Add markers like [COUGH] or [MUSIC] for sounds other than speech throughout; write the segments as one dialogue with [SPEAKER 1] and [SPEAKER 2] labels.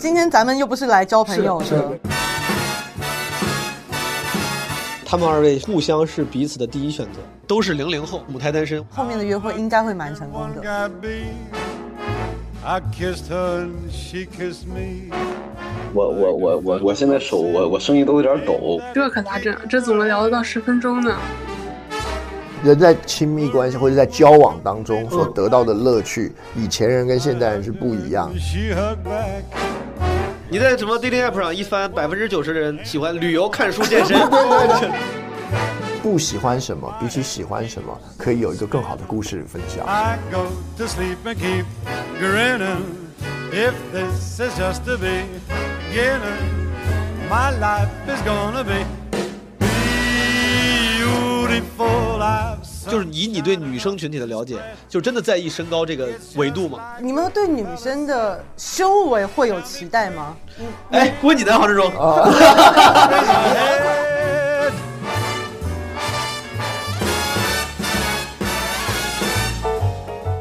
[SPEAKER 1] 今天咱们又不是来交朋友
[SPEAKER 2] 是
[SPEAKER 1] 的
[SPEAKER 2] 是，他们二位互相是彼此的第一选择，都是零零后，母胎单身。
[SPEAKER 1] 后面的约会应该会蛮成功的。
[SPEAKER 3] I be? I kissed her and she kissed me.
[SPEAKER 4] 我我我我我现在手我我声音都有点抖，
[SPEAKER 5] 这可咋整？这怎么聊得到十分钟呢？
[SPEAKER 6] 人在亲密关系或者在交往当中所得到的乐趣，
[SPEAKER 2] 嗯
[SPEAKER 6] 以前人跟现代人是不一样的
[SPEAKER 3] And。she hugged back.
[SPEAKER 2] 你在什么 dating app 上一翻，百分之九十的人喜欢旅游、看书、健身。
[SPEAKER 6] 不喜欢什么，比起喜欢什么，可以有一个更好的故事分享。
[SPEAKER 3] I go to sleep and keep grinning. If this is just the beginning, my life is gonna be beautiful. I've
[SPEAKER 2] [LAUGHS] 就是以你对女生群体的了解，就真的在意身高这个维度吗？
[SPEAKER 1] 你们对女生的修为会有期待吗？
[SPEAKER 2] 哎，问你呢，黄志忠。啊
[SPEAKER 3] head.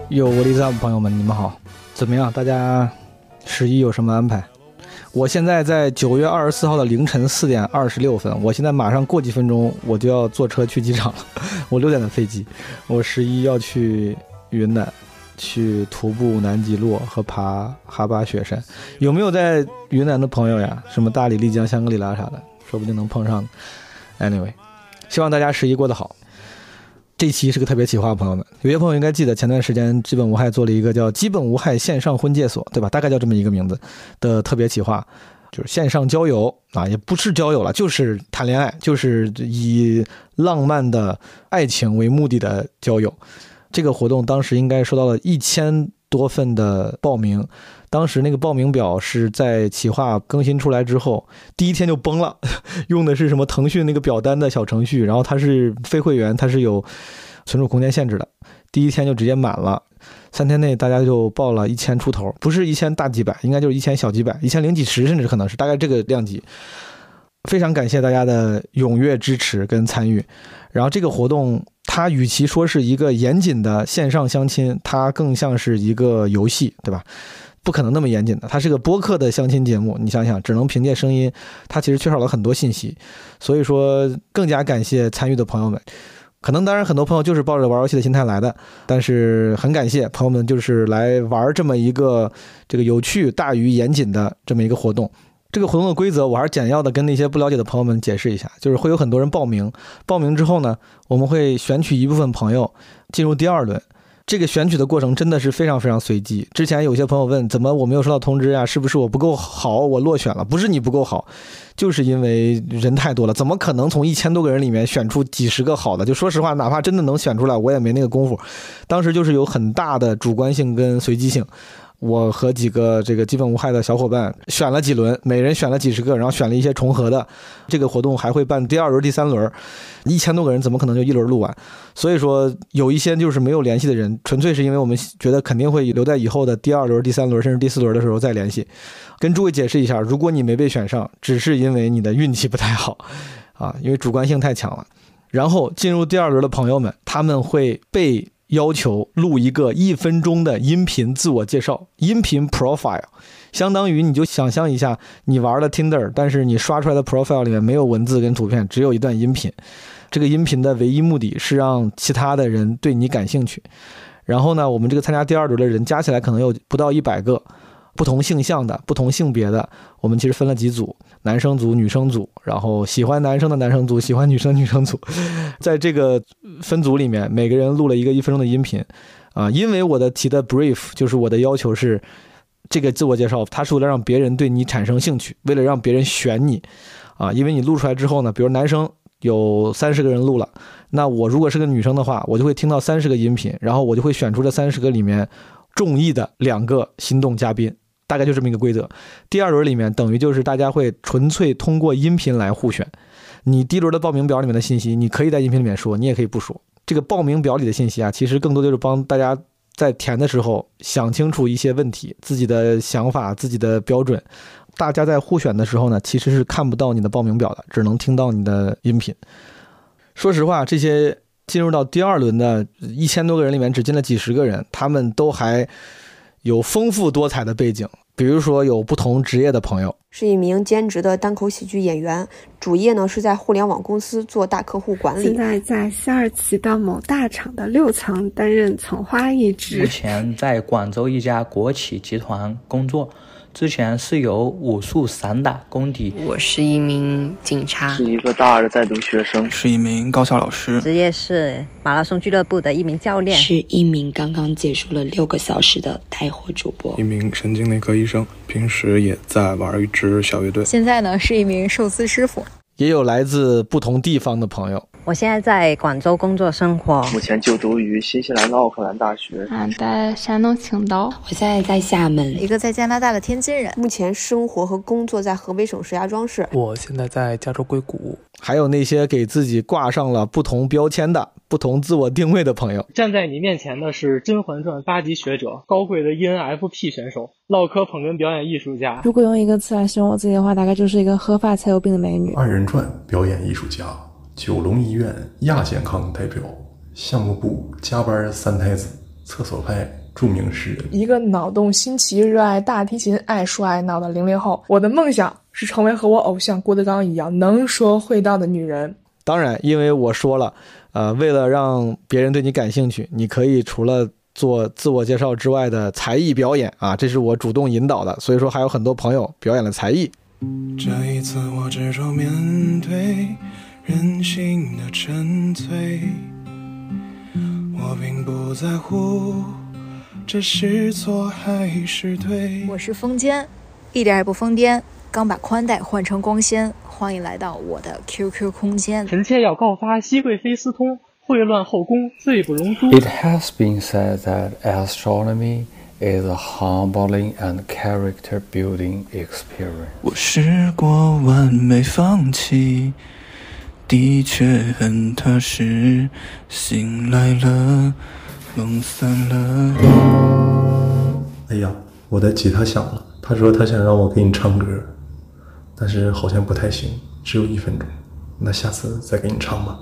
[SPEAKER 7] Yo，我 s 萨朋友们，你们好，怎么样？大家十一有什么安排？我现在在九月二十四号的凌晨四点二十六分，我现在马上过几分钟我就要坐车去机场了， [LAUGHS] 我六点的飞机，我十一要去云南，去徒步南极落和爬哈巴雪山。有没有在云南的朋友呀？什么大理、丽江、香格里拉啥的，说不定能碰上呢。Anyway，希望大家十一过得好。这一期是个特别企划，朋友们，有些朋友应该记得，前段时间基本无害做了一个叫“基本无害线上婚介所”，对吧？大概叫这么一个名字的特别企划，就是线上交友啊，也不是交友了，就是谈恋爱，就是以浪漫的爱情为目的的交友。这个活动当时应该收到了一千多份的报名，当时那个报名表是在企划更新出来之后，第一天就崩了， [LAUGHS] 用的是什么腾讯那个表单的小程序，然后它是非会员，它是有存储空间限制的，第一天就直接满了，三天内大家就报了一千出头，不是一千大几百，应该就是一千小几百，一千零几十，甚至可能是大概这个量级。非常感谢大家的踊跃支持跟参与，然后这个活动它与其说是一个严谨的线上相亲，它更像是一个游戏，对吧？不可能那么严谨的，它是个播客的相亲节目，你想想，只能凭借声音，它其实缺少了很多信息，所以说更加感谢参与的朋友们。可能当然很多朋友就是抱着玩游戏的心态来的，但是很感谢朋友们就是来玩这么一个这个有趣大于严谨的这么一个活动。这个活动的规则我还是简要的跟那些不了解的朋友们解释一下，就是会有很多人报名，报名之后呢，我们会选取一部分朋友进入第二轮。这个选取的过程真的是非常非常随机。之前有些朋友问，怎么我没有收到通知呀、是不是我不够好，我落选了？不是你不够好，就是因为人太多了，怎么可能从一千多个人里面选出几十个好的？就说实话，哪怕真的能选出来，我也没那个功夫。当时就是有很大的主观性跟随机性。我和几个这个基本无害的小伙伴选了几轮，每人选了几十个，然后选了一些重合的。这个活动还会办第二轮、第三轮，一千多个人怎么可能就一轮录完？所以说有一些就是没有联系的人，纯粹是因为我们觉得肯定会留在以后的第二轮、第三轮甚至第四轮的时候再联系。跟诸位解释一下，如果你没被选上，只是因为你的运气不太好啊，因为主观性太强了。然后进入第二轮的朋友们，他们会被要求录一个一分钟的音频自我介绍，音频 profile，相当于你就想象一下，你玩了 Tinder，但是你刷出来的 profile 里面没有文字跟图片，只有一段音频。这个音频的唯一目的是让其他的人对你感兴趣。然后呢，我们这个参加第二轮的人加起来可能有不到一百个，不同性向的、不同性别的，我们其实分了几组，男生组、女生组，然后喜欢男生的男生组，喜欢女生的女生组， [LAUGHS] 在这个分组里面，每个人录了一个一分钟的音频，啊，因为我的提的 brief 就是我的要求是，这个自我介绍，它是为了让别人对你产生兴趣，为了让别人选你，啊，因为你录出来之后呢，比如男生有三十个人录了，那我如果是个女生的话，我就会听到三十个音频，然后我就会选出这三十个里面中意的两个心动嘉宾，大概就这么一个规则。第二轮里面等于就是大家会纯粹通过音频来互选。你第一轮的报名表里面的信息，你可以在音频里面说，你也可以不说。这个报名表里的信息啊，其实更多就是帮大家在填的时候想清楚一些问题，自己的想法、自己的标准。大家在互选的时候呢，其实是看不到你的报名表的，只能听到你的音频。说实话，这些进入到第二轮的一千多个人里面，只进了几十个人，他们都还有丰富多彩的背景，比如说有不同职业的朋友，
[SPEAKER 8] 是一名兼职的单口喜剧演员，主业呢是在互联网公司做大客户管
[SPEAKER 9] 现
[SPEAKER 8] 理。
[SPEAKER 9] 在在西二旗的某大厂的六层担任层花一
[SPEAKER 10] 目
[SPEAKER 9] 职。
[SPEAKER 10] 前在广州一家国企集团工作，之前是有武术散打功底，
[SPEAKER 11] 我是一名警察，
[SPEAKER 12] 一个大二的在读学生，
[SPEAKER 13] 是一名高校老师，
[SPEAKER 11] 职业是马拉松俱乐部的一名教练，
[SPEAKER 14] 是一名刚刚结束了六个小时的带货主播
[SPEAKER 13] 一。名神经内科医生，平时也在呃玩一支小乐队。
[SPEAKER 15] 现在呢是一名寿司师傅。
[SPEAKER 7] 也有来自不同地方的朋友。
[SPEAKER 11] 我现在在广州工作生活，
[SPEAKER 12] 目前就读于新西兰的奥克兰大学。
[SPEAKER 15] 啊，在山东青岛，
[SPEAKER 14] 我现在在厦门，
[SPEAKER 15] 一个在加拿大的天津人。
[SPEAKER 8] 目前生活和工作在河北省石家庄市。
[SPEAKER 13] 我现在在加州硅谷，
[SPEAKER 7] 还有那些给自己挂上了不同标签的、不同自我定位的朋友，
[SPEAKER 16] 站在你面前的是《甄嬛传》八级学者、高贵的 E ENFP 选手、唠嗑捧哏表演艺术家。
[SPEAKER 17] 如果用一个词来形容我自己的话，大概就是一个喝发才有病的美女。
[SPEAKER 18] 二人转表演艺术家，九龙医院亚健康代表，项目部加班三太子，厕所派著名诗人。
[SPEAKER 19] 一个脑洞新奇、热爱大提琴、爱说爱闹的零零后。我的梦想是成为和我偶像郭德纲一样能说会道的女人。
[SPEAKER 7] 当然，因为我说了，呃，为了让别人对你感兴趣，你可以除了做自我介绍之外的才艺表演啊，这是我主动引导的，所以说还有很多朋友表演了才艺。
[SPEAKER 13] 这一次我执着面对人性的沉醉，我并不在乎这是错还是对。
[SPEAKER 15] 我是风间，一点也不疯癫，刚把宽带换成光纤。欢迎来到我的 QQ 空间。
[SPEAKER 16] 臣妾要告发熹贵妃私通，秽乱后宫，罪不容诛。
[SPEAKER 10] It has been said that astronomy is a humbling and character building experience.
[SPEAKER 13] 我试过完美放弃，的确很踏实。醒来了，梦散了。
[SPEAKER 18] 哎呀，我的吉他响了，他说他想让我给你唱歌，但是好像不太行，只有一分钟，那下次再给你唱吧。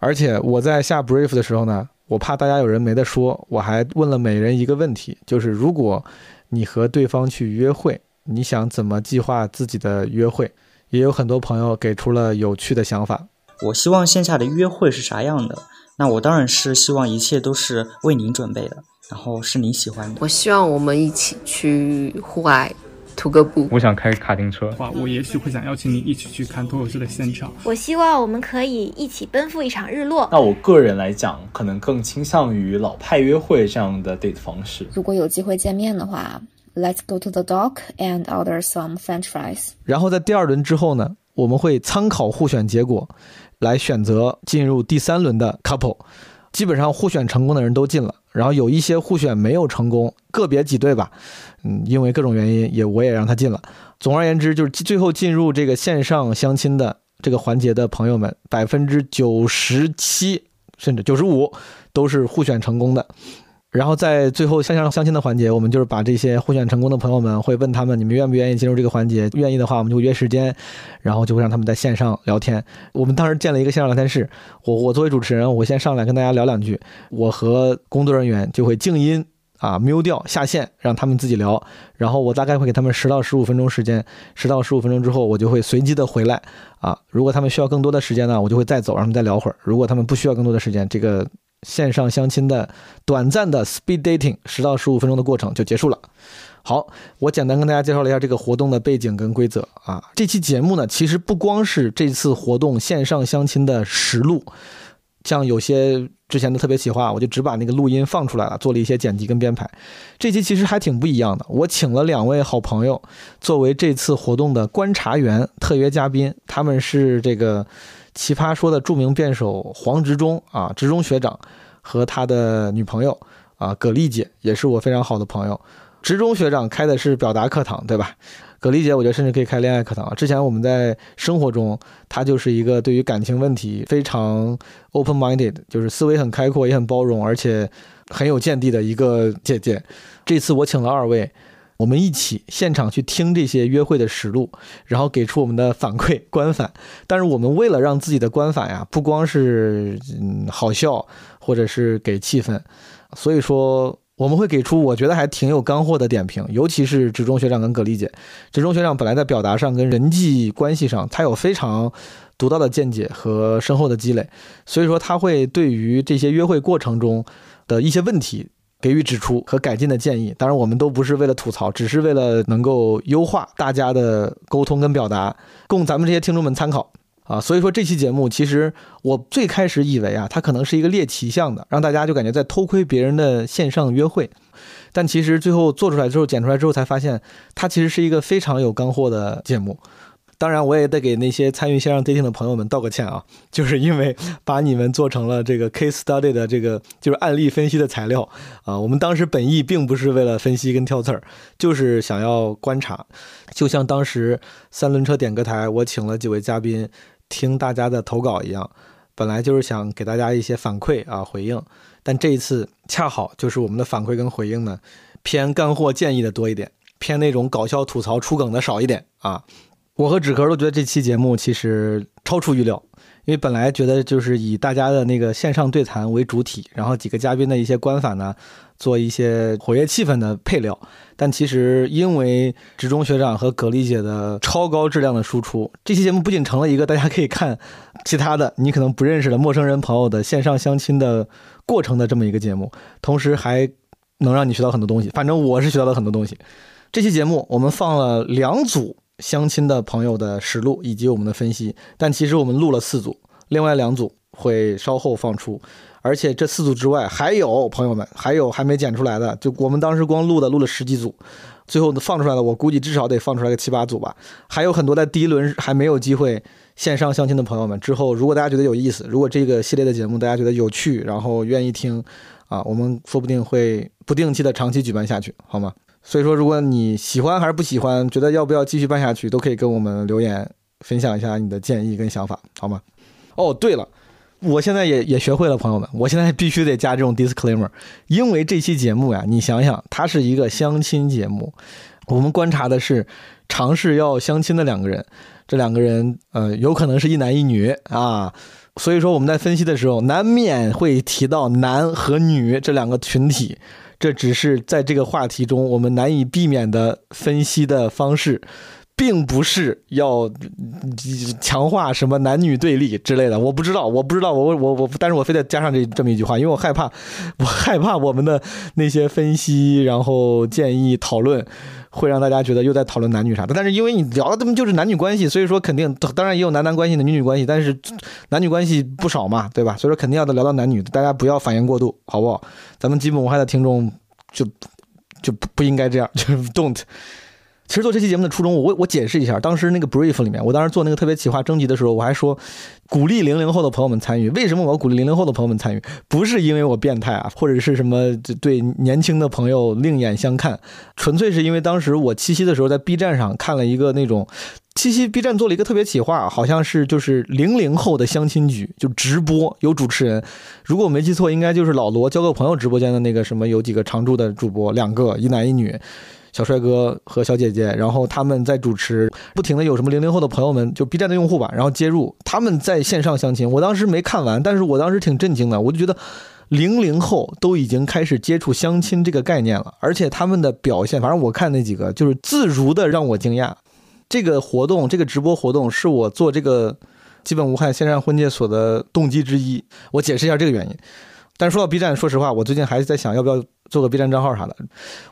[SPEAKER 7] 而且我在下 brief 的时候呢，我怕大家有人没得说，我还问了每人一个问题，就是如果你和对方去约会，你想怎么计划自己的约会？也有很多朋友给出了有趣的想法。
[SPEAKER 20] 我希望线下的约会是啥样的？那我当然是希望一切都是为您准备的，然后是您喜欢的。
[SPEAKER 11] 我希望我们一起去户外徒个步。
[SPEAKER 10] 我想开卡丁车。
[SPEAKER 21] 话，我也许会想邀请你一起去看脱口秀的现场。
[SPEAKER 22] 我希望我们可以一起奔赴一场日落。
[SPEAKER 3] 那我个人来讲，可能更倾向于老派约会这样的 date 方式。
[SPEAKER 15] 如果有机会见面的话，Let's go to the dock and order some French fries。
[SPEAKER 7] 然后在第二轮之后呢，我们会参考互选结果，来选择进入第三轮的 couple。基本上互选成功的人都进了，然后有一些互选没有成功，个别几对吧，嗯，因为各种原因也我也让他进了。总而言之，就是最后进入这个线上相亲的这个环节的朋友们，百分之九十七甚至九十五都是互选成功的。然后在最后线上相亲的环节，我们就是把这些互选成功的朋友们，会问他们你们愿不愿意进入这个环节？愿意的话，我们就约时间，然后就会让他们在线上聊天。我们当时建了一个线上聊天室，我我作为主持人，我先上来跟大家聊两句，我和工作人员就会静音啊，mute 掉下线，让他们自己聊。然后我大概会给他们十到十五分钟时间，十到十五分钟之后，我就会随机的回来啊。如果他们需要更多的时间呢，我就会再走，让他们再聊会儿。如果他们不需要更多的时间，这个线上相亲的短暂的 speed dating 十到十五分钟的过程就结束了。好，我简单跟大家介绍了一下这个活动的背景跟规则啊。这期节目呢，其实不光是这次活动线上相亲的实录，像有些之前的特别企划，我就只把那个录音放出来了，做了一些剪辑跟编排。这期其实还挺不一样的，我请了两位好朋友作为这次活动的观察员、特约嘉宾，他们是这个《奇葩说》的著名辩手黄执中啊，执中学长和他的女朋友啊葛丽姐，也是我非常好的朋友。职中学长开的是表达课堂，对吧？葛丽姐，我觉得甚至可以开恋爱课堂啊。之前我们在生活中，她就是一个对于感情问题非常 open minded，就是思维很开阔，也很包容，而且很有见地的一个姐姐。这次我请了二位，我们一起现场去听这些约会的实录，然后给出我们的反馈观反。但是我们为了让自己的观反呀，不光是嗯好笑，或者是给气氛，所以说我们会给出我觉得还挺有干货的点评，尤其是职中学长跟葛丽姐。职中学长本来在表达上跟人际关系上，他有非常独到的见解和深厚的积累，所以说他会对于这些约会过程中的一些问题给予指出和改进的建议。当然，我们都不是为了吐槽，只是为了能够优化大家的沟通跟表达，供咱们这些听众们参考。啊，所以说这期节目其实我最开始以为啊，它可能是一个猎奇向的，让大家就感觉在偷窥别人的线上约会，但其实最后做出来之后剪出来之后才发现，它其实是一个非常有干货的节目。当然，我也得给那些参与线上 dating 的朋友们道个歉啊，就是因为把你们做成了这个 case study 的这个就是案例分析的材料啊。我们当时本意并不是为了分析跟挑刺儿，就是想要观察。就像当时三轮车点歌台，我请了几位嘉宾听大家的投稿一样，本来就是想给大家一些反馈啊回应，但这一次恰好就是我们的反馈跟回应呢，偏干货建议的多一点，偏那种搞笑吐槽出梗的少一点啊。我和纸壳都觉得这期节目其实超出预料，因为本来觉得就是以大家的那个线上对谈为主体，然后几个嘉宾的一些观法呢，做一些活跃气氛的配料。但其实因为职中学长和葛丽姐的超高质量的输出，这期节目不仅成了一个大家可以看其他的你可能不认识的陌生人朋友的线上相亲的过程的这么一个节目，同时还能让你学到很多东西。反正我是学到了很多东西。这期节目我们放了两组。相亲的朋友的实录以及我们的分析，但其实我们录了四组，另外两组会稍后放出。而且这四组之外还有朋友们，还有还没剪出来的，就我们当时光录的录了十几组，最后放出来的我估计至少得放出来个七八组吧。还有很多在第一轮还没有机会线上相亲的朋友们，之后如果大家觉得有意思，如果这个系列的节目大家觉得有趣，然后愿意听啊，我们说不定会不定期的长期举办下去，好吗？所以说，如果你喜欢还是不喜欢，觉得要不要继续办下去，都可以跟我们留言分享一下你的建议跟想法，好吗？哦，对了，我现在也也学会了，朋友们，我现在必须得加这种 disclaimer，因为这期节目呀，你想想，它是一个相亲节目，我们观察的是尝试要相亲的两个人，这两个人呃，有可能是一男一女啊。所以说我们在分析的时候，难免会提到男和女这两个群体，这只是在这个话题中我们难以避免的分析的方式，并不是要强化什么男女对立之类的。我不知道，我不知道，我我我，但是我非得加上这这么一句话，因为我害怕，我害怕我们的那些分析，然后建议讨论。会让大家觉得又在讨论男女啥的，但是因为你聊的他们就是男女关系，所以说肯定当然也有男男关系的、女女关系，但是男女关系不少嘛，对吧？所以说肯定要聊到男女，大家不要反应过度，好不好？咱们基本无害的听众就就不不应该这样，就是 don't。其实做这期节目的初衷，我我解释一下，当时那个 brief 里面，我当时做那个特别企划征集的时候，我还说鼓励零零后的朋友们参与。为什么我要鼓励零零后的朋友们参与？不是因为我变态啊，或者是什么对年轻的朋友另眼相看，纯粹是因为当时我七夕的时候在 B 站上看了一个那种七夕 B 站做了一个特别企划，好像是就是零零后的相亲局，就直播有主持人。如果我没记错，应该就是老罗交个朋友直播间的那个什么有几个常驻的主播，两个一男一女。小帅哥和小姐姐，然后他们在主持，不停的有什么零零后的朋友们，就 B 站的用户吧，然后接入他们在线上相亲。我当时没看完，但是我当时挺震惊的，我就觉得零零后都已经开始接触相亲这个概念了，而且他们的表现，反正我看那几个就是自如的让我惊讶。这个活动，这个直播活动是我做这个基本无害线上婚介所的动机之一。我解释一下这个原因。但是说到 B 站，说实话，我最近还是在想要不要做个 B 站账号啥的。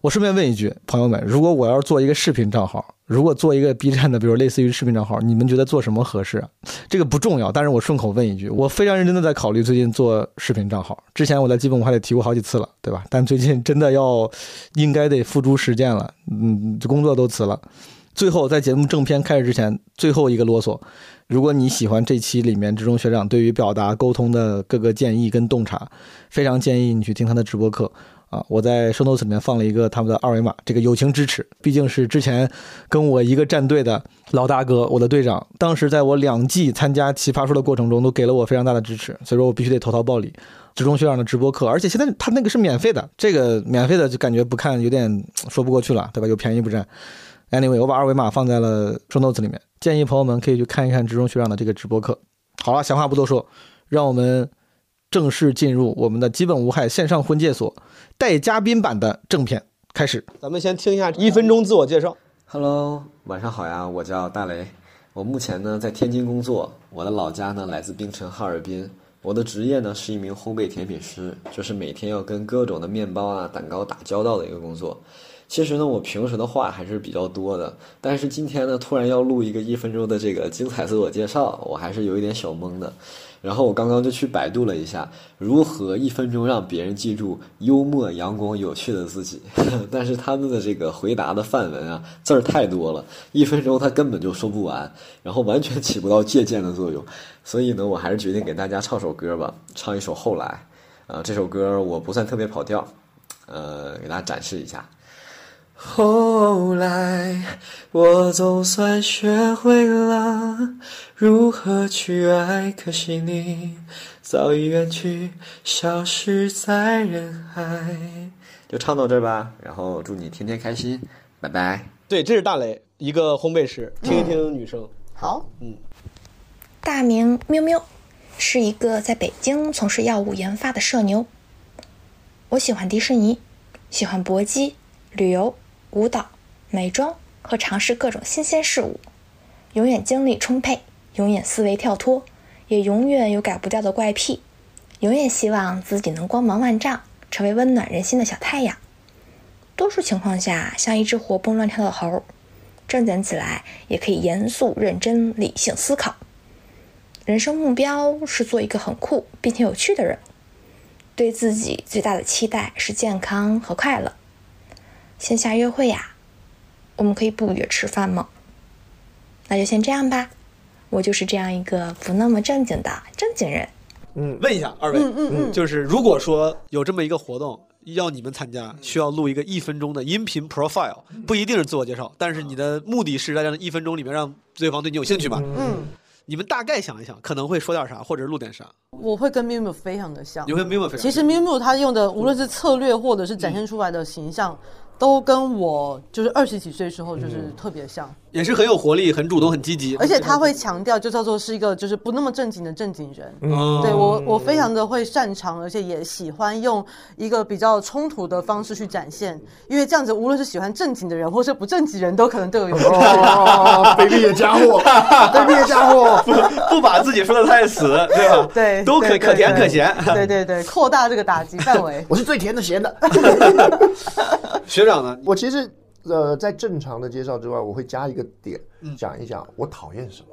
[SPEAKER 7] 我顺便问一句，朋友们，如果我要是做一个视频账号，如果做一个 B 站的，比如类似于视频账号，你们觉得做什么合适、啊？这个不重要，但是我顺口问一句，我非常认真的在考虑最近做视频账号。之前我在基本我还得提过好几次了，对吧？但最近真的要应该得付诸实践了，嗯，工作都辞了。最后，在节目正片开始之前，最后一个啰嗦。如果你喜欢这期里面志中学长对于表达沟通的各个建议跟洞察，非常建议你去听他的直播课啊！我在 show notes 里面放了一个他们的二维码，这个友情支持，毕竟是之前跟我一个战队的老大哥，我的队长，当时在我两季参加奇葩说的过程中，都给了我非常大的支持，所以说我必须得投桃报李。职中学长的直播课，而且现在他那个是免费的，这个免费的就感觉不看有点说不过去了，对吧？有便宜不占。Anyway，我把二维码放在了 show notes 里面，建议朋友们可以去看一看职中学长的这个直播课。好了，闲话不多说，让我们正式进入我们的基本无害线上婚介所带嘉宾版的正片开始。
[SPEAKER 2] 咱们先听一下一分钟自我介绍。
[SPEAKER 3] Hello，晚上好呀，我叫大雷，我目前呢在天津工作，我的老家呢来自冰城哈尔滨，我的职业呢是一名烘焙甜品师，就是每天要跟各种的面包啊、蛋糕打交道的一个工作。其实呢，我平时的话还是比较多的，但是今天呢，突然要录一个一分钟的这个精彩自我介绍，我还是有一点小懵的。然后我刚刚就去百度了一下，如何一分钟让别人记住幽默、阳光、有趣的自己。 [LAUGHS] 但是他们的这个回答的范文啊，字儿太多了，一分钟他根本就说不完，然后完全起不到借鉴的作用。所以呢，我还是决定给大家唱首歌吧，唱一首《后来》。啊、这首歌我不算特别跑调，呃，给大家展示一下。
[SPEAKER 13] 后来，我总算学会了如何去爱，可惜你早已远去，消失在人海。
[SPEAKER 3] 就唱到这儿吧，然后祝你天天开心，拜拜。
[SPEAKER 2] 对，这是大雷，一个烘焙师，听一听女生。
[SPEAKER 15] 好，
[SPEAKER 2] 嗯，
[SPEAKER 15] 大名喵喵，是一个在北京从事药物研发的社牛。我喜欢迪士尼，喜欢搏击、旅游、舞蹈、美妆和尝试各种新鲜事物，永远精力充沛，永远思维跳脱，也永远有改不掉的怪癖，永远希望自己能光芒万丈，成为温暖人心的小太阳。多数情况下，像一只活蹦乱跳的猴儿，正经起来也可以严肃认真、理性思考。人生目标是做一个很酷并且有趣的人。对自己最大的期待是健康和快乐。线下约会呀、我们可以不约吃饭吗？那就先这样吧。我就是这样一个不那么正经的正经人。
[SPEAKER 2] 嗯，问一下二位，
[SPEAKER 15] 嗯嗯嗯
[SPEAKER 2] 就是如果说有这么一个活动要你们参
[SPEAKER 1] 嗯
[SPEAKER 2] 加，需要录一个一分钟的音频 profile，不一定是自我介绍，但是你的目的是在这一分钟里面让对方对你有兴趣吧？
[SPEAKER 1] 嗯，
[SPEAKER 2] 你们大概想一想，可能会说点啥，或者录点啥。
[SPEAKER 1] 我会跟 miu miu 非常的像。
[SPEAKER 2] 你会 memo 非常
[SPEAKER 1] 其实 miu miu 他用的无论是策略或者是展现出来的形象，都跟我就是二十几岁时候就是特别像。
[SPEAKER 2] 也是很有活力、很主动、很积极，
[SPEAKER 1] 而且他会强调，就叫做是一个就是不那么正经的正经人。
[SPEAKER 2] 嗯
[SPEAKER 1] 对我，我非
[SPEAKER 23] 哦
[SPEAKER 1] 常的会擅长，而且也喜欢用一个比较冲突的方式去展现，因为这样子无论是喜欢正经的人，或是不正经人都可能对我有兴趣。
[SPEAKER 2] [LAUGHS] 哦
[SPEAKER 23] 卑劣家伙
[SPEAKER 2] 卑
[SPEAKER 23] 劣家伙
[SPEAKER 2] [LAUGHS] 不不把自己说的太死，对吧？
[SPEAKER 1] 对，
[SPEAKER 2] 都可
[SPEAKER 1] 对
[SPEAKER 2] 可甜
[SPEAKER 1] 对
[SPEAKER 2] 可咸。
[SPEAKER 1] 对对 [LAUGHS] 对，扩大这个打击范围。
[SPEAKER 23] 我是最甜的咸的。
[SPEAKER 2] [LAUGHS] 学长呢？
[SPEAKER 23] 我其实呃，在正常的介绍之外，我会加一个点，讲一讲我讨厌什么。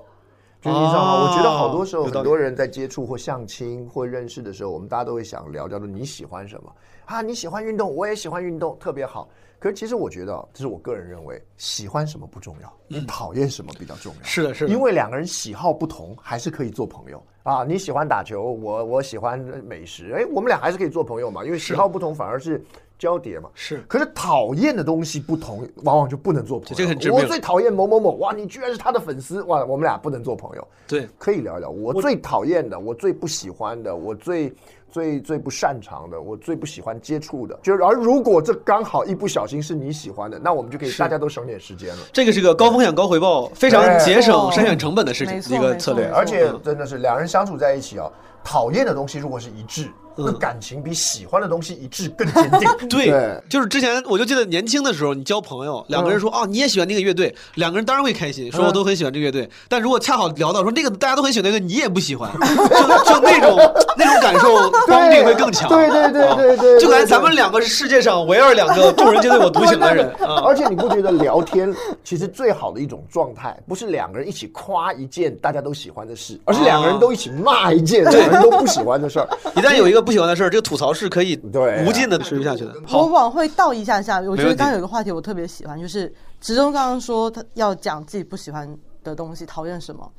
[SPEAKER 23] 就是你知道
[SPEAKER 2] 嗯
[SPEAKER 23] 吗？
[SPEAKER 2] 哦
[SPEAKER 23] 我觉得好多时候
[SPEAKER 2] 有道
[SPEAKER 23] 很
[SPEAKER 2] 理
[SPEAKER 23] 多人在接触或相亲或认识的时候，我们大家都会想聊叫做你喜欢什么啊？你喜欢运动，我也喜欢运动，特别好。可是其实我觉得啊，这是我个人认为，喜欢什么不重要，你讨厌什么比较重要。
[SPEAKER 2] 是的，是
[SPEAKER 23] 的，因为两个人喜好不同，还是可以做朋友啊。你喜欢打球，我我喜欢美食，哎，我们俩还是可以做朋友嘛，因为喜好不同反而是交叠嘛。
[SPEAKER 2] 是，
[SPEAKER 23] 可是讨厌的东西不同，往往就不能做朋友。
[SPEAKER 2] 这个很致命
[SPEAKER 23] 我最讨厌某某某，哇，你居然是他的粉丝，哇，我们俩不能做朋友。
[SPEAKER 2] 对，
[SPEAKER 23] 可以聊一聊我最讨厌的，我最不喜欢的，我最最最不擅长的，我最不喜欢接触的。就是而如果这刚好一不小心是你喜欢的，那我们就可以
[SPEAKER 2] 是
[SPEAKER 23] 大家都省点时间了。
[SPEAKER 2] 这个是个高风险高回报、非常节省筛选成本的事情，一个策略。
[SPEAKER 23] 而且真的是两人相处在一起啊，讨厌的东西如果是一致，那感情比喜欢的东西一致更坚定。
[SPEAKER 2] 嗯 [LAUGHS] 对，就是之前我就记得年轻的时候，你交朋友，两个人说啊你也喜欢那个乐队，两个人当然会开心，说我都很喜欢这个乐队。但如果恰好聊到说那个大家都很喜欢那个，你也不喜
[SPEAKER 23] [LAUGHS]
[SPEAKER 2] 欢，就就那种那种感受当定会更强。啊
[SPEAKER 23] 对对对对对对，
[SPEAKER 2] 就感觉咱们两个是世界上唯二两个众人皆醉我独醒的
[SPEAKER 23] [LAUGHS]
[SPEAKER 2] 人啊。
[SPEAKER 23] 而且你不觉得聊天其实最好的一种状态，不是两个人一起夸一件大家都喜欢的事，而是两个人都一起骂一件
[SPEAKER 2] 啊
[SPEAKER 23] 两个人都不喜欢的事儿。
[SPEAKER 2] [LAUGHS] 一旦有一个不喜欢的事儿，这个吐槽是可以无尽的持续下去的。
[SPEAKER 1] 我往会倒一下下，我
[SPEAKER 2] 没
[SPEAKER 1] 觉
[SPEAKER 2] 问
[SPEAKER 1] 得
[SPEAKER 2] 题
[SPEAKER 1] 刚刚有一个话题我特别喜欢，就是植中刚刚说他要讲自己不喜欢的东西，讨厌什么。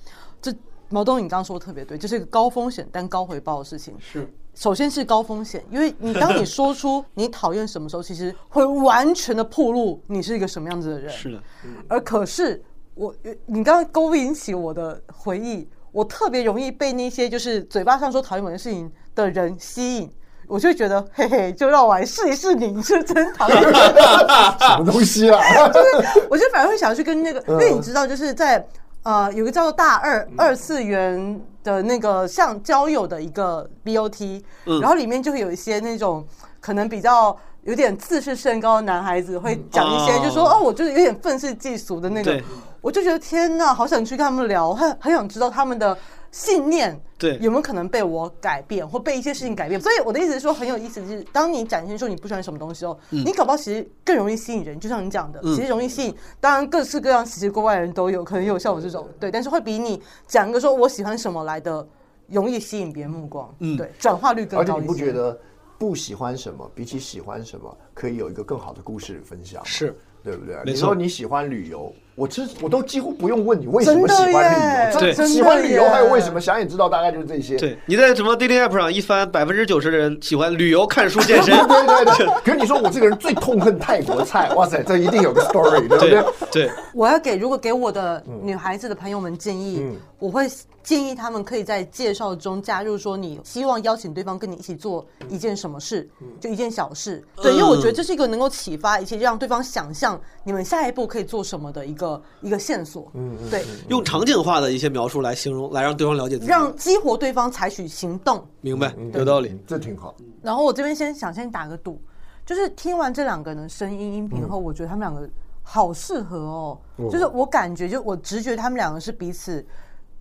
[SPEAKER 1] 这毛东，你刚刚说的特别对，这是一个高风险但高回报的事情。
[SPEAKER 2] 是，
[SPEAKER 1] 首先是高风险，因为你当你说出你讨厌什么时候，其实会完全的暴露你是一个什么样子的人。
[SPEAKER 2] 是的，
[SPEAKER 1] 而可是我，呃你刚刚勾引起我的回忆，我特别容易被那些就是嘴巴上说讨厌某件事情的人吸引，我就觉得嘿嘿，就让我来试一试你，你是真
[SPEAKER 2] 啊
[SPEAKER 1] 讨厌。
[SPEAKER 23] [LAUGHS] 什么东西啊？ [LAUGHS]
[SPEAKER 1] [LAUGHS] 就是我就反而会想要去跟那个，因
[SPEAKER 2] 嗯
[SPEAKER 1] 为你知道，就是在呃有个叫做大二二次元的那个像交友的一个 BOT，、
[SPEAKER 24] 嗯
[SPEAKER 1] 然后里面就会有一些那种可能比较有点自视甚高的男孩子会讲一些，就说
[SPEAKER 2] 哦
[SPEAKER 1] 哦，我就是有点愤世嫉俗的那个
[SPEAKER 2] 对，
[SPEAKER 1] 我就觉得天呐，好想去跟他们聊，很很想知道他们的信念。
[SPEAKER 2] 对
[SPEAKER 1] 有没有可能被我改变，或被一些事情改变？所以我的意思是说，很有意思，就是当你展现出你不喜欢什么东西哦，
[SPEAKER 2] 嗯
[SPEAKER 1] 你搞不好其实更容易吸引人。就像你讲的，
[SPEAKER 2] 嗯
[SPEAKER 1] 其实容易吸引，当然各式各样、奇奇怪怪的人都有，可能也有像我这种，对，但是会比你讲一个说我喜欢什么来的容易吸引别人目光，
[SPEAKER 23] 嗯
[SPEAKER 1] 对，转化率更
[SPEAKER 23] 而且
[SPEAKER 1] 高
[SPEAKER 23] 你
[SPEAKER 1] 一
[SPEAKER 23] 不
[SPEAKER 1] 些
[SPEAKER 23] 觉。得不喜欢什么，比起喜欢什么，可以有一个更好的故事分享？
[SPEAKER 2] 是，
[SPEAKER 23] 对不对？
[SPEAKER 2] 没
[SPEAKER 23] 你
[SPEAKER 2] 错
[SPEAKER 23] 说你喜欢旅游，我这我都几乎不用问你为什么喜欢旅游，
[SPEAKER 2] 真的耶对
[SPEAKER 23] 这喜
[SPEAKER 2] 真的
[SPEAKER 23] 欢旅游
[SPEAKER 2] 耶
[SPEAKER 23] 还有为什么，想也知道大概就是这些。
[SPEAKER 2] 对，你在什么 dating app 上一翻，百分之九十的人喜欢旅游、看书、健身。
[SPEAKER 23] 对对对对。可是你说我这个人最痛恨泰国菜，哇塞，这 [LAUGHS] 一定有个 story，对不对？
[SPEAKER 2] 对，
[SPEAKER 1] 我要给如果给我的女孩子的朋友们建议，
[SPEAKER 23] 嗯
[SPEAKER 1] 我会建议他们可以在介绍中加入说你希望邀请对方跟你一起做一件什么事，就一件小事。对，因为我觉得这是一个能够启发以及让对方想象你们下一步可以做什么的一个一个线索。嗯，对，
[SPEAKER 2] 用场景化的一些描述来形容，来让对方了解自己。
[SPEAKER 1] 让激活对方采取行动。
[SPEAKER 2] 明白，有道理，
[SPEAKER 23] 嗯这挺好。
[SPEAKER 1] 然后我这边先想先打个赌，就是听完这两个人的声音音频后，
[SPEAKER 2] 嗯
[SPEAKER 1] 我觉得他们两个好适合哦，
[SPEAKER 23] 哦
[SPEAKER 1] 就是我感觉就我直觉他们两个是彼此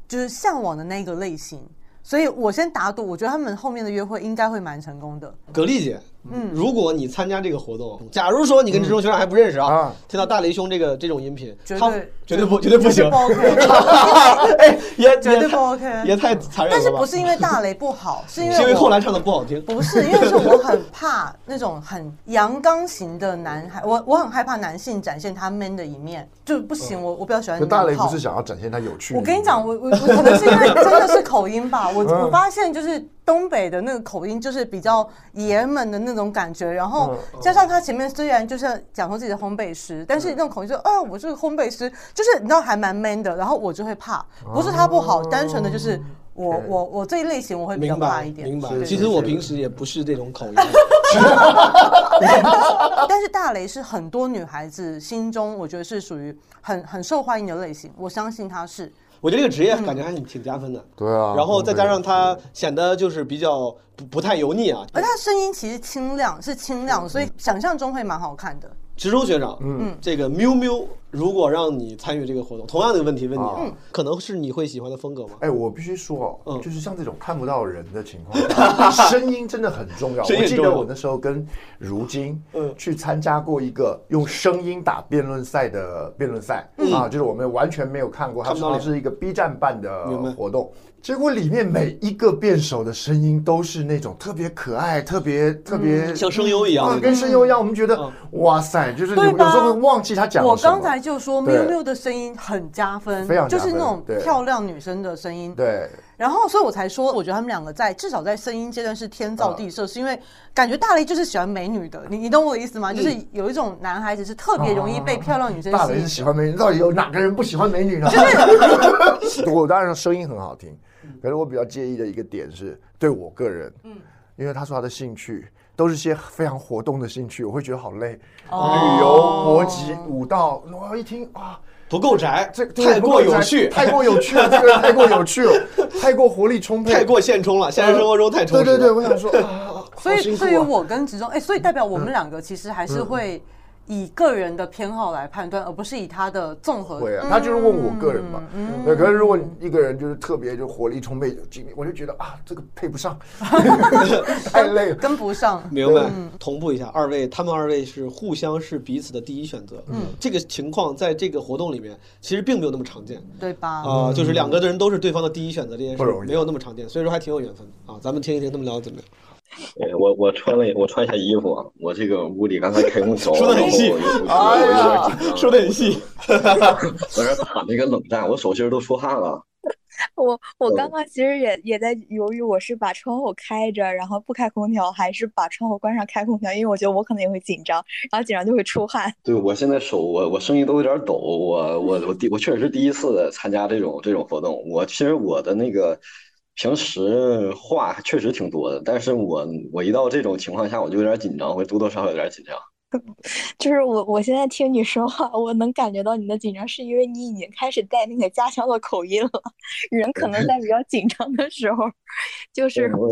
[SPEAKER 1] 就是向往的那个类型，所以我先打赌，我觉得他们后面的约会应该会蛮成功的。
[SPEAKER 2] 葛丽姐，
[SPEAKER 1] 嗯
[SPEAKER 2] 如果你参加这个活动，假如说你跟志忠学长还不认识
[SPEAKER 23] 嗯
[SPEAKER 2] 啊，听到大雷兄这个这种音频，
[SPEAKER 1] 绝
[SPEAKER 2] 他
[SPEAKER 1] 对
[SPEAKER 2] 绝对不绝对不行
[SPEAKER 1] 绝对不 OK
[SPEAKER 2] [LAUGHS] 哎，也
[SPEAKER 1] 绝对
[SPEAKER 2] 也
[SPEAKER 1] 不 OK
[SPEAKER 2] 也太残忍了吧。
[SPEAKER 1] 但是不是因为大雷不
[SPEAKER 2] [LAUGHS]
[SPEAKER 1] 好，是因为
[SPEAKER 2] 是因为
[SPEAKER 1] 我
[SPEAKER 2] 后来唱的不好听？
[SPEAKER 1] 不是，因为是我很怕那种很阳刚型的男孩，我我很害怕男性展现他 man 的一面，就不
[SPEAKER 2] 哦
[SPEAKER 1] 行，我我比较喜欢
[SPEAKER 23] 可大雷
[SPEAKER 1] 娘炮
[SPEAKER 23] 不是想要展现他有趣的一面？
[SPEAKER 1] 我跟你讲，我我我可能
[SPEAKER 2] [LAUGHS]
[SPEAKER 1] 是因为真的是口音吧，
[SPEAKER 2] 嗯
[SPEAKER 1] 我我发现就是东北的那个口音就是比较爷们的那种感觉，然
[SPEAKER 2] 嗯
[SPEAKER 1] 后加上他前面虽然就是讲说自己的烘焙师，但
[SPEAKER 2] 嗯
[SPEAKER 1] 是那种口音就，哎，我是个烘焙师，就是你知道还蛮 man 的，然后我就会怕，不是他不好，单纯的就是我我我这一类型我会比较
[SPEAKER 2] 哦明
[SPEAKER 1] 怕
[SPEAKER 2] 白， [LAUGHS]
[SPEAKER 1] 一点，
[SPEAKER 2] 明白
[SPEAKER 1] 对。
[SPEAKER 2] 其实我平时也不是这种口音，
[SPEAKER 1] 但是大雷是很多女孩子心中我觉得是属于很很受欢迎的类型，我相信他是。
[SPEAKER 2] 我觉得这个职业
[SPEAKER 1] 嗯
[SPEAKER 2] 感觉还挺挺加分的。
[SPEAKER 23] 对啊
[SPEAKER 2] 然后再加上他显得就是比较不不太油腻啊。
[SPEAKER 1] 而他声音其实清亮，是清
[SPEAKER 23] 嗯
[SPEAKER 1] 亮，所以想象中会蛮好看的。
[SPEAKER 2] 植中学长，
[SPEAKER 1] 嗯
[SPEAKER 2] 这个喵喵，如果让你参与这个活动，同样的问题问你啊
[SPEAKER 23] 嗯，
[SPEAKER 2] 可能是你会喜欢的风格吗？嗯
[SPEAKER 23] 哎，我必须说哦，就是像这种看不到人的情况下， [LAUGHS] 声音真的很重要。
[SPEAKER 2] 声音
[SPEAKER 23] 我
[SPEAKER 2] 很
[SPEAKER 23] 记
[SPEAKER 2] 重要嗯
[SPEAKER 23] 得我那时候跟如今去参加过一个用声音打辩论赛的辩论赛
[SPEAKER 2] 嗯
[SPEAKER 23] 啊，就是我们完全没有看过，它
[SPEAKER 2] 看不到
[SPEAKER 23] 好像
[SPEAKER 2] 脸
[SPEAKER 23] 是一个 B 站办的
[SPEAKER 2] 明白
[SPEAKER 23] 活动。结果里面每一个辩手的声音都是那种特别可爱、特别特别
[SPEAKER 2] 嗯像声优一样嗯
[SPEAKER 23] 啊
[SPEAKER 2] 那种
[SPEAKER 23] 跟声优一样。我们觉得哇塞，就是有有时候会忘记他讲了
[SPEAKER 1] 我
[SPEAKER 23] 什么。
[SPEAKER 1] 刚才就说
[SPEAKER 23] 对
[SPEAKER 1] 喵喵的声音很加分，
[SPEAKER 23] 非常加
[SPEAKER 1] 就
[SPEAKER 23] 分
[SPEAKER 1] 是那种
[SPEAKER 23] 对
[SPEAKER 1] 漂亮女生的声音。
[SPEAKER 23] 对。
[SPEAKER 1] 然后，所以我才说，我觉得他们两个在至少在声音阶段是天造地设，是因为感觉大雷就是喜欢美女的，你你懂我的意思吗？就是有一种男孩子是特别容易被漂亮女生
[SPEAKER 23] 嗯哦大
[SPEAKER 1] 吸
[SPEAKER 23] 雷
[SPEAKER 1] 引
[SPEAKER 23] 是。喜欢美女，到底有哪个人不喜欢美女呢？ [LAUGHS] 我当然声音很好听，可是我比较介意的一个点是，对我个人，嗯，因为他说他的兴趣都是些非常活动的兴趣，我会觉得好累。
[SPEAKER 2] 哦
[SPEAKER 23] 旅游、搏击、武道，我一听啊，
[SPEAKER 2] 不够宅，
[SPEAKER 23] 这这
[SPEAKER 2] 太过有趣，
[SPEAKER 23] 太过有趣了，这个人太过有趣
[SPEAKER 2] [LAUGHS]
[SPEAKER 23] 了，太过活力充沛，
[SPEAKER 2] 太过现充了，现实生活中太充实了。嗯
[SPEAKER 23] 对对对，我想说，啊
[SPEAKER 1] 所
[SPEAKER 23] 好辛
[SPEAKER 1] 以，
[SPEAKER 23] 苦啊嗯
[SPEAKER 1] 对于我跟植中，哎，所以代表我们两个其实还是会以个人的偏好来判断，而不是以他的综合。嗯
[SPEAKER 23] 会啊，他就是问我个人嘛。
[SPEAKER 2] 嗯
[SPEAKER 23] 对，可是如果你一个人就是特别就活力充沛，就我就觉得啊，这个配
[SPEAKER 2] [LAUGHS]
[SPEAKER 23] 不上，太累了，
[SPEAKER 1] 跟不上。嗯
[SPEAKER 2] 明白，同步一下，二位他们二位是互相是彼此的第一选择。
[SPEAKER 1] 嗯
[SPEAKER 2] 这个情况在这个活动里面其实并没有那么常见
[SPEAKER 1] 对吧？
[SPEAKER 2] 啊、就是两个人都是对方的第一选择这件事
[SPEAKER 3] 不容易
[SPEAKER 2] 没有那么常见，所以说还挺有缘分的啊。咱们听一听他们聊的怎么样。
[SPEAKER 3] 呃我我穿了，我穿一下衣服啊。我这个屋里刚才开空调，
[SPEAKER 2] [LAUGHS] 说得很细
[SPEAKER 3] 然后我
[SPEAKER 2] 哎
[SPEAKER 3] 我
[SPEAKER 2] 呀
[SPEAKER 3] 有点紧张，
[SPEAKER 2] 说的很细，
[SPEAKER 3] [LAUGHS] 我这打那个冷战，我手心儿都出汗了。
[SPEAKER 4] [LAUGHS] 我我
[SPEAKER 3] 嗯
[SPEAKER 4] 刚刚其实也也在犹豫，我是把窗户开着，然后不开空调，还是把窗户关上开空调？因为我觉得我可能也会紧张，然后紧张就会出汗。 [LAUGHS]
[SPEAKER 3] 对，我现在手我我声音都有点抖，我我我第我确实是第一次参加这种这种活动。我其实我的那个平时话确实挺多的，但是我我一到这种情况下，我就有点紧张，会多多少少有点紧张。
[SPEAKER 4] 就是我我现在听你说话，我能感觉到你的紧张，是因为你已经开始带那个家乡的口音了。人可能在比较紧张的时候，就是
[SPEAKER 3] 我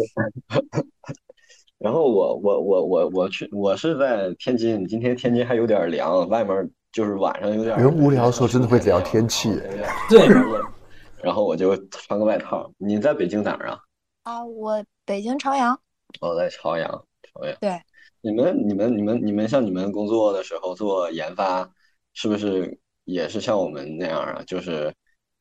[SPEAKER 3] [LAUGHS] 然后我我我我我去，我是在天津，今天天津还有点凉，外面就是晚上有点
[SPEAKER 23] 人无聊的时候真的会聊天气，
[SPEAKER 3] 对。然后我就穿个外套。你在北京哪儿啊？
[SPEAKER 15] 啊，我北京朝阳。
[SPEAKER 3] 我在朝阳，朝阳。
[SPEAKER 15] 对，
[SPEAKER 3] 你们你们你们你们像你们工作的时候做研发，是不是也是像我们那样啊？就是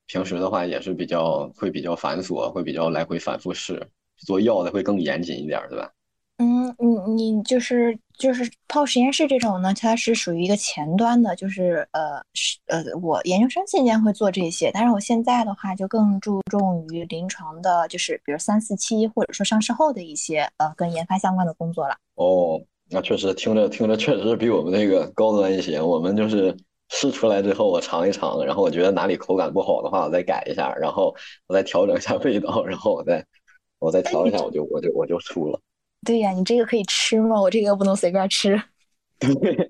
[SPEAKER 3] 平时的话也是比较会比较繁琐，会比较来回反复试，做药的会更严谨一点，对吧？
[SPEAKER 15] 嗯，你你就是就是泡实验室这种呢，它是属于一个前端的，就是呃是呃，我研究生期间会做这些，但是我现在的话就更注重于临床的，就是比如三四期或者说上市后的一些呃跟研发相关的工作了。
[SPEAKER 3] 哦，那确实听着听着确实是比我们这个高端一些。我们就是试出来之后，我尝一尝，然后我觉得哪里口感不好的话，我再改一下，然后我再调整一下味道，然后我再我再调一下，我就我就我就出了。
[SPEAKER 15] 对呀、你这个可以吃吗？我这个又不能随便吃。
[SPEAKER 3] [LAUGHS] 对，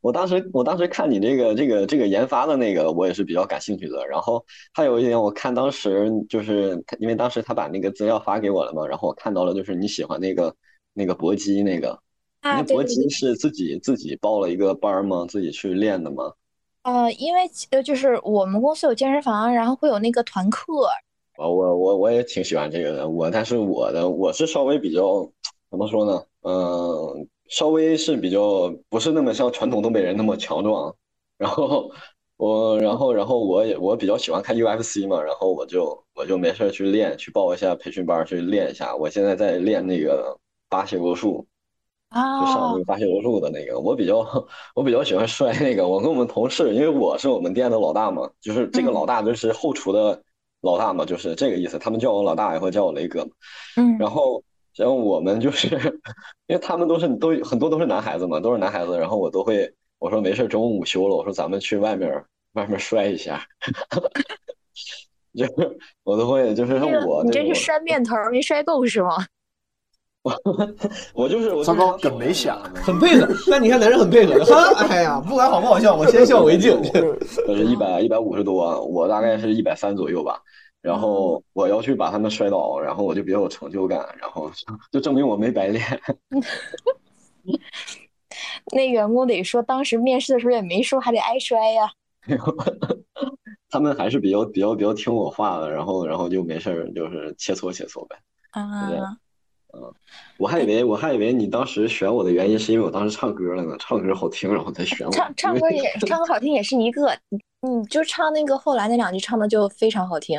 [SPEAKER 3] 我当时我当时看你这个这个这个研发的那个，我也是比较感兴趣的。然后还有一点，我看当时就是他，因为当时他把那个资料发给我了嘛，然后我看到了，就是你喜欢那个那个搏击那个，
[SPEAKER 15] 啊
[SPEAKER 3] 你
[SPEAKER 15] 对
[SPEAKER 3] 搏
[SPEAKER 15] 对
[SPEAKER 3] 击
[SPEAKER 15] 对
[SPEAKER 3] 是自己自己报了一个班儿吗？自己去练的吗？
[SPEAKER 15] 呃，因为其呃就是我们公司有健身房，然后会有那个团课。
[SPEAKER 3] 我呃我我我也挺喜欢这个的，我但是我的我是稍微比较怎么说呢？嗯，稍微是比较不是那么像传统东北人那么强壮。然后我然后然后我也我比较喜欢看 UFC 嘛，然后我就我就没事儿去练，去报一下培训班儿去练一下。我现在在练那个巴西柔术。就上那
[SPEAKER 15] 哦
[SPEAKER 3] 个巴西柔术的那个，我比较我比较喜欢摔那个。我跟我们同事，因为我是我们店的老大嘛，就是这个
[SPEAKER 15] 嗯
[SPEAKER 3] 老大就是后厨的老大嘛，就是这个意思。他们叫我老大，也会叫我雷哥嘛。
[SPEAKER 15] 嗯，
[SPEAKER 3] 然后然后我们就是 [LAUGHS] 因为他们都是都很多都是男孩子嘛，都是男孩子，然后我都会我说没事，中午午休了，我说咱们去外面儿外面儿摔一下， [LAUGHS] 就是我都会就是像
[SPEAKER 15] 这个
[SPEAKER 3] 我
[SPEAKER 15] 你
[SPEAKER 3] 这
[SPEAKER 15] 这
[SPEAKER 3] 种
[SPEAKER 15] 是摔面头儿没摔够是
[SPEAKER 4] [LAUGHS]
[SPEAKER 15] 吗？
[SPEAKER 3] 我就是我
[SPEAKER 23] 糟糕，梗没啊想，
[SPEAKER 2] 很配合。但你看男人很配合 [LAUGHS] 的，哈，哎呀，不管好不
[SPEAKER 15] [LAUGHS]
[SPEAKER 2] 好笑，我先笑为敬。
[SPEAKER 3] [LAUGHS] 呃，一百一百五十多，我大概是一百三左右吧。然
[SPEAKER 2] 嗯
[SPEAKER 3] 后我要去把他们摔倒，然后我就比较有成就感，然后就证明我没白练。 [LAUGHS]
[SPEAKER 15] 那员工得说，当时面试的时候也没说，还得挨摔呀。
[SPEAKER 3] 他们还是比较比较比较听我话的，然后然后就没事儿，就是切磋切磋呗。对
[SPEAKER 15] 啊，
[SPEAKER 3] 我还以为我还以为你当时选我的原因是因为我当时唱歌了呢，唱歌好听，然后才选我。
[SPEAKER 15] 唱唱歌
[SPEAKER 3] [LAUGHS]
[SPEAKER 15] 也唱歌好听也是一个，你你就唱那个后来那两句唱的就非常好听。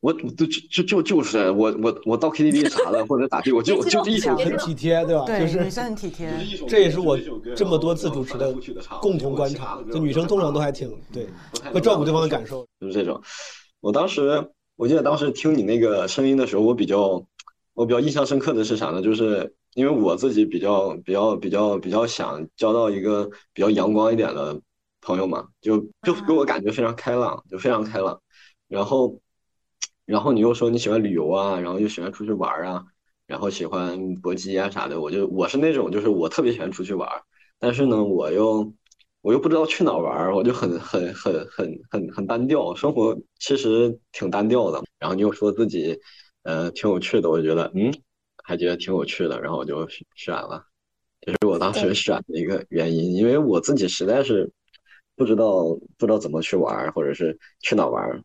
[SPEAKER 3] 我就就就就是我我我到 KTV 啥的或者咋地，我
[SPEAKER 15] [LAUGHS]
[SPEAKER 3] 就就这一首歌
[SPEAKER 7] 很体贴，对吧？
[SPEAKER 23] 啊
[SPEAKER 1] 对
[SPEAKER 7] 就是
[SPEAKER 1] 女生很体贴
[SPEAKER 7] 这也是我这么多次主持的共同观察，就女生通常都还挺对，会照顾对方的感受。
[SPEAKER 3] 就是这种。我当时我记得当时听你那个声音的时候，我比较我比较印象深刻的是啥呢？就是因为我自己比较比较比较比较想交到一个比较阳光一点的朋友嘛，就就给我感觉非常开朗，就非常开朗。然后然后你又说你喜欢旅游啊，然后又喜欢出去玩儿啊，然后喜欢搏击啊啥的，我就我是那种就是我特别喜欢出去玩儿，但是呢我又。我又不知道去哪儿玩儿，我就很很很很很很单调，生活其实挺单调的。然后你又说自己，呃，挺有趣的，我觉得，嗯，还觉得挺有趣的，然后我就选选了，这是我当时
[SPEAKER 15] 对
[SPEAKER 3] 选的一个原因，因为我自己实在是不知道不知道怎么去玩儿，或者是去哪儿玩儿。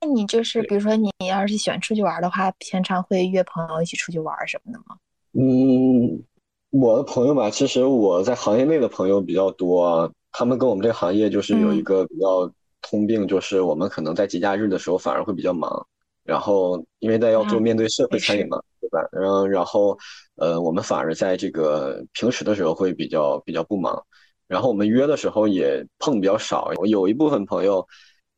[SPEAKER 15] 那你就是比如说你要是喜欢出去玩儿的话，平常会约朋友一起出去玩儿什么的吗？
[SPEAKER 3] 嗯，我的朋友吧，其实我在行业内的朋友比较多啊，他们跟我们这个行业就是有一个比较通病，就是我们可能在节假日的时候反而会比较忙，然后因为在要做面对社会参与嘛，对吧？然后然后呃，我们反而在这个平时的时候会比较比较不忙，然后我们约的时候也碰比较少，我有一部分朋友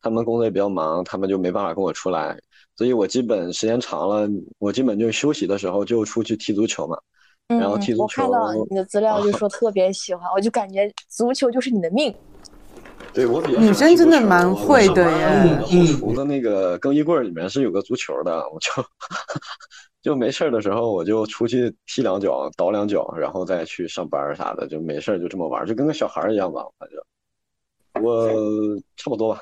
[SPEAKER 3] 他们工作也比较忙，他们就没办法跟我出来，所以我基本时间长了，我基本就休息的时候就出去踢足球嘛。然后
[SPEAKER 15] 嗯
[SPEAKER 3] 踢足
[SPEAKER 15] 我看
[SPEAKER 3] 球
[SPEAKER 15] 到你的资料就说特别喜欢，我就感觉足球就是你的命。
[SPEAKER 3] 对我比较
[SPEAKER 1] 女生真的蛮会的
[SPEAKER 3] 耶。
[SPEAKER 1] 耶，
[SPEAKER 3] 后
[SPEAKER 1] 嗯
[SPEAKER 3] 厨的那个更衣柜儿里面是有个足球的，我就 [LAUGHS] 就没事儿的时候我就出去踢两脚，倒两脚，然后再去上班儿啥的，就没事儿就这么玩儿，就跟个小孩儿一样吧，反正我差不多吧。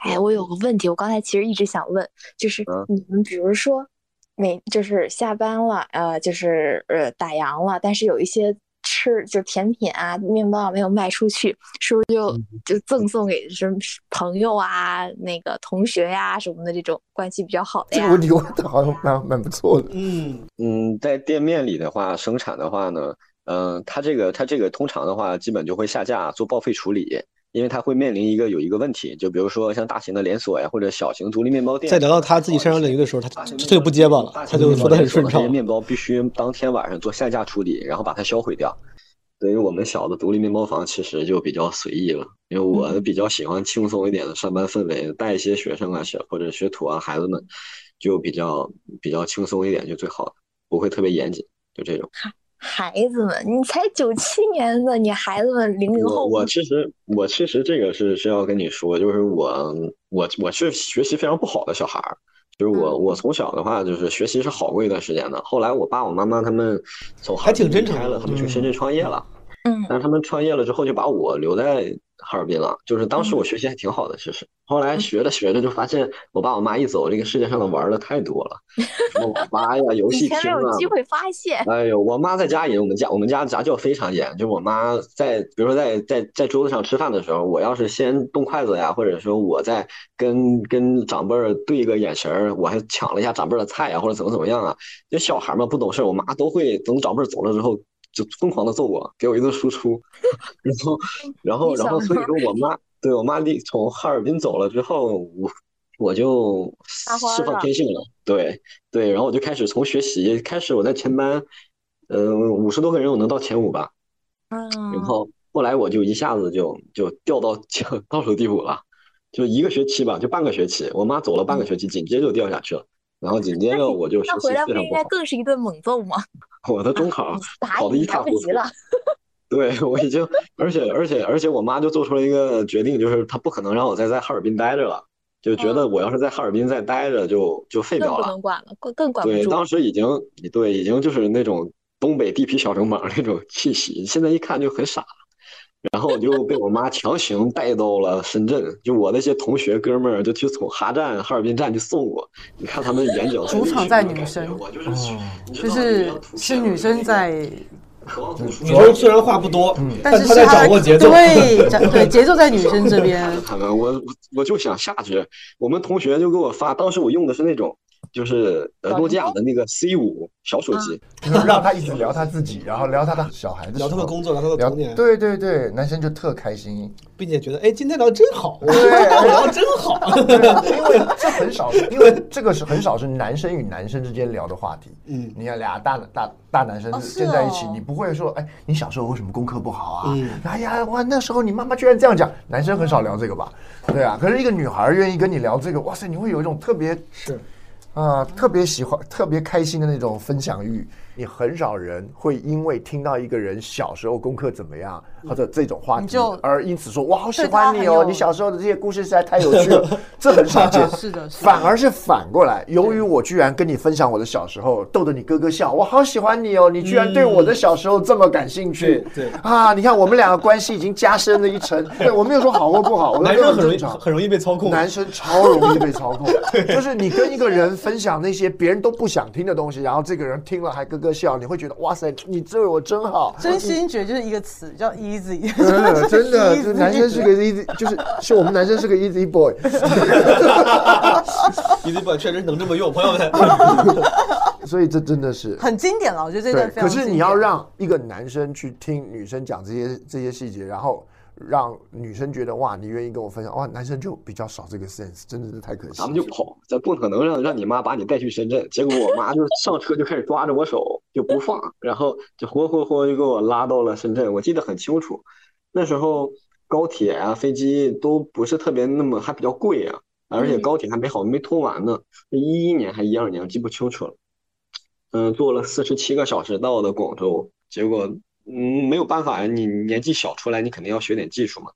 [SPEAKER 15] 哎，我有个问题，我刚才其实一直想问，就是
[SPEAKER 3] 嗯
[SPEAKER 15] 你们比如说
[SPEAKER 4] 每就是下班了，呃，就是呃打烊了，但是有一些吃就甜品啊、面包啊没有卖出去，是不是
[SPEAKER 3] 嗯
[SPEAKER 4] 就就赠送给什么朋友啊、那个同学呀、什么的这种关系比较好的
[SPEAKER 23] 这
[SPEAKER 4] 呀？
[SPEAKER 23] 个问题问的好像蛮蛮不错的。
[SPEAKER 2] 嗯
[SPEAKER 3] 嗯，在店面里的话，生产的话呢，嗯、它这个它这个通常的话，基本就会下架做报废处理，因为它会面临一个有一个问题，就比如说像大型的连锁呀，或者小型独立面包店，
[SPEAKER 2] 在聊到他自己擅长领域的时候，他他就不结巴了，他就说的很顺
[SPEAKER 3] 这些
[SPEAKER 2] 畅。
[SPEAKER 3] 面包必须当天晚上做下架处理，然后把它销毁掉。对于我们小的独立面包房，其实就比较随意了，因为
[SPEAKER 2] 嗯
[SPEAKER 3] 我比较喜欢轻松一点的上班氛围，带一些学生啊、学或者学徒啊、孩子们，就比较比较轻松一点就最好了，不会特别严谨，就这种。
[SPEAKER 4] 孩子们，你才九七年的，你孩子们零零
[SPEAKER 3] 我
[SPEAKER 4] 后
[SPEAKER 3] 我其实我其实这个是是要跟你说，就是我我我是学习非常不好的小孩儿，就是
[SPEAKER 4] 嗯
[SPEAKER 3] 我我从小的话就是学习是好过一段时间的，后来我爸我妈妈他们走还挺真诚了，他们去深圳创业了，
[SPEAKER 4] 嗯，
[SPEAKER 3] 但是他们创业了之后就把我留在哈尔滨了，就是当时
[SPEAKER 4] 嗯
[SPEAKER 3] 我学习还挺好的，其实后来学着学着就发现我爸我妈一走，这个世界上的玩儿的太多了，什么网吧呀、游
[SPEAKER 4] [LAUGHS] 以
[SPEAKER 3] 戏
[SPEAKER 4] 前没
[SPEAKER 3] 厅啊
[SPEAKER 4] 有。机会发现，
[SPEAKER 3] 哎呦，我妈在家也，我们家我们家家教非常严，就我妈在，比如说在在在桌子上吃饭的时候，我要是先动筷子呀，或者说我在跟跟长辈儿对个眼神儿，我还抢了一下长辈儿的菜呀，或者怎么怎么样啊，就小孩儿嘛不懂事儿，我妈都会等长辈儿走了之后就疯狂的揍我，给我一顿输出， [LAUGHS]
[SPEAKER 5] [LAUGHS]
[SPEAKER 3] 然
[SPEAKER 5] 你
[SPEAKER 3] 后然后然后
[SPEAKER 5] 小
[SPEAKER 3] 所以
[SPEAKER 5] 时候
[SPEAKER 3] 说我妈对我妈离从哈尔滨走了之后，我我就
[SPEAKER 4] 撒欢
[SPEAKER 3] 释放
[SPEAKER 4] 了
[SPEAKER 3] 天性了，对对，然后我就开始从学习开始，我在全班，呃，五十多个人我能到前五吧，然
[SPEAKER 13] 啊
[SPEAKER 4] 嗯，
[SPEAKER 3] 后后来我就一下子就就掉 [LAUGHS] 到倒数第五了，就一个学期吧，就半个学期，我妈走了半个学期，紧接着就掉下去了，然后紧接着我就学
[SPEAKER 4] 嗯那
[SPEAKER 3] 习
[SPEAKER 4] 回来
[SPEAKER 3] 非
[SPEAKER 4] 不
[SPEAKER 3] 常
[SPEAKER 4] 应
[SPEAKER 3] 不
[SPEAKER 4] 该更是一顿猛揍吗？
[SPEAKER 3] 好，我的中考
[SPEAKER 4] [LAUGHS] 打
[SPEAKER 3] 考得
[SPEAKER 4] 你
[SPEAKER 3] 一
[SPEAKER 4] 来
[SPEAKER 3] 塌
[SPEAKER 4] 不
[SPEAKER 3] 糊
[SPEAKER 4] 及
[SPEAKER 3] 涂。
[SPEAKER 4] 了，
[SPEAKER 3] 对，我已经，而且而且而且，我妈就做出了一个决定，就是她不可能让我再在哈尔滨待着了，就觉得我要是在哈尔滨再待着就就废
[SPEAKER 4] 更
[SPEAKER 3] 掉
[SPEAKER 4] 嗯不
[SPEAKER 3] 了。
[SPEAKER 4] 能管了，更更管不
[SPEAKER 3] 对，
[SPEAKER 4] 住。
[SPEAKER 3] 当时已经对已经就是那种东北地痞小流氓那种气息，现在一看就很傻。然后我就被我妈强行带到了深圳，就我那些同学哥们儿就去从哈站、哈尔滨站去送我，你看他们眼角
[SPEAKER 1] 主场在女生，
[SPEAKER 23] 哦
[SPEAKER 1] 就是是女生在，
[SPEAKER 2] 女生虽然话不多，
[SPEAKER 1] 嗯但
[SPEAKER 2] 她
[SPEAKER 1] 是是
[SPEAKER 2] 在
[SPEAKER 1] 她
[SPEAKER 2] 掌握节奏。 [LAUGHS]
[SPEAKER 1] 对掌对节奏在女生
[SPEAKER 3] [LAUGHS]
[SPEAKER 1] 这边。
[SPEAKER 3] 他们，我我就想下去。我们同学就给我发，当时我用的是那种，就是呃诺基亚的那个 C 五小
[SPEAKER 4] 啊
[SPEAKER 3] 手机。
[SPEAKER 23] 就是让他一直聊他自己，然后聊他的小孩子，
[SPEAKER 2] 聊他的工作聊他的
[SPEAKER 23] 聊
[SPEAKER 2] 童年
[SPEAKER 23] 对对对，男生就特开心，
[SPEAKER 2] 并且觉得哎，今天聊得真好，
[SPEAKER 23] [LAUGHS] 对
[SPEAKER 2] 聊得真
[SPEAKER 19] [LAUGHS]
[SPEAKER 2] 好。
[SPEAKER 23] 因为这很少，因为这个是很少是男生与男生之间聊的话题。
[SPEAKER 2] 嗯，
[SPEAKER 23] 你看俩大大大男生
[SPEAKER 1] 哦是
[SPEAKER 23] 站在一起，
[SPEAKER 1] 哦
[SPEAKER 23] 你不会说哎，你小时候为什么功课不好啊
[SPEAKER 2] 嗯？
[SPEAKER 23] 哎呀，哇，那时候你妈妈居然这样讲，男生很少聊这个吧？对啊，可是一个女孩愿意跟你聊这个，哇塞，你会有一种特别
[SPEAKER 2] 是。
[SPEAKER 23] 啊，特别喜欢、特别开心的那种分享欲，你很少人会因为听到一个人小时候功课怎么样，或者这种话
[SPEAKER 1] 嗯你
[SPEAKER 23] 题
[SPEAKER 1] 就，
[SPEAKER 23] 而因此说哇，好喜
[SPEAKER 1] 对他
[SPEAKER 23] 欢你
[SPEAKER 1] 很有
[SPEAKER 23] 哦，你小时候的这些故事实在太有趣
[SPEAKER 2] [LAUGHS]
[SPEAKER 23] 了，这很少见。
[SPEAKER 1] 是的是的
[SPEAKER 23] 反而是反过来，由于我居然跟你分享我的小时候，逗得你咯咯笑，我好喜欢
[SPEAKER 1] 嗯
[SPEAKER 23] 你哦，你居然对我的小时候这么感兴趣，
[SPEAKER 2] 对对
[SPEAKER 23] 啊，你看我们两个关系已经加深了
[SPEAKER 1] [LAUGHS]
[SPEAKER 23] 一层，对我没有说好或不好，我
[SPEAKER 2] 男
[SPEAKER 23] 说
[SPEAKER 2] 生很
[SPEAKER 23] 正
[SPEAKER 2] 容易
[SPEAKER 23] 常
[SPEAKER 2] 很容易被操控，
[SPEAKER 23] 男生超容易被操
[SPEAKER 2] [LAUGHS]
[SPEAKER 23] 控，就是你跟一个人分享那些别人都不想听的东西，然后这个人听了还咯咯笑，你会觉得哇塞，你对我真好，
[SPEAKER 1] 真心觉得就是一个词叫 easy，
[SPEAKER 23] 嗯。 [LAUGHS] 真的，
[SPEAKER 1] easy
[SPEAKER 23] 就男生是个 easy，就是是我们男生是个 easy boy。
[SPEAKER 2] 你得把确实能这么用，朋友们。
[SPEAKER 23] 所以这真的是
[SPEAKER 1] [LAUGHS] 很经典了，我觉得这
[SPEAKER 23] 对
[SPEAKER 1] 段，非常
[SPEAKER 23] 可
[SPEAKER 1] 经典。
[SPEAKER 23] 是你要让一个男生去听女生讲这些这些细节，然后让女生觉得哇，你愿意跟我分享，哇，男生就比较少这个 sense，真的是太可惜
[SPEAKER 3] 咱
[SPEAKER 23] 了。
[SPEAKER 3] 们就跑，咱不可能让让你妈把你带去深圳。结果我妈就上车就开始抓着我手就不放，然后就活活活就给我拉到了深圳。我记得很清楚，那时候高铁啊、飞机都不是特别那么，还比较贵啊，而且高铁还没好没通完呢，一一年还一二年，我记不清楚了。嗯，坐了四十七个小时到的广州，结果嗯没有办法呀，你年纪小出来，你肯定要学点技术嘛。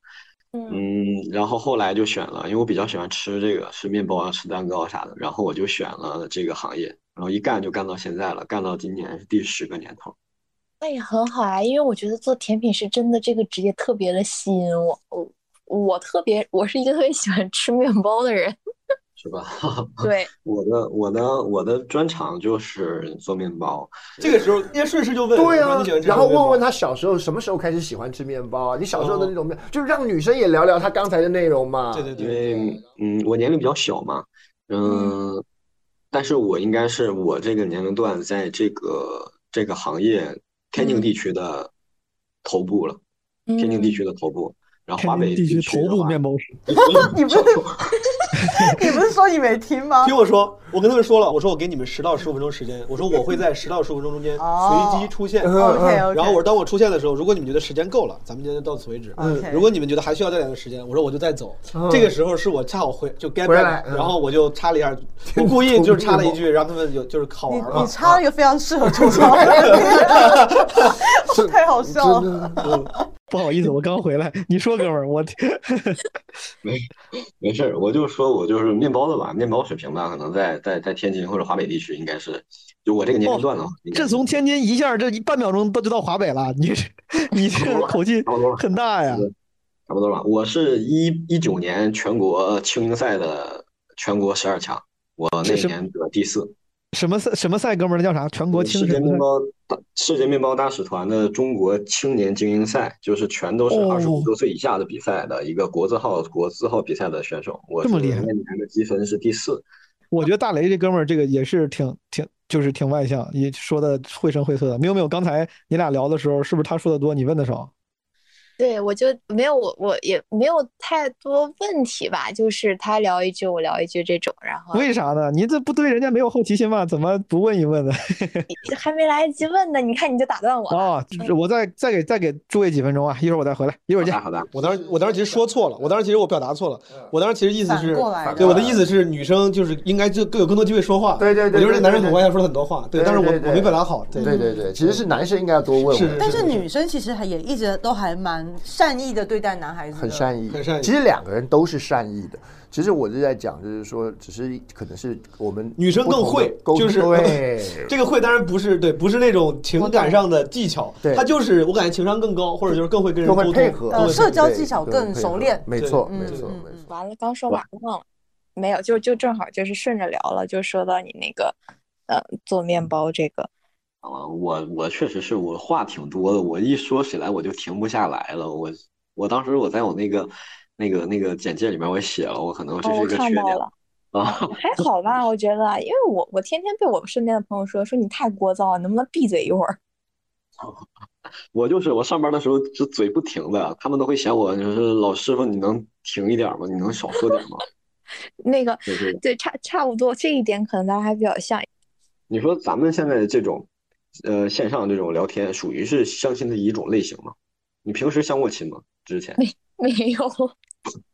[SPEAKER 3] 嗯，然后后来就选了，因为我比较喜欢吃这个，吃面包啊，吃蛋糕啊啥的，然后我就选了这个行业，然后一干就干到现在了，干到今年是第十个年头。
[SPEAKER 4] 那也很好啊，因为我觉得做甜品师真的这个职业特别的吸引我。我我特别，我是一个特别喜欢吃面包的人， [LAUGHS]
[SPEAKER 3] 是吧？ [LAUGHS]
[SPEAKER 4] 对，
[SPEAKER 3] 我的我的我的专长就是做面包。
[SPEAKER 2] 这个时候应该顺势就问，
[SPEAKER 23] 对
[SPEAKER 2] 说
[SPEAKER 23] 啊
[SPEAKER 2] 你喜欢，吃
[SPEAKER 23] 然后
[SPEAKER 2] 什么面包
[SPEAKER 23] 问问他小时候什么时候开始喜欢吃面包啊？你小时候的那种面，就是让女生也聊聊她刚才的内容嘛。
[SPEAKER 2] 哦对对
[SPEAKER 3] 因为嗯，我年龄比较小嘛，嗯，但是我应该是我这个年龄段在这个这个行业
[SPEAKER 2] 嗯
[SPEAKER 3] 天津地区的头部了，天津
[SPEAKER 23] 嗯
[SPEAKER 3] 地区的头部，然后华北
[SPEAKER 7] 地区
[SPEAKER 3] 地
[SPEAKER 7] 头部面包师，
[SPEAKER 2] [LAUGHS]
[SPEAKER 1] 你不是 [LAUGHS] 你不是说你没听吗？
[SPEAKER 2] 听我说，我跟他们说了，我说我给你们十到十五分钟时间，我说我会在十到十五分钟中间
[SPEAKER 1] 哦
[SPEAKER 2] 随机出现。嗯
[SPEAKER 1] OK，OK
[SPEAKER 2] 然后我说当我出现的时候，如果你们觉得时间够了，咱们今天就到此为止。
[SPEAKER 1] OK
[SPEAKER 2] 如果你们觉得还需要再点的时间，我说我就再走
[SPEAKER 1] 嗯。
[SPEAKER 2] 这个时候是我恰好回就 get
[SPEAKER 1] 回
[SPEAKER 2] back，
[SPEAKER 1] 来嗯
[SPEAKER 2] 然后我就插了一下，我故意就是插了一句，让他们有就是好玩嘛
[SPEAKER 1] 你。插了一个非常适合吐槽
[SPEAKER 23] 啊
[SPEAKER 1] 的
[SPEAKER 23] [LAUGHS]
[SPEAKER 1] 点， [LAUGHS] 太好
[SPEAKER 2] [LAUGHS]
[SPEAKER 1] 笑了。
[SPEAKER 2] 嗯
[SPEAKER 7] [LAUGHS] 不好意思，我刚回来。你说，哥们儿，我
[SPEAKER 3] [LAUGHS] 没事儿，我就说我就是面包的吧，面包水平吧，可能在在在天津或者华北地区应该是，就我这个年
[SPEAKER 7] 哦
[SPEAKER 3] 龄段的话，应该
[SPEAKER 7] 这从天津一下这一半秒钟到就到华北了，你 [LAUGHS] 这你这口气很大呀。
[SPEAKER 3] 差不多吧。我是一一九年全国青英赛的全国十二强，我那
[SPEAKER 7] 是
[SPEAKER 3] 年得第四。
[SPEAKER 7] 什么赛什么赛，哥们儿，那叫啥？全国青
[SPEAKER 3] 世界
[SPEAKER 7] 什么
[SPEAKER 3] 面
[SPEAKER 7] 赛？
[SPEAKER 3] 包大世界面包大使团的中国青年精英赛，就是全都是
[SPEAKER 7] 哦
[SPEAKER 3] 二十五周岁以下的比赛的一个国字号国字号比赛的选手。我
[SPEAKER 7] 这么
[SPEAKER 3] 是
[SPEAKER 7] 厉害
[SPEAKER 3] 那年的积分是第四。
[SPEAKER 7] 我觉得大雷这哥们儿这个也是挺挺，就是挺外向，也说的绘声绘色的。没有没有，刚才你俩聊的时候，是不是他说的多，你问的少？
[SPEAKER 4] 对，我就没有我我也没有太多问题吧，就是他聊一句我聊一句这种，然后
[SPEAKER 7] 为啥呢？你这不对人家没有好奇心吗？怎么不问一问呢？ [LAUGHS]
[SPEAKER 4] 还没来得及问呢，你看你就打断我了。
[SPEAKER 7] 啊、我再再给再给诸位几分钟啊，一会儿我再回来，一会儿见。
[SPEAKER 3] 好的，
[SPEAKER 2] 我当时我当时其实说错了，我当时其实我表达错了，
[SPEAKER 23] 嗯
[SPEAKER 2] 我当时其实意思是
[SPEAKER 1] 反过来的，
[SPEAKER 2] 对我的意思是女生就是应该就更有更多机会说话。
[SPEAKER 23] 对对对
[SPEAKER 2] 我觉得
[SPEAKER 23] 对
[SPEAKER 2] 男生
[SPEAKER 23] 对
[SPEAKER 2] 很外向，说了很多话，对，但是我我没表达好。
[SPEAKER 23] 对对对，其实是男生应该要多问问。
[SPEAKER 1] 但是女生其实还也一直都还蛮善意的对待男孩子的，
[SPEAKER 23] 很善意，
[SPEAKER 2] 很善意
[SPEAKER 23] 其实两个人都是善意的。其实我就在讲，就是说，只是可能是我们
[SPEAKER 2] 女生更会
[SPEAKER 23] 不，同的沟
[SPEAKER 2] 就是
[SPEAKER 23] 对
[SPEAKER 2] [LAUGHS] 这个会当然不是对，不是那种情感上的技巧，
[SPEAKER 23] 对
[SPEAKER 2] 她就是我感觉情商更高，或者就是更会跟人
[SPEAKER 23] 更
[SPEAKER 2] 沟通，
[SPEAKER 23] 会配合
[SPEAKER 2] 更会配
[SPEAKER 23] 呃
[SPEAKER 2] 合
[SPEAKER 23] 社交技巧更更会熟配合练没错
[SPEAKER 2] 对
[SPEAKER 23] 没
[SPEAKER 2] 对
[SPEAKER 23] 错
[SPEAKER 2] 对
[SPEAKER 4] 嗯完了，刚说完了忘了，没有，就就正好就是顺着聊了，就说到你那个，呃，做面包这个，
[SPEAKER 3] 啊，我我确实是我话挺多的，我一说起来我就停不下来了。我我当时我在我那个那个那个简介里面我也写了，我可能这
[SPEAKER 4] 哦
[SPEAKER 3] 是
[SPEAKER 4] 我
[SPEAKER 3] 一个
[SPEAKER 4] 看
[SPEAKER 3] 缺
[SPEAKER 4] 到
[SPEAKER 3] 点
[SPEAKER 4] 了
[SPEAKER 3] 啊。 [LAUGHS]
[SPEAKER 4] 还好吧，我觉得，因为我我天天被我身边的朋友说说你太聒噪了，能不能闭嘴一会儿？ [LAUGHS]
[SPEAKER 3] 我就是我上班的时候就嘴不停的，他们都会嫌我，就是老师傅你能停一点吗？你能少说点吗？ [LAUGHS]
[SPEAKER 4] 那个
[SPEAKER 3] 对对
[SPEAKER 4] 对，差差不多这一点可能咱还比较像， [LAUGHS]
[SPEAKER 3] 你说咱们现在这种，呃，线上这种聊天，属于是相亲的一种类型吗？你平时相过亲吗？之前？
[SPEAKER 4] 没有，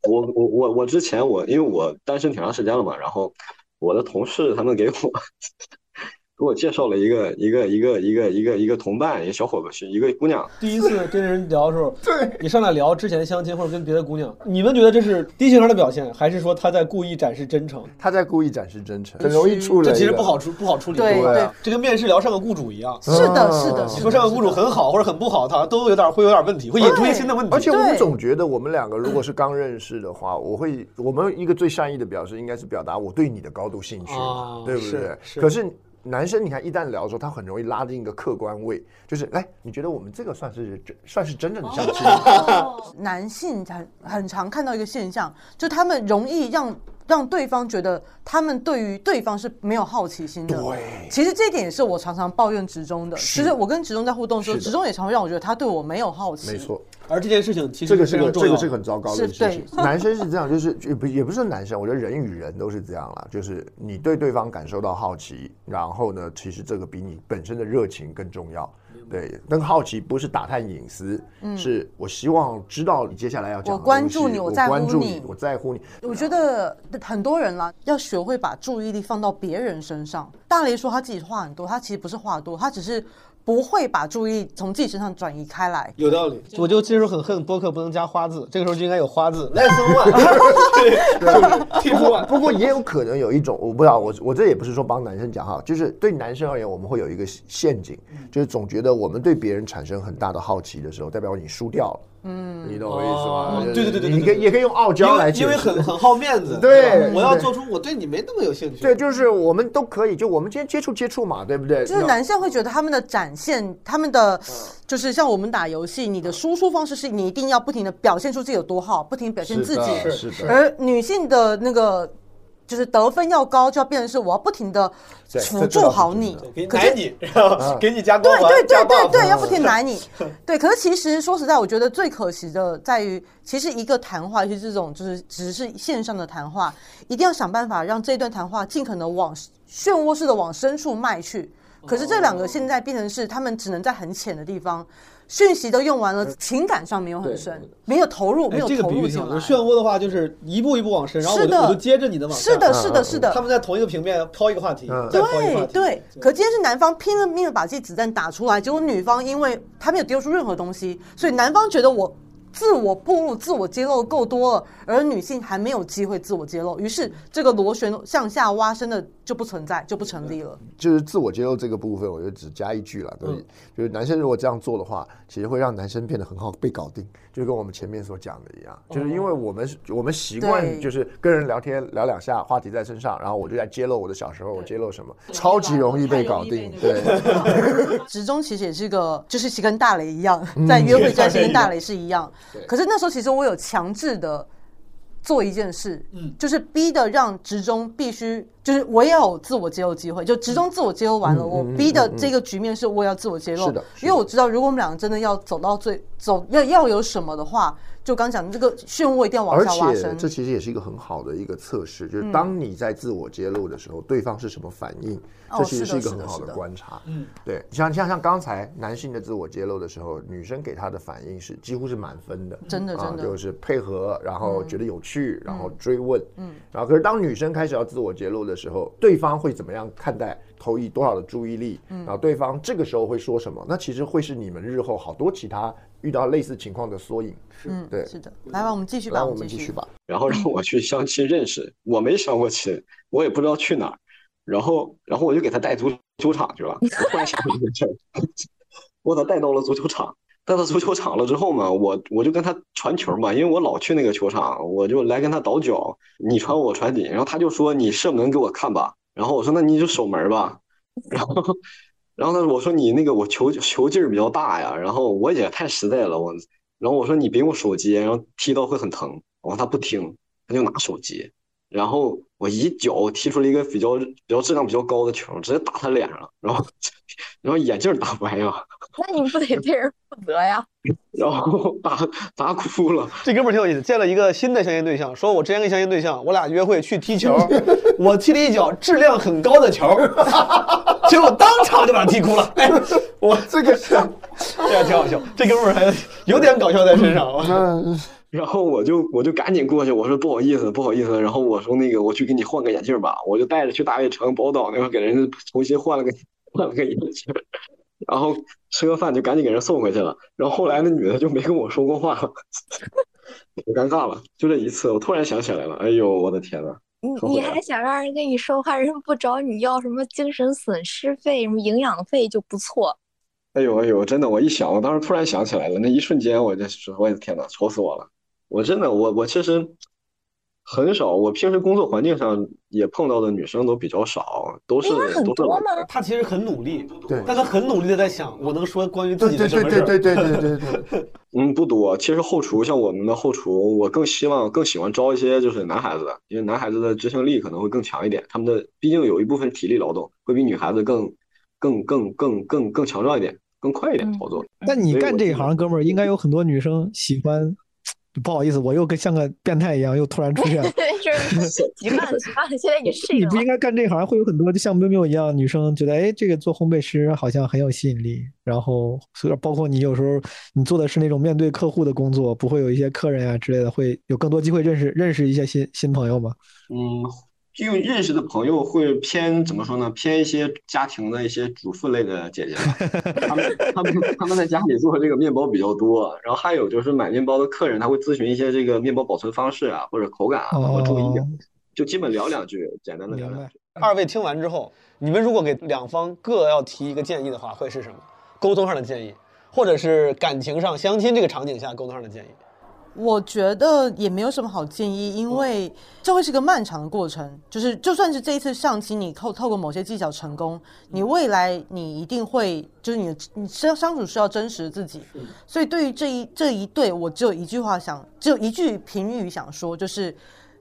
[SPEAKER 3] 我我我我之前我因为我单身挺长时间了嘛，然后我的同事他们给我 [LAUGHS] 给我介绍了一个一个一个一个一个一个同伴，一个小伙子，是一个姑娘。
[SPEAKER 2] 第一次跟人聊的
[SPEAKER 23] [LAUGHS]
[SPEAKER 2] 时候，对你上来聊之前相亲或者跟别的姑娘，你们觉得这是低情商的表现，还是说他在故意展示真诚？
[SPEAKER 23] 他在故意展示真诚，很容易出人。
[SPEAKER 2] 这其实不好处不好处理，
[SPEAKER 23] 对啊
[SPEAKER 2] 吧
[SPEAKER 23] 对
[SPEAKER 2] 这跟面试聊上个雇主一样。
[SPEAKER 23] 是的是的
[SPEAKER 2] 你说上个雇主很好或者很不好，他都有点会有点问题，会引出一些新的问题。
[SPEAKER 23] 而且我们总觉得我们两个如果是刚认识的话，我会我们一个最善意的表示应该是表达我对你的高度兴趣嘛，
[SPEAKER 2] 哦
[SPEAKER 23] 对不
[SPEAKER 2] 是
[SPEAKER 23] 对？
[SPEAKER 2] 是
[SPEAKER 23] 可是。男生，你看，一旦聊的时候，他很容易拉进一个客观位，就是，哎，你觉得我们这个算是真算是真正的相亲吗？哦
[SPEAKER 1] 男性很很常看到一个现象，就他们容易让让对方觉得他们对于对方是没有好奇心的。
[SPEAKER 23] 对，
[SPEAKER 1] 其实这一点也是我常常抱怨职中的。其实我跟职中在互动的时候，
[SPEAKER 2] 是的
[SPEAKER 1] 职中也常会让我觉得他对我没有好奇。
[SPEAKER 23] 没错，
[SPEAKER 2] 而这件事情其实
[SPEAKER 23] 这个是
[SPEAKER 2] 非常
[SPEAKER 23] 个
[SPEAKER 2] 重要
[SPEAKER 23] 这个是很糟糕的
[SPEAKER 1] 是
[SPEAKER 23] 事情。
[SPEAKER 1] 对
[SPEAKER 23] 男生是这样，就是也不也不是男生，我觉得人与人都是这样啦，就是你对对方感受到好奇，然后呢，其实这个比你本身的热情更重要。对，那个好奇不是打探隐私，
[SPEAKER 1] 嗯
[SPEAKER 23] 是我希望知道你接下来要讲的
[SPEAKER 1] 我关
[SPEAKER 23] 东西
[SPEAKER 1] 注你我
[SPEAKER 23] 我
[SPEAKER 1] 在乎
[SPEAKER 23] 关注
[SPEAKER 1] 你
[SPEAKER 23] 你，我在 [LAUGHS] 乎你。
[SPEAKER 1] 我觉得很多人啦，要学会把注意力放到别人身上。大雷说他自己话很多，他其实不是话多，他只是不会把注意力从自己身上转移开来。
[SPEAKER 2] 有道理，我就这时候很恨播客不能加花字，这个时候就应该有花字。Let's one，
[SPEAKER 23] [LAUGHS] 不过不过也有可能有一种，我不知道，我我这也不是说帮男生讲哈，就是对男生而言，我们会有一嗯个陷阱，就是总觉得我们对别人产生很大的好奇的时候，代表你输掉了。
[SPEAKER 1] 嗯，
[SPEAKER 23] 你懂我意思
[SPEAKER 2] 哦
[SPEAKER 23] 吗？，就是
[SPEAKER 2] 对对对对对，
[SPEAKER 23] 你可以也可以用傲娇来解释，
[SPEAKER 2] 因为因为很很好面子，
[SPEAKER 23] 对
[SPEAKER 2] 吧我要
[SPEAKER 23] 对
[SPEAKER 2] 做出我对你没那么有兴趣，
[SPEAKER 23] 对，就是我们都可以，就我们今天接触接触嘛，对不对？
[SPEAKER 1] 就是
[SPEAKER 23] 那嗯
[SPEAKER 1] 男生会觉得他们的展现，他们的就是像我们打游戏，你的输出方式是你一定要不停的表现出自己有多好，不停地表现自己。
[SPEAKER 23] 是的是是的
[SPEAKER 1] 而女性的那个就是得分要高，就要变成是我要不停的
[SPEAKER 23] 对
[SPEAKER 1] 辅
[SPEAKER 23] 这这
[SPEAKER 1] 助
[SPEAKER 23] 倒是
[SPEAKER 1] 好你，可
[SPEAKER 5] 奶
[SPEAKER 1] 是
[SPEAKER 5] 你，
[SPEAKER 23] [LAUGHS]
[SPEAKER 5] 然后给你加光
[SPEAKER 1] 对
[SPEAKER 5] 环，
[SPEAKER 1] 对
[SPEAKER 5] 加
[SPEAKER 1] 对对
[SPEAKER 5] buff
[SPEAKER 2] 啊
[SPEAKER 1] 对，要
[SPEAKER 2] [LAUGHS]
[SPEAKER 1] 不停地奶你。对，可是其实说实在，我觉得最可惜的在于，其实一个谈话就是这种，就是只是线上的谈话，一定要想办法让这段谈话尽可能往漩涡式的往深处迈去。可是这两个现在变成是他们只能在很浅的地方，讯息都用完了，情感上没有很深，没有投入，没
[SPEAKER 2] 哎
[SPEAKER 1] 有
[SPEAKER 2] 这个
[SPEAKER 1] 投
[SPEAKER 2] 比喻
[SPEAKER 1] 入
[SPEAKER 2] 挺
[SPEAKER 1] 进
[SPEAKER 2] 好，就。
[SPEAKER 1] 来
[SPEAKER 2] 漩涡的话，就是一步一步往深，然后我
[SPEAKER 1] 是
[SPEAKER 2] 就
[SPEAKER 1] 的
[SPEAKER 2] 我就接着你的往下嗯
[SPEAKER 1] 是的是的是的嗯
[SPEAKER 2] 他们在同一个平面抛一个话题，再抛一个话
[SPEAKER 1] 对
[SPEAKER 2] 题，
[SPEAKER 1] 对，可今天是男方拼了命的把自己子弹打出来，结果女方因为她没有丢出任何东西，所以男方觉得我自我暴露、自我揭露够多了，而女性还没有机会自我揭露，于是这个螺旋向下挖深的就不存在，就不成立了。
[SPEAKER 23] 就是自我揭露这个部分，我就只加一句了，
[SPEAKER 2] 嗯
[SPEAKER 23] 对，就是男生如果这样做的话，其实会让男生变得很好被搞定，就跟我们前面所讲的一样，就是因为我们是我们习惯
[SPEAKER 1] 对
[SPEAKER 23] 就是跟人聊天聊两下，话题在身上，然后我就在揭露我的小时候，我揭露什么，超级容易被搞定，对。
[SPEAKER 1] [LAUGHS] 职中其实也是个，就是其实跟大雷一样， [LAUGHS] 在约会专心跟大雷是一样
[SPEAKER 23] 嗯对。
[SPEAKER 1] 可是那时候其实我有强制的做一件事，
[SPEAKER 2] 嗯
[SPEAKER 1] 就是逼的让职中必须，就是我也有自我揭露机会，就职中自我揭露完了，
[SPEAKER 23] 嗯嗯
[SPEAKER 1] 我
[SPEAKER 23] 嗯
[SPEAKER 1] 逼的
[SPEAKER 23] 嗯嗯
[SPEAKER 1] 这个局面是我也要自我揭露，
[SPEAKER 23] 是的
[SPEAKER 1] 因为我知道如果我们两个真的要走到最走要要有什么的话，就刚讲的这个漩涡一定要往
[SPEAKER 23] 而
[SPEAKER 1] 下挖
[SPEAKER 23] 且
[SPEAKER 1] 深，
[SPEAKER 23] 这其实也是一个很好的一个测试，就是
[SPEAKER 1] 嗯
[SPEAKER 23] 当你在自我揭露的时候，对方是什么反应，
[SPEAKER 1] 哦
[SPEAKER 23] 这其实
[SPEAKER 1] 是的
[SPEAKER 23] 一个
[SPEAKER 1] 是的
[SPEAKER 23] 很好
[SPEAKER 1] 是的
[SPEAKER 23] 观察。
[SPEAKER 2] 嗯，
[SPEAKER 23] 对，像像像刚才男性的自我揭露的时候，女生给他的反应是几乎是满分的，
[SPEAKER 1] 真的
[SPEAKER 23] 啊
[SPEAKER 1] 真的
[SPEAKER 23] 就是配合，然后觉得有趣，然后追问，
[SPEAKER 1] 嗯，
[SPEAKER 23] 然后可是当女生开始要自我揭露的时候，对方会怎么样看待？投以多少的注意力，
[SPEAKER 1] 嗯
[SPEAKER 23] 然后对方这个时候会说什么？那其实会是你们日后好多其他遇到类似情况的缩影。
[SPEAKER 1] 嗯，
[SPEAKER 23] 对，
[SPEAKER 1] 是的，来吧，我们继续吧，
[SPEAKER 23] 来我们
[SPEAKER 1] 继
[SPEAKER 23] 继续吧。
[SPEAKER 3] 然后让我去相亲认识，我没相过亲，我也不知道去哪儿，然后然后我就给他带足球场去了。我突然想起这件事儿，我把他带到了足球场，带到足球场了之后嘛，我我就跟他传球嘛，因为我老去那个球场，我就来跟他倒脚，你传我传你，然后他就说你射门给我看吧，然后我说那你就守门吧，然后。然后呢，我说你那个我球球劲儿比较大呀，然后我也太实在了，我，然后我说你别用手机，然后踢到会很疼，然后他不听，他就拿手机，然后我一脚踢出了一个比较比较质量比较高的球，直接打他脸上了，然后 [LAUGHS] 然后眼镜儿打啊歪了，
[SPEAKER 4] 那你不得对人负责呀？
[SPEAKER 3] 然后打打哭了。
[SPEAKER 2] 这哥们儿挺有意思，见了一个新的相亲对象，说我之前跟相亲对象，我俩约会去踢球， [LAUGHS] 我踢了一脚质量很高的球， [LAUGHS] 结果当场就把他踢哭了。哎，我
[SPEAKER 23] 这
[SPEAKER 2] [LAUGHS]
[SPEAKER 23] 个是，
[SPEAKER 2] 这还挺好笑，这哥们儿还有点搞笑在身上。
[SPEAKER 3] [LAUGHS] 然后我就我就赶紧过去，我说不好意思，不好意思。然后我说那个我去给你换个眼镜儿吧，我就带着去大悦城宝岛那块儿给人家重新换了个换了个眼镜儿，然后吃个饭就赶紧给人送回去了。然后后来那女的就没跟我说过话了， [LAUGHS] 可尴尬了。就这一次，我突然想起来了，哎呦我的天呐，
[SPEAKER 4] 你
[SPEAKER 3] 说
[SPEAKER 4] 你
[SPEAKER 3] 回来
[SPEAKER 4] 还想让人跟你说话，人不找你要什么精神损失费、什么营养费就不错。
[SPEAKER 3] 哎呦哎呦，真的，我一想，我当时突然想起来了，那一瞬间我就说，我的天呐，愁死我了！我真的，我我其实很少，我平时工作环境上也碰到的女生都比较少，都
[SPEAKER 2] 哎
[SPEAKER 3] 是都是老
[SPEAKER 2] 吗？他其实很努力，
[SPEAKER 23] 对，
[SPEAKER 2] 但他很努力的在想，我能说关于自己的什么事儿？
[SPEAKER 23] 对对对，
[SPEAKER 3] 嗯，不多。其实后厨像我们的后厨，我更希望更喜欢招一些就是男孩子的，因为男孩子的执行力可能会更强一点，他们的毕竟有一部分体力劳动会比女孩子更更更更更更强壮一点，更快一点操作。
[SPEAKER 7] 但你
[SPEAKER 3] 所以
[SPEAKER 7] 干
[SPEAKER 3] 我
[SPEAKER 7] 这
[SPEAKER 3] 就
[SPEAKER 7] 一行，哥们儿，应该有很多女生喜欢。不好意思，我又跟像个变态一样又突然出现
[SPEAKER 4] [LAUGHS]
[SPEAKER 7] 了。
[SPEAKER 4] 是习惯了，习惯了，现在你适
[SPEAKER 7] 你
[SPEAKER 4] 应
[SPEAKER 7] 不
[SPEAKER 4] 了
[SPEAKER 7] 应。该干这行，会有很多就像喵喵一样，女生觉得哎，这个做烘焙师好像很有吸引力。然后，所以包括你有时候你做的是那种面对客户的工作，不会有一些客人啊之类的，会有更多机会认识认识一些新新朋友吗？
[SPEAKER 3] 嗯，因为认识的朋友会偏怎么说呢？偏一些家庭的一些主妇类的姐姐吧，他们他们他们在家里做这个面包比较多，然后还有就是买面包的客人，他会咨询一些这个面包保存方式啊，或者口感啊，包括注
[SPEAKER 19] 哦
[SPEAKER 3] 意啊，
[SPEAKER 20] 哦
[SPEAKER 3] 就基本聊两句，简单的聊两句。
[SPEAKER 2] [LAUGHS] 二位听完之后，你们如果给两方各要提一个建议的话，会是什么？沟通上的建议，或者是感情上相亲这个场景下沟通上的建议？
[SPEAKER 1] 我觉得也没有什么好建议，因
[SPEAKER 5] 嗯
[SPEAKER 1] 为这会是个漫长的过程。就是就算是这一次相亲，你透透过某些技巧成功，
[SPEAKER 5] 嗯
[SPEAKER 1] 你未来你一定会，就是你你相相处是要真实自己。所以对于这一这一对，我只有一句话想，只有一句评语想说，就是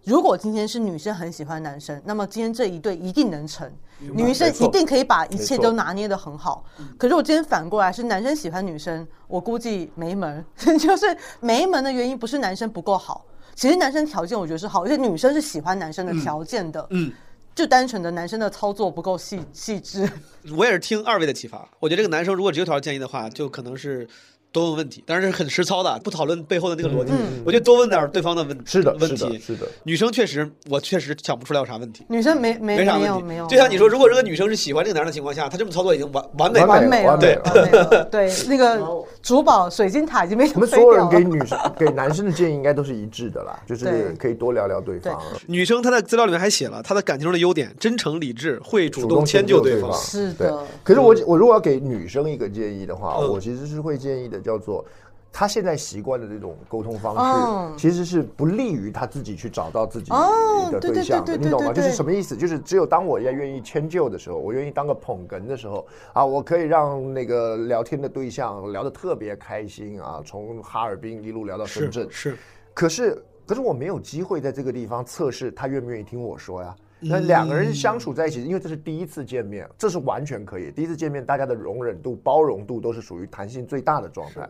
[SPEAKER 1] 如果今天是女生很喜欢男生，那么今天这一对一定能成，
[SPEAKER 5] 嗯
[SPEAKER 1] 女生
[SPEAKER 5] 没错
[SPEAKER 1] 一定可以把一切
[SPEAKER 5] 没错
[SPEAKER 1] 都拿捏得很好。可是我今天反过来是男生喜欢女生，我估计没门， [LAUGHS] 就是没门的原因不是男生不够好，其实男生条件我觉得是好，而且女生是喜欢男生的条件的，
[SPEAKER 2] 嗯，
[SPEAKER 1] 就单纯的男生的操作不够细细致。 [LAUGHS]
[SPEAKER 2] 我也是听二位的启发，我觉得这个男生如果只有条件建议的话，就可能是。多问问题，当然是很实操的，不讨论背后的那个逻辑。
[SPEAKER 1] 嗯
[SPEAKER 2] 我觉得多问点儿对方的问是的问
[SPEAKER 23] 是的
[SPEAKER 2] 题
[SPEAKER 23] 是的。
[SPEAKER 2] 女生确实，我确实想不出来有啥问题。
[SPEAKER 1] 女生没没
[SPEAKER 2] 啥
[SPEAKER 1] 没
[SPEAKER 2] 问
[SPEAKER 1] 有
[SPEAKER 2] 题，
[SPEAKER 1] 没有，
[SPEAKER 2] 就像你说，如果这个女生是喜欢这个男人的情况下，她这么操作已经完完美了，
[SPEAKER 23] 完美了完美
[SPEAKER 2] 对
[SPEAKER 23] 了，
[SPEAKER 1] 对那个珠宝水晶塔已经被
[SPEAKER 23] 我们所有
[SPEAKER 1] [LAUGHS]
[SPEAKER 23] 人给女生、给男生的建议应该都是一致的啦，就是
[SPEAKER 2] 对
[SPEAKER 23] 可以多聊聊对方。啊
[SPEAKER 2] 女生她在资料里面还写了她在感情中的优点：真诚、理智，会主
[SPEAKER 23] 主动
[SPEAKER 2] 动迁
[SPEAKER 23] 就
[SPEAKER 2] 就对
[SPEAKER 23] 方
[SPEAKER 2] 方。。
[SPEAKER 23] 对可是我我如果要给女生一个建议的话，
[SPEAKER 2] 嗯
[SPEAKER 23] 我其实是会建议的，叫做她现在习惯的这种沟通
[SPEAKER 1] 哦
[SPEAKER 23] 方式，其实是不利于她自己去找到自己
[SPEAKER 1] 哦
[SPEAKER 23] 的
[SPEAKER 1] 对对
[SPEAKER 23] 对象的，
[SPEAKER 1] 对对
[SPEAKER 23] 你懂吗？
[SPEAKER 1] 对对
[SPEAKER 23] 就是什么意思？就是只有当我要愿意迁就的时候，我愿意当个捧哏的时候啊，我可以让那个聊天的对象聊得特别开心啊，从哈尔滨一路聊到深圳
[SPEAKER 2] 是。
[SPEAKER 23] 可是，可是我没有机会在这个地方测试他愿不愿意听我说呀。
[SPEAKER 2] 嗯
[SPEAKER 23] 那两个人相处在一起，因为这是第一次见面，这是完全可以。第一次见面，大家的容忍度、包容度都是属于弹性最大的状态。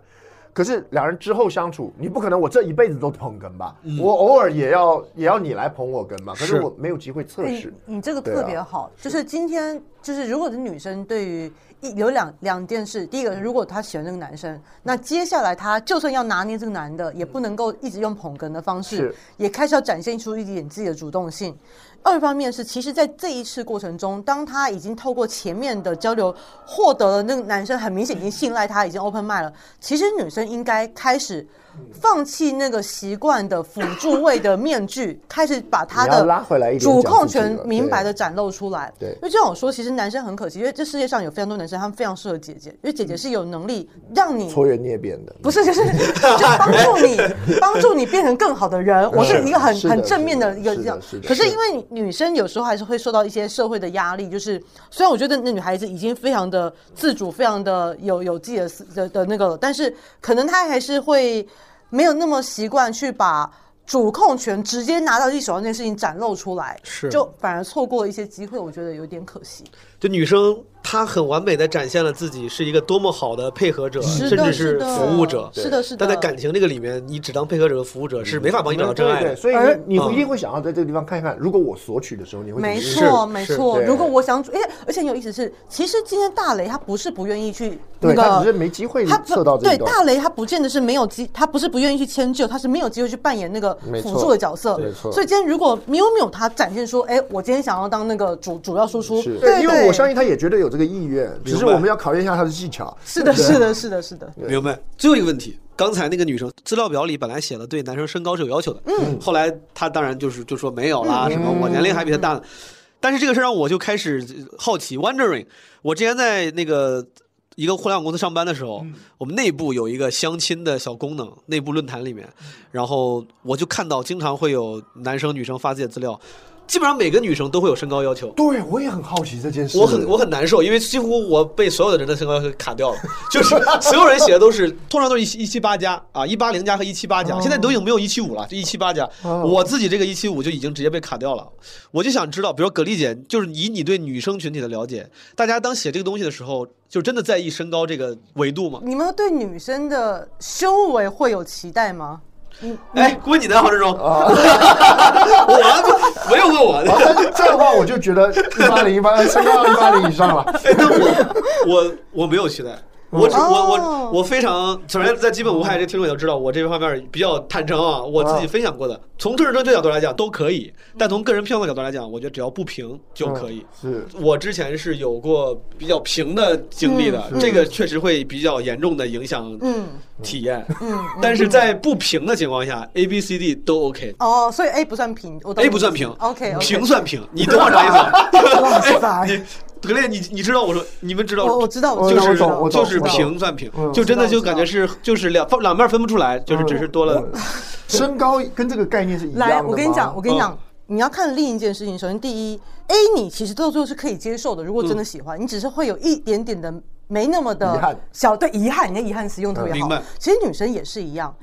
[SPEAKER 23] 可是两人之后相处，你不可能我这一辈子都捧哏吧？
[SPEAKER 1] 嗯
[SPEAKER 23] 我偶尔也要也要你来捧我哏吧？可
[SPEAKER 1] 是
[SPEAKER 23] 是我没有机会测
[SPEAKER 1] 对
[SPEAKER 23] 试。
[SPEAKER 1] 哎你这个
[SPEAKER 23] 对
[SPEAKER 1] 特
[SPEAKER 23] 啊
[SPEAKER 1] 别好，就是今天就是如果是女生对于一有两两件事，第一个
[SPEAKER 23] 嗯
[SPEAKER 1] 如果她喜欢这个男生，那接下来她就算要拿捏这个男的，也不能够一直用捧哏的方式
[SPEAKER 23] 嗯是，
[SPEAKER 1] 也开始要展现出一点自己的主动性。二方面是，其实，在这一次过程中，当她已经透过前面的交流获得了那个男生很明显已经信赖她，已经 open mind 了，其实女生应该开始放弃那个习惯的辅助位的面具，开始把她
[SPEAKER 23] 你要
[SPEAKER 1] 的
[SPEAKER 23] 拉回来一点
[SPEAKER 1] 主
[SPEAKER 23] 讲
[SPEAKER 1] 控
[SPEAKER 23] 自己
[SPEAKER 1] 权
[SPEAKER 23] 了
[SPEAKER 1] 明
[SPEAKER 23] 对
[SPEAKER 1] 白的展露出来。
[SPEAKER 23] 对
[SPEAKER 1] 因为这种说，其实男生很可惜，因为这世界上有非常多男生，他们非常适合姐姐，因为姐姐是有能力让你
[SPEAKER 23] 搓圆捏扁的，
[SPEAKER 1] 不是，就是 [LAUGHS] 就帮助
[SPEAKER 23] [LAUGHS]
[SPEAKER 1] 你，帮助你变成更好的人。我是一个很
[SPEAKER 23] 嗯是的
[SPEAKER 1] 很正面的一个
[SPEAKER 23] 是的
[SPEAKER 1] 这样
[SPEAKER 23] 是。的
[SPEAKER 1] 可是
[SPEAKER 23] 是
[SPEAKER 1] 因为女生有时候还是会受到一些社会的压力，就是虽然我觉得那女孩子已经非常的自主，非常的有有自己的思的的那个了，但是可能她还是会没有那么习惯去把。主控权直接拿到自己手上这件事情展露出来，
[SPEAKER 2] 是
[SPEAKER 1] 就反而错过了一些机会，我觉得有点可惜。
[SPEAKER 2] 就女生她很完美的展现了自己是一个多么好的配合者，
[SPEAKER 1] 是的
[SPEAKER 2] 甚至是服务者。
[SPEAKER 1] 是的是的是的
[SPEAKER 2] 但在感情这个里面，你只当配合者和服务者是没法帮你找到真爱
[SPEAKER 23] 嗯对
[SPEAKER 2] 的。
[SPEAKER 23] 对，所以
[SPEAKER 2] 嗯
[SPEAKER 23] 你你一定会想要在这个地方看一看，如果我索取的时候，你会怎么
[SPEAKER 1] 没
[SPEAKER 23] 应
[SPEAKER 1] 错，
[SPEAKER 23] 对
[SPEAKER 1] 没错。
[SPEAKER 23] 对
[SPEAKER 1] 如果我想主，而且而且很有意思是，其实今天大雷他不是不愿意去那
[SPEAKER 23] 对他只是
[SPEAKER 1] 个。
[SPEAKER 23] 没机会
[SPEAKER 1] 他不
[SPEAKER 23] 测到这
[SPEAKER 1] 对
[SPEAKER 23] 一段。
[SPEAKER 1] 大雷，他不见得是没有机，他不是不愿意去迁就，他是没有机会去扮演那个
[SPEAKER 23] 没
[SPEAKER 1] 辅
[SPEAKER 23] 错
[SPEAKER 1] 助的角色。
[SPEAKER 23] 没错
[SPEAKER 1] 所以今天如果喵喵他展现说，哎，我今天想要当那个主主要输出，
[SPEAKER 23] 是
[SPEAKER 1] 对，
[SPEAKER 23] 因为我相
[SPEAKER 1] 信
[SPEAKER 23] 信他也觉得有这个意愿，
[SPEAKER 2] 白
[SPEAKER 23] 只是我们要考验一下他的技巧。
[SPEAKER 1] 是的，
[SPEAKER 23] 对
[SPEAKER 1] 是的，是的，是的。
[SPEAKER 2] 明白。最后一个问题，刚才那个女生资料表里本来写了对男生身高是有要求的，
[SPEAKER 1] 嗯，
[SPEAKER 2] 后来她当然就是就说没有啦，什么我年龄还比她大呢。但是这个事儿让我就开始好奇，wondering。我之前在那个一个互联网公司上班的时候，我们内部有一个相亲的小功能，内部论坛里面，然后我就看到经常会有男生女生发自己的资料，基本上每个女生都会有身高要求。
[SPEAKER 23] 对，我也很好奇这件事。
[SPEAKER 2] 我很我很难受，因为几乎我被所有的人的身高卡掉了，就是所有人写的都是，通常都是一一七八加啊，一八零加和一七八加，现在都已经没有一七五了，就一七八加。
[SPEAKER 23] 哦
[SPEAKER 2] 我自己这个一七五就已经直接被卡掉了。我就想知道，比如说葛丽姐，就是以你对女生群体的了解，大家当写这个东西的时候，就真的在意身高这个维度吗？
[SPEAKER 1] 你们对女生的修为会有期待吗？你
[SPEAKER 2] 哎，问你呢，黄志忠，
[SPEAKER 23] 啊
[SPEAKER 2] [LAUGHS] 我没有问我的。
[SPEAKER 23] 这样的话，我就觉得一八零一 [LAUGHS] 八啊身高一八零以上了。
[SPEAKER 2] [LAUGHS] 我我没有期待，我
[SPEAKER 23] 哦
[SPEAKER 2] 只我我我非常，首先在基本无害这听众也都知道，我这方面比较坦诚啊，我
[SPEAKER 23] 嗯
[SPEAKER 2] 自己分享过的，从政治正确角度来讲都可以，但从个人偏好的角度来讲，我觉得只要不平就可
[SPEAKER 23] 嗯
[SPEAKER 2] 以。
[SPEAKER 23] 是
[SPEAKER 2] 我之前是有过比较平的经历的，
[SPEAKER 23] 嗯
[SPEAKER 2] 这个确实会比较严重的影响
[SPEAKER 1] 嗯
[SPEAKER 2] 体验，
[SPEAKER 1] 嗯，
[SPEAKER 2] 但是在不平的情况下，A、B、C、D 都 OK。
[SPEAKER 1] 哦，所以 A 不算平，我懂
[SPEAKER 2] A 不算平
[SPEAKER 1] OK，
[SPEAKER 2] 平算平，你懂我啥意思吗？
[SPEAKER 1] 哇塞，
[SPEAKER 2] 哎你格列，你你知道我说，你们知道，
[SPEAKER 1] 我我知道我
[SPEAKER 2] 就
[SPEAKER 1] 知道
[SPEAKER 2] 是
[SPEAKER 1] 我懂我懂
[SPEAKER 2] 就是
[SPEAKER 1] 我懂
[SPEAKER 2] 平算平
[SPEAKER 1] 嗯，
[SPEAKER 2] 就真的
[SPEAKER 1] 我知道嗯
[SPEAKER 2] 就感觉是就是两两面分不出来，就是只是多了
[SPEAKER 23] 身高跟这个概念是一样的
[SPEAKER 1] 来，我跟你
[SPEAKER 23] 吗
[SPEAKER 1] 讲，我跟你
[SPEAKER 23] 嗯
[SPEAKER 1] 讲，你要看另一件事情。首先，第一，A 你其实到最后是可以接受的，如果真的喜欢，你只是会有一点点的没那么的
[SPEAKER 23] 嗯遗憾
[SPEAKER 1] 小对遗憾，你的遗憾词用得特别
[SPEAKER 23] 嗯
[SPEAKER 1] 好
[SPEAKER 23] 明白。
[SPEAKER 1] 其实女生也是一样，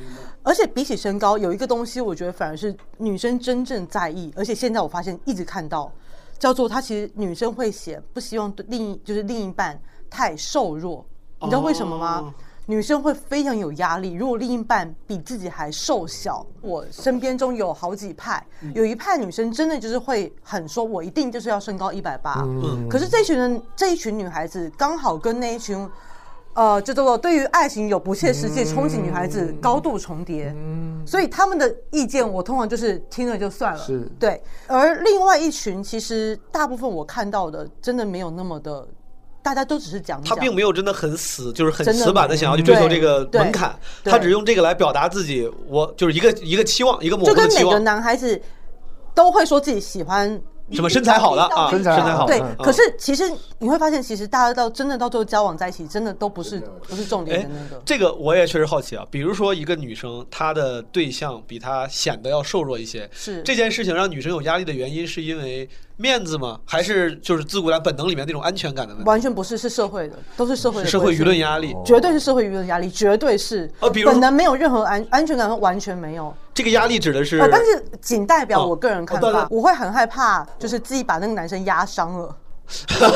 [SPEAKER 1] 而且比起身高，有一个东西我觉得反而是女生真正在意，而且现在我发现一直看到，叫做她其实女生会写不希望对另一就是另一半太瘦弱，你知道为什么吗？女生会非常有压力，如果另一半比自己还瘦小，我身边中有好几派，有一派女生真的就是会很说，我一定就是要身高一百八
[SPEAKER 5] 嗯。
[SPEAKER 1] 可是这群人，这一群女孩子刚好跟那一群，呃，就叫做对于爱情有不切实际憧憬女孩子高度重叠，所以他们的意见我通常就是听了就算了。
[SPEAKER 23] 是
[SPEAKER 1] 对，而另外一群其实大部分我看到的真的没有那么的，大家都只是讲讲。
[SPEAKER 2] 他并没有真的很死，就是很
[SPEAKER 1] 真的
[SPEAKER 2] 死板的
[SPEAKER 1] 没有
[SPEAKER 2] 想要去追求
[SPEAKER 1] 对
[SPEAKER 2] 这个门槛，
[SPEAKER 1] 对对
[SPEAKER 2] 他只用这个来表达自己，我就是一个一个期望，一个模糊
[SPEAKER 1] 就
[SPEAKER 2] 的
[SPEAKER 1] 跟
[SPEAKER 2] 期
[SPEAKER 1] 每个
[SPEAKER 2] 望。
[SPEAKER 1] 男孩子都会说自己喜欢
[SPEAKER 2] 什么身材好的啊，身材好的
[SPEAKER 1] 对
[SPEAKER 2] 嗯。
[SPEAKER 1] 可是其实你会发现，其实大家到真的到最后交往在一起，真的都不是不是重点
[SPEAKER 2] 哎
[SPEAKER 1] 的那个。，
[SPEAKER 2] 这个我也确实好奇啊。比如说一个女生，她的对象比她显得要瘦弱一些，
[SPEAKER 1] 是
[SPEAKER 2] 这件事情让女生有压力的原因，是因为面子吗？还是就是自古来本能里面那种安全感的问题？
[SPEAKER 1] 完全不是，是社会的，都是社会的
[SPEAKER 2] 是社会
[SPEAKER 1] 规训
[SPEAKER 2] 舆论压力
[SPEAKER 1] 绝对是社会舆论压力，绝对是。
[SPEAKER 2] 呃比如说
[SPEAKER 1] 本能没有任何安安全感，完全没有。
[SPEAKER 2] 这个压力指的是，
[SPEAKER 23] 哦
[SPEAKER 1] 呃，但是仅代表我个人看
[SPEAKER 2] 哦对
[SPEAKER 1] 法
[SPEAKER 2] 对，
[SPEAKER 1] 我会很害怕，就是自己把那个男生压伤
[SPEAKER 2] [LAUGHS]
[SPEAKER 1] 了。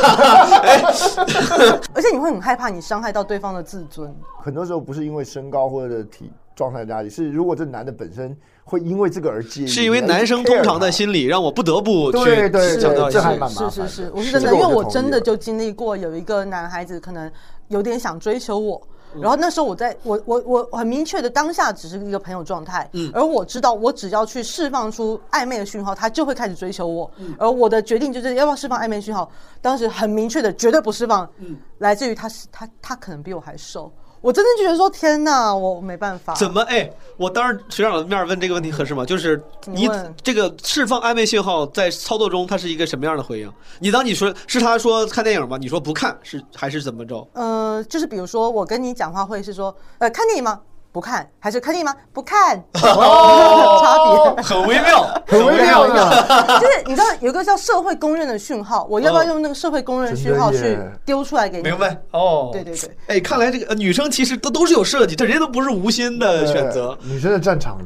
[SPEAKER 2] 哎
[SPEAKER 1] [LAUGHS] 而且你会很害怕你伤害到对方的自尊。
[SPEAKER 23] 很多时候不是因为身高或者体状态的压力，是如果这男的本身会因为这个而介意，
[SPEAKER 2] 是因为男生通常的心理让我不得不去
[SPEAKER 23] 对对对
[SPEAKER 2] 强调一
[SPEAKER 23] 这
[SPEAKER 2] 下
[SPEAKER 23] 还蛮麻烦
[SPEAKER 1] 是是是，
[SPEAKER 23] 的
[SPEAKER 1] 我是
[SPEAKER 23] 是
[SPEAKER 1] 真的，
[SPEAKER 23] 这
[SPEAKER 1] 因
[SPEAKER 23] 个
[SPEAKER 1] 为
[SPEAKER 23] 我就
[SPEAKER 1] 我
[SPEAKER 23] 同意
[SPEAKER 1] 真的
[SPEAKER 23] 了
[SPEAKER 1] 就经历过有一个男孩子可能有点想追求我。
[SPEAKER 23] 嗯
[SPEAKER 1] 然后那时候我在我我我很明确的当下只是一个朋友状态，
[SPEAKER 2] 嗯
[SPEAKER 1] 而我知道我只要去释放出暧昧的讯号，他就会开始追求我，
[SPEAKER 23] 嗯
[SPEAKER 1] 而我的决定就是要不要释放暧昧讯号，当时很明确的绝对不释放，
[SPEAKER 23] 嗯
[SPEAKER 1] 来自于他是他他可能比我还瘦，我真的就觉得说天哪，我没办法，
[SPEAKER 2] 怎么？哎，我当着学长的面问这个问题合适吗？就是
[SPEAKER 1] 你
[SPEAKER 2] 你
[SPEAKER 1] 问
[SPEAKER 2] 这个释放暧昧信号在操作中，它是一个什么样的回应？你当你说是他说看电影吗？你说不看是还是怎么着？
[SPEAKER 1] 呃，就是比如说我跟你讲话会是说，呃，看电影吗？不看，还是看电影吗？不
[SPEAKER 23] [LAUGHS]
[SPEAKER 1] 看，差别
[SPEAKER 2] 哦很微
[SPEAKER 1] [LAUGHS]
[SPEAKER 2] 妙，
[SPEAKER 23] 很微妙
[SPEAKER 1] 的， [LAUGHS] 就是你知道有一个叫社会公认的讯号，我
[SPEAKER 23] 哦
[SPEAKER 1] 要不要
[SPEAKER 2] 嗯
[SPEAKER 1] 用那个社会公认的讯号
[SPEAKER 2] 真的
[SPEAKER 1] 去
[SPEAKER 2] 耶
[SPEAKER 1] 丢出来给你？
[SPEAKER 2] [LAUGHS] 明白哦，
[SPEAKER 1] 对对对。
[SPEAKER 2] 哎，看来这个呃女生其实都都是有设计，这人家都不是无心的选择。
[SPEAKER 23] 女生的战场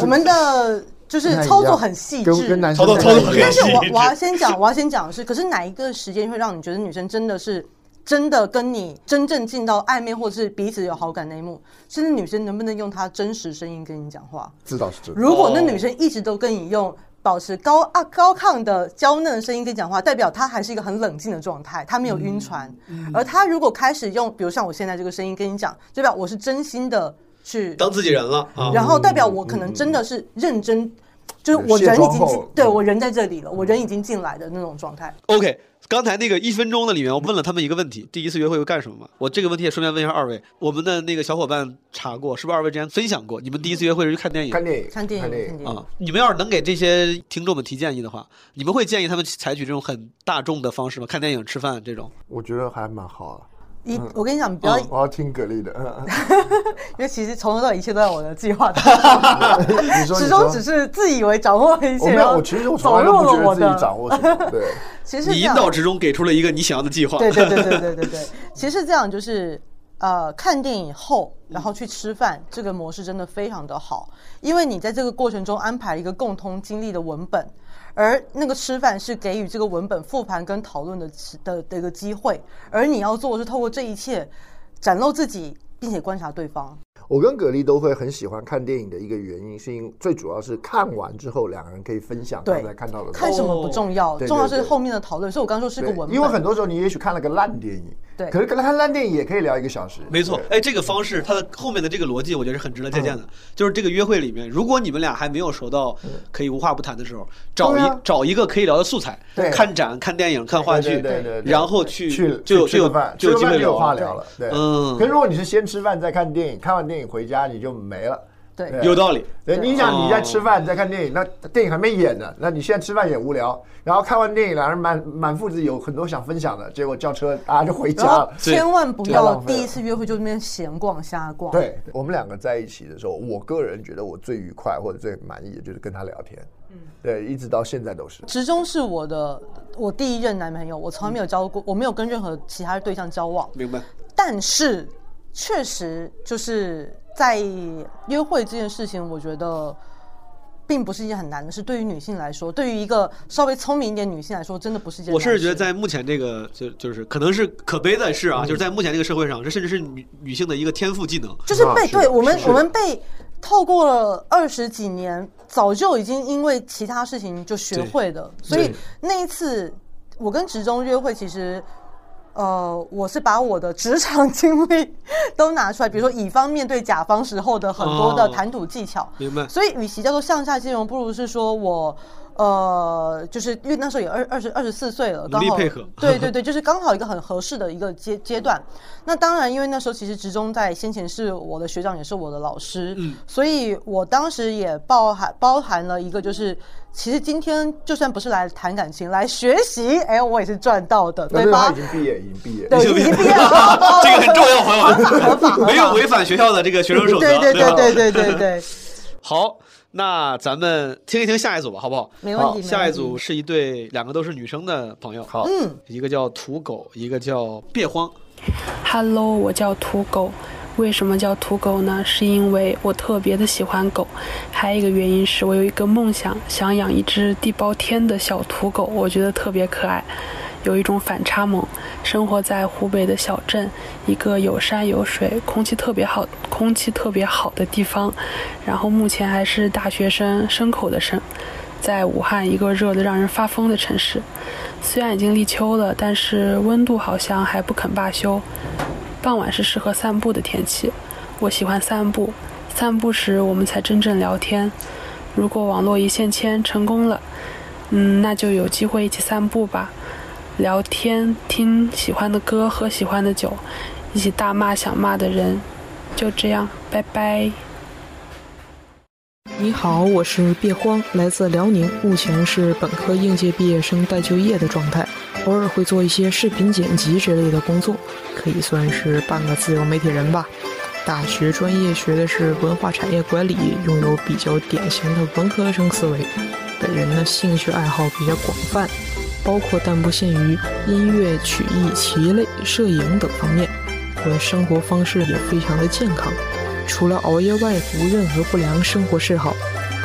[SPEAKER 1] 我们的就是操作很细
[SPEAKER 23] 跟
[SPEAKER 1] 致，
[SPEAKER 23] 跟男生
[SPEAKER 2] 操作
[SPEAKER 23] 不太
[SPEAKER 2] 操作
[SPEAKER 23] 一样
[SPEAKER 1] 但是
[SPEAKER 2] 很细
[SPEAKER 1] 我
[SPEAKER 2] 致
[SPEAKER 1] 我要先讲，我要先讲的是，可是哪一个时间会让你觉得女生真的是真的跟你真正进到暧昧，或者是彼此有好感那一幕，甚至女生能不能用她真实声音跟你讲话？
[SPEAKER 23] 知道是真的。
[SPEAKER 1] 如果那女生一直都跟你用保持高啊高亢的娇嫩的声音跟你讲话，代表她还是一个很冷静的状态，她没有晕船。
[SPEAKER 23] 嗯
[SPEAKER 1] 而她如果开始用，比如像我现在这个声音跟你讲，代表我是真心的去
[SPEAKER 2] 当自己人了
[SPEAKER 23] 哦
[SPEAKER 2] 啊
[SPEAKER 1] 然后代表我可能真的是认真，就是我人已
[SPEAKER 2] 卸
[SPEAKER 1] 经
[SPEAKER 2] 妆
[SPEAKER 1] 进
[SPEAKER 2] 后，
[SPEAKER 1] 对
[SPEAKER 23] 嗯
[SPEAKER 1] 我人在这里了，我人已经进来的那种状态。
[SPEAKER 2] 嗯 OK，刚才那个一分钟的里面，我问了他们一个问题：第一次约会会干什么嘛？我这个问题也顺便问一下二位，我们的那个小伙伴查过，是不是二位之前分享过？你们第一次约会是去看电影？
[SPEAKER 23] 看电影，
[SPEAKER 1] 看电影看电影看电影
[SPEAKER 2] 啊！你们要是能给这些听众们提建议的话，你们会建议他们采取这种很大众的方式吗？看电影、吃饭这种？
[SPEAKER 23] 我觉得还蛮好啊。
[SPEAKER 1] 一
[SPEAKER 23] 嗯
[SPEAKER 1] 我跟你讲，不要，
[SPEAKER 23] 嗯
[SPEAKER 1] 因
[SPEAKER 23] 我要听格
[SPEAKER 1] [LAUGHS]
[SPEAKER 23] 力的。嗯
[SPEAKER 1] 为其实从头到尾一切都在我的计划当
[SPEAKER 23] 嗯 [LAUGHS]
[SPEAKER 1] 中，
[SPEAKER 23] 你说，
[SPEAKER 1] 始
[SPEAKER 23] 你
[SPEAKER 1] 终
[SPEAKER 23] 说
[SPEAKER 1] 只是自以为掌握了一
[SPEAKER 23] 我
[SPEAKER 1] 切，
[SPEAKER 23] 哦没
[SPEAKER 1] 然
[SPEAKER 23] 有，
[SPEAKER 1] 后
[SPEAKER 23] 我其实我从
[SPEAKER 1] 走
[SPEAKER 23] 来
[SPEAKER 1] 入
[SPEAKER 23] 都不觉
[SPEAKER 1] 了
[SPEAKER 23] 得
[SPEAKER 1] 我
[SPEAKER 23] 自己
[SPEAKER 1] 的 [LAUGHS]
[SPEAKER 23] 掌握什 [LAUGHS] 么。对，
[SPEAKER 1] 其实
[SPEAKER 2] 你
[SPEAKER 1] 是这
[SPEAKER 2] 引
[SPEAKER 1] 样
[SPEAKER 2] 导之中给出了一个你想要的计划。
[SPEAKER 1] 对对对对对对对，其实这样就是。呃，看电影后，
[SPEAKER 23] 嗯
[SPEAKER 1] 然后去吃饭，这个模式真的非常的好，因为你在这个过程中安排一个共同经历的文本，而那个吃饭是给予这个文本复盘跟讨论的时的的一个机会，而你要做的是透过这一切展露自己，并且观察对方。
[SPEAKER 23] 我跟格力都会很喜欢看电影的一个原因，是因为最主要是看完之后两个人可以分享刚
[SPEAKER 1] 对
[SPEAKER 23] 才看到的东西。
[SPEAKER 1] 看什么不重要，
[SPEAKER 23] 哦对对
[SPEAKER 1] 重要是
[SPEAKER 23] 对
[SPEAKER 1] 后面的讨论。所以我刚说是个
[SPEAKER 23] 对
[SPEAKER 1] 文本，
[SPEAKER 23] 因为很多时候你也许看了个烂电影，
[SPEAKER 1] 对
[SPEAKER 23] 可是看烂电影也可以聊一个小时。
[SPEAKER 2] [LAUGHS] 没错，哎，这个方式它的后面的这个逻辑，我觉得是很值得借鉴
[SPEAKER 23] 嗯
[SPEAKER 2] 的。就是这个约会里面，如果你们俩还没有熟到可以无话不谈的时候，找
[SPEAKER 23] 对
[SPEAKER 2] 一
[SPEAKER 23] 啊
[SPEAKER 2] 找一个可以聊的素材
[SPEAKER 23] 对，
[SPEAKER 2] 看展、看电影、看话剧
[SPEAKER 23] 对对对对，对
[SPEAKER 2] 然后去
[SPEAKER 23] 去
[SPEAKER 2] 就有就
[SPEAKER 23] 去吃
[SPEAKER 2] 有
[SPEAKER 23] 个饭，
[SPEAKER 2] 就有机
[SPEAKER 23] 吃个饭
[SPEAKER 2] 会
[SPEAKER 23] 就有
[SPEAKER 2] 聊
[SPEAKER 23] 话
[SPEAKER 2] 了
[SPEAKER 23] 聊了。对，
[SPEAKER 2] 嗯
[SPEAKER 23] 可是如果你是先吃饭再看电影，看完电影回家你就没了。
[SPEAKER 1] 对
[SPEAKER 23] 对
[SPEAKER 2] 有道理
[SPEAKER 23] 对，你想你在
[SPEAKER 2] 哦
[SPEAKER 23] 吃饭，你在看电影，那电影还没演呢，那你现在吃饭也无聊，然后看完电影，两人满满肚子有很多想分享的，结果叫车大家就回家
[SPEAKER 1] 然
[SPEAKER 23] [LAUGHS]
[SPEAKER 1] 后
[SPEAKER 23] 了。
[SPEAKER 1] 千万不
[SPEAKER 23] 太
[SPEAKER 1] 要
[SPEAKER 23] 浪费
[SPEAKER 1] 第
[SPEAKER 23] 了
[SPEAKER 1] 一次约会就那边闲逛瞎逛。
[SPEAKER 23] 对我们两个在一起的时候，我个人觉得我最愉快或者最满意的就是跟他聊天，
[SPEAKER 1] 嗯
[SPEAKER 23] 对，一直到现在都是。
[SPEAKER 1] 直中是我的我第一任男朋友，我从来没有交过，我没有跟任何其他对象交往。
[SPEAKER 2] 明白。
[SPEAKER 1] 但是确实就是在约会这件事情，我觉得并不是一件很难的事。对于女性来说，对于一个稍微聪明一点女性来说，真的不是一件难
[SPEAKER 2] 我
[SPEAKER 1] 事。
[SPEAKER 2] 甚至觉得，在目前这个就就是可能是可悲的
[SPEAKER 23] 嗯
[SPEAKER 2] 是啊，就是在目前这个社会上，这甚至是女女性的一个天赋技能，
[SPEAKER 1] 就是被、对我们
[SPEAKER 2] 是
[SPEAKER 1] 我们被透过了二十几年，早就已经因为其他事情就学会的，
[SPEAKER 25] 对
[SPEAKER 1] 所以
[SPEAKER 25] 对
[SPEAKER 1] 那一次我跟职中约会，其实。呃，我是把我的职场 [LAUGHS] 经历都拿出来，比如说乙方面对甲方时候的很多的
[SPEAKER 2] 哦
[SPEAKER 1] 谈吐技巧，
[SPEAKER 2] 明白？
[SPEAKER 1] 所以，与其叫做向下兼容，不如是说我，呃，就是因为那时候也二二十二十四岁了，刚
[SPEAKER 2] 力
[SPEAKER 1] 好
[SPEAKER 2] 配合
[SPEAKER 1] 对对对，就是刚好一个很合适的一个阶阶段。那当然，因为那时候其实职中在先前是我的学长，也是我的老师，
[SPEAKER 2] 嗯
[SPEAKER 1] 所以我当时也包含包含了一个，就是其实今天就算不是来谈感情，来学习，哎，我也是赚到的，
[SPEAKER 23] 但
[SPEAKER 1] 对
[SPEAKER 23] 是他
[SPEAKER 1] 吧
[SPEAKER 2] 啊
[SPEAKER 23] 已？经毕业，已经毕业，
[SPEAKER 1] 对已 [LAUGHS] 经毕业了
[SPEAKER 2] 这个很重要，朋
[SPEAKER 1] 合法合
[SPEAKER 2] 友
[SPEAKER 1] 法
[SPEAKER 2] 们，没有违反学校的这个学生守则，
[SPEAKER 1] 对对
[SPEAKER 2] 吧
[SPEAKER 1] 对对对对对。
[SPEAKER 2] [LAUGHS] 好，那咱们听一听下一组吧，好不好？
[SPEAKER 1] 没问题
[SPEAKER 2] 好
[SPEAKER 1] 没问题
[SPEAKER 2] 下一组是一对两个都是女生的朋友，好
[SPEAKER 24] 嗯，
[SPEAKER 2] 一个叫土狗，一个叫别慌。
[SPEAKER 24] Hello，我叫土狗。为什么叫土狗呢？是因为我特别的喜欢狗，还有一个原因是我有一个梦想，想养一只地包天的小土狗，我觉得特别可爱，有一种反差萌。生活在湖北的小镇，一个有山有水、空气特别好、空气特别好的地方，然后目前还是大学生牲口的牲。在武汉一个热得让人发疯的城市，虽然已经立秋了，但是温度好像还不肯罢休。傍晚是适合散步的天气，我喜欢散步。散步时我们才真正聊天。如果网络一线牵成功了，嗯，那就有机会一起散步吧，聊天，听喜欢的歌，喝喜欢的酒，一起大骂想骂的人。就这样，拜拜。
[SPEAKER 19] 你好，我是别慌，来自辽宁，目前是本科应届毕业生待就业的状态，偶尔会做一些视频剪辑之类的工作，可以算是半个自由媒体人吧。大学专业学的是文化产业管理，拥有比较典型的文科生思维。本人的兴趣爱好比较广泛，包括但不限于音乐、曲艺、棋类、摄影等方面。我的生活方式也非常的健康，除了熬夜外，无任何不良生活嗜好。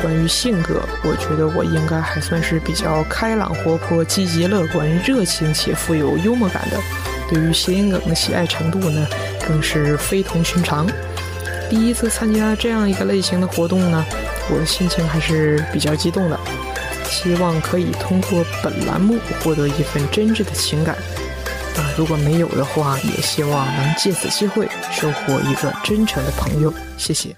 [SPEAKER 19] 关于性格，我觉得我应该还算是比较开朗、活泼、积极、乐观、热情且富有幽默感的。对于谐音梗的喜爱程度呢，更是非同寻常。第一次参加这样一个类型的活动呢，我的心情还是比较激动的。希望可以通过本栏目获得一份真挚的情感。啊，如果没有的话，也希望能借此机会收获一个真诚的朋友。谢谢。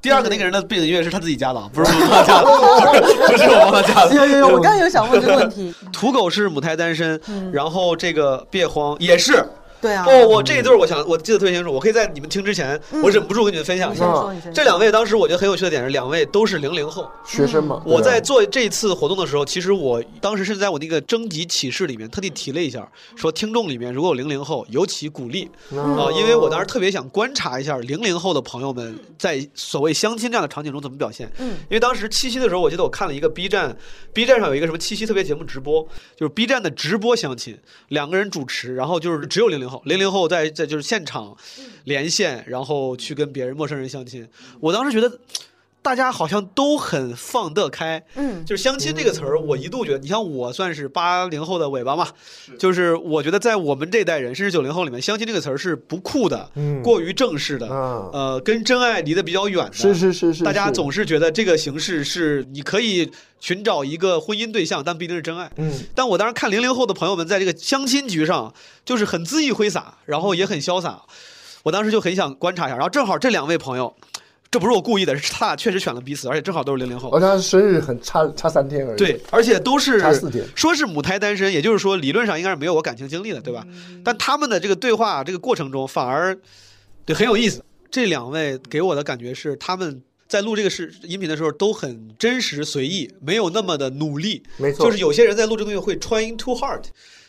[SPEAKER 2] 第二个那个人的背景音乐是他自己加的，啊，不是
[SPEAKER 1] [LAUGHS]
[SPEAKER 2] 我帮他加的， [LAUGHS] 不是我帮他加的。
[SPEAKER 1] 哦有有有，我刚刚有想问这个问题，
[SPEAKER 2] [LAUGHS] 土狗是母胎单身，
[SPEAKER 1] 嗯
[SPEAKER 2] 然后这个别慌也是。
[SPEAKER 1] 对啊，
[SPEAKER 2] 哦，我这一对儿我想我记得特别清楚，我可以在你们听之前，
[SPEAKER 1] 嗯
[SPEAKER 2] 我忍不住跟你们分享一下
[SPEAKER 1] 你先说你先说。
[SPEAKER 2] 这两位当时我觉得很有趣的点是，两位都是零零后，
[SPEAKER 23] 学生嘛，
[SPEAKER 2] 我
[SPEAKER 23] 对啊
[SPEAKER 2] 在做这次活动的时候，其实我当时是在我那个征集启事里面特地提了一下，说听众里面如果有零零后，尤其鼓励啊、
[SPEAKER 23] 哦
[SPEAKER 2] 因为我当时特别想观察一下零零后的朋友们在所谓相亲这样的场景中怎么表现。
[SPEAKER 1] 嗯
[SPEAKER 2] 因为当时七夕的时候，我记得我看了一个 B 站，B 站上有一个什么七夕特别节目直播，就是 B 站的直播相亲，两个人主持，然后就是只有零零后，零零后在在就是现场连线，然后去跟别人陌生人相亲。我当时觉得。大家好像都很放得开，
[SPEAKER 1] 嗯
[SPEAKER 2] 就是相亲这个词儿，我一度觉得，你像我算是八零后的尾巴嘛，就是我觉得在我们这代人，甚至九零后里面，相亲这个词儿是不酷的，
[SPEAKER 23] 嗯
[SPEAKER 2] 过于正式的，呃，跟真爱离得比较远的，
[SPEAKER 23] 是是是是
[SPEAKER 2] 大家
[SPEAKER 23] 是
[SPEAKER 2] 总是觉得这个形式是你可以寻找一个婚姻对象，但不一定是真爱，
[SPEAKER 23] 嗯
[SPEAKER 2] 但我当时看零零后的朋友们在这个相亲局上，就是很恣意挥洒，然后也很潇洒。我当时就很想观察一下，然后正好这两位朋友，这不是我故意的，是他俩确实选了彼此，而且正好都是零零后
[SPEAKER 23] 哦，。他生日很差差三天而已，
[SPEAKER 2] 对，而且都是
[SPEAKER 23] 差四天，
[SPEAKER 2] 说是母胎单身，也就是说理论上应该是没有我感情经历的，对吧？
[SPEAKER 23] 嗯
[SPEAKER 2] 但他们的这个对话这个过程中，反而对很有意思。这两位给我的感觉是，他们在录这个视音频的时候都很真实随意，没有那么的努力。
[SPEAKER 23] 没错
[SPEAKER 2] 就是有些人在录这个东西会 trying too hard，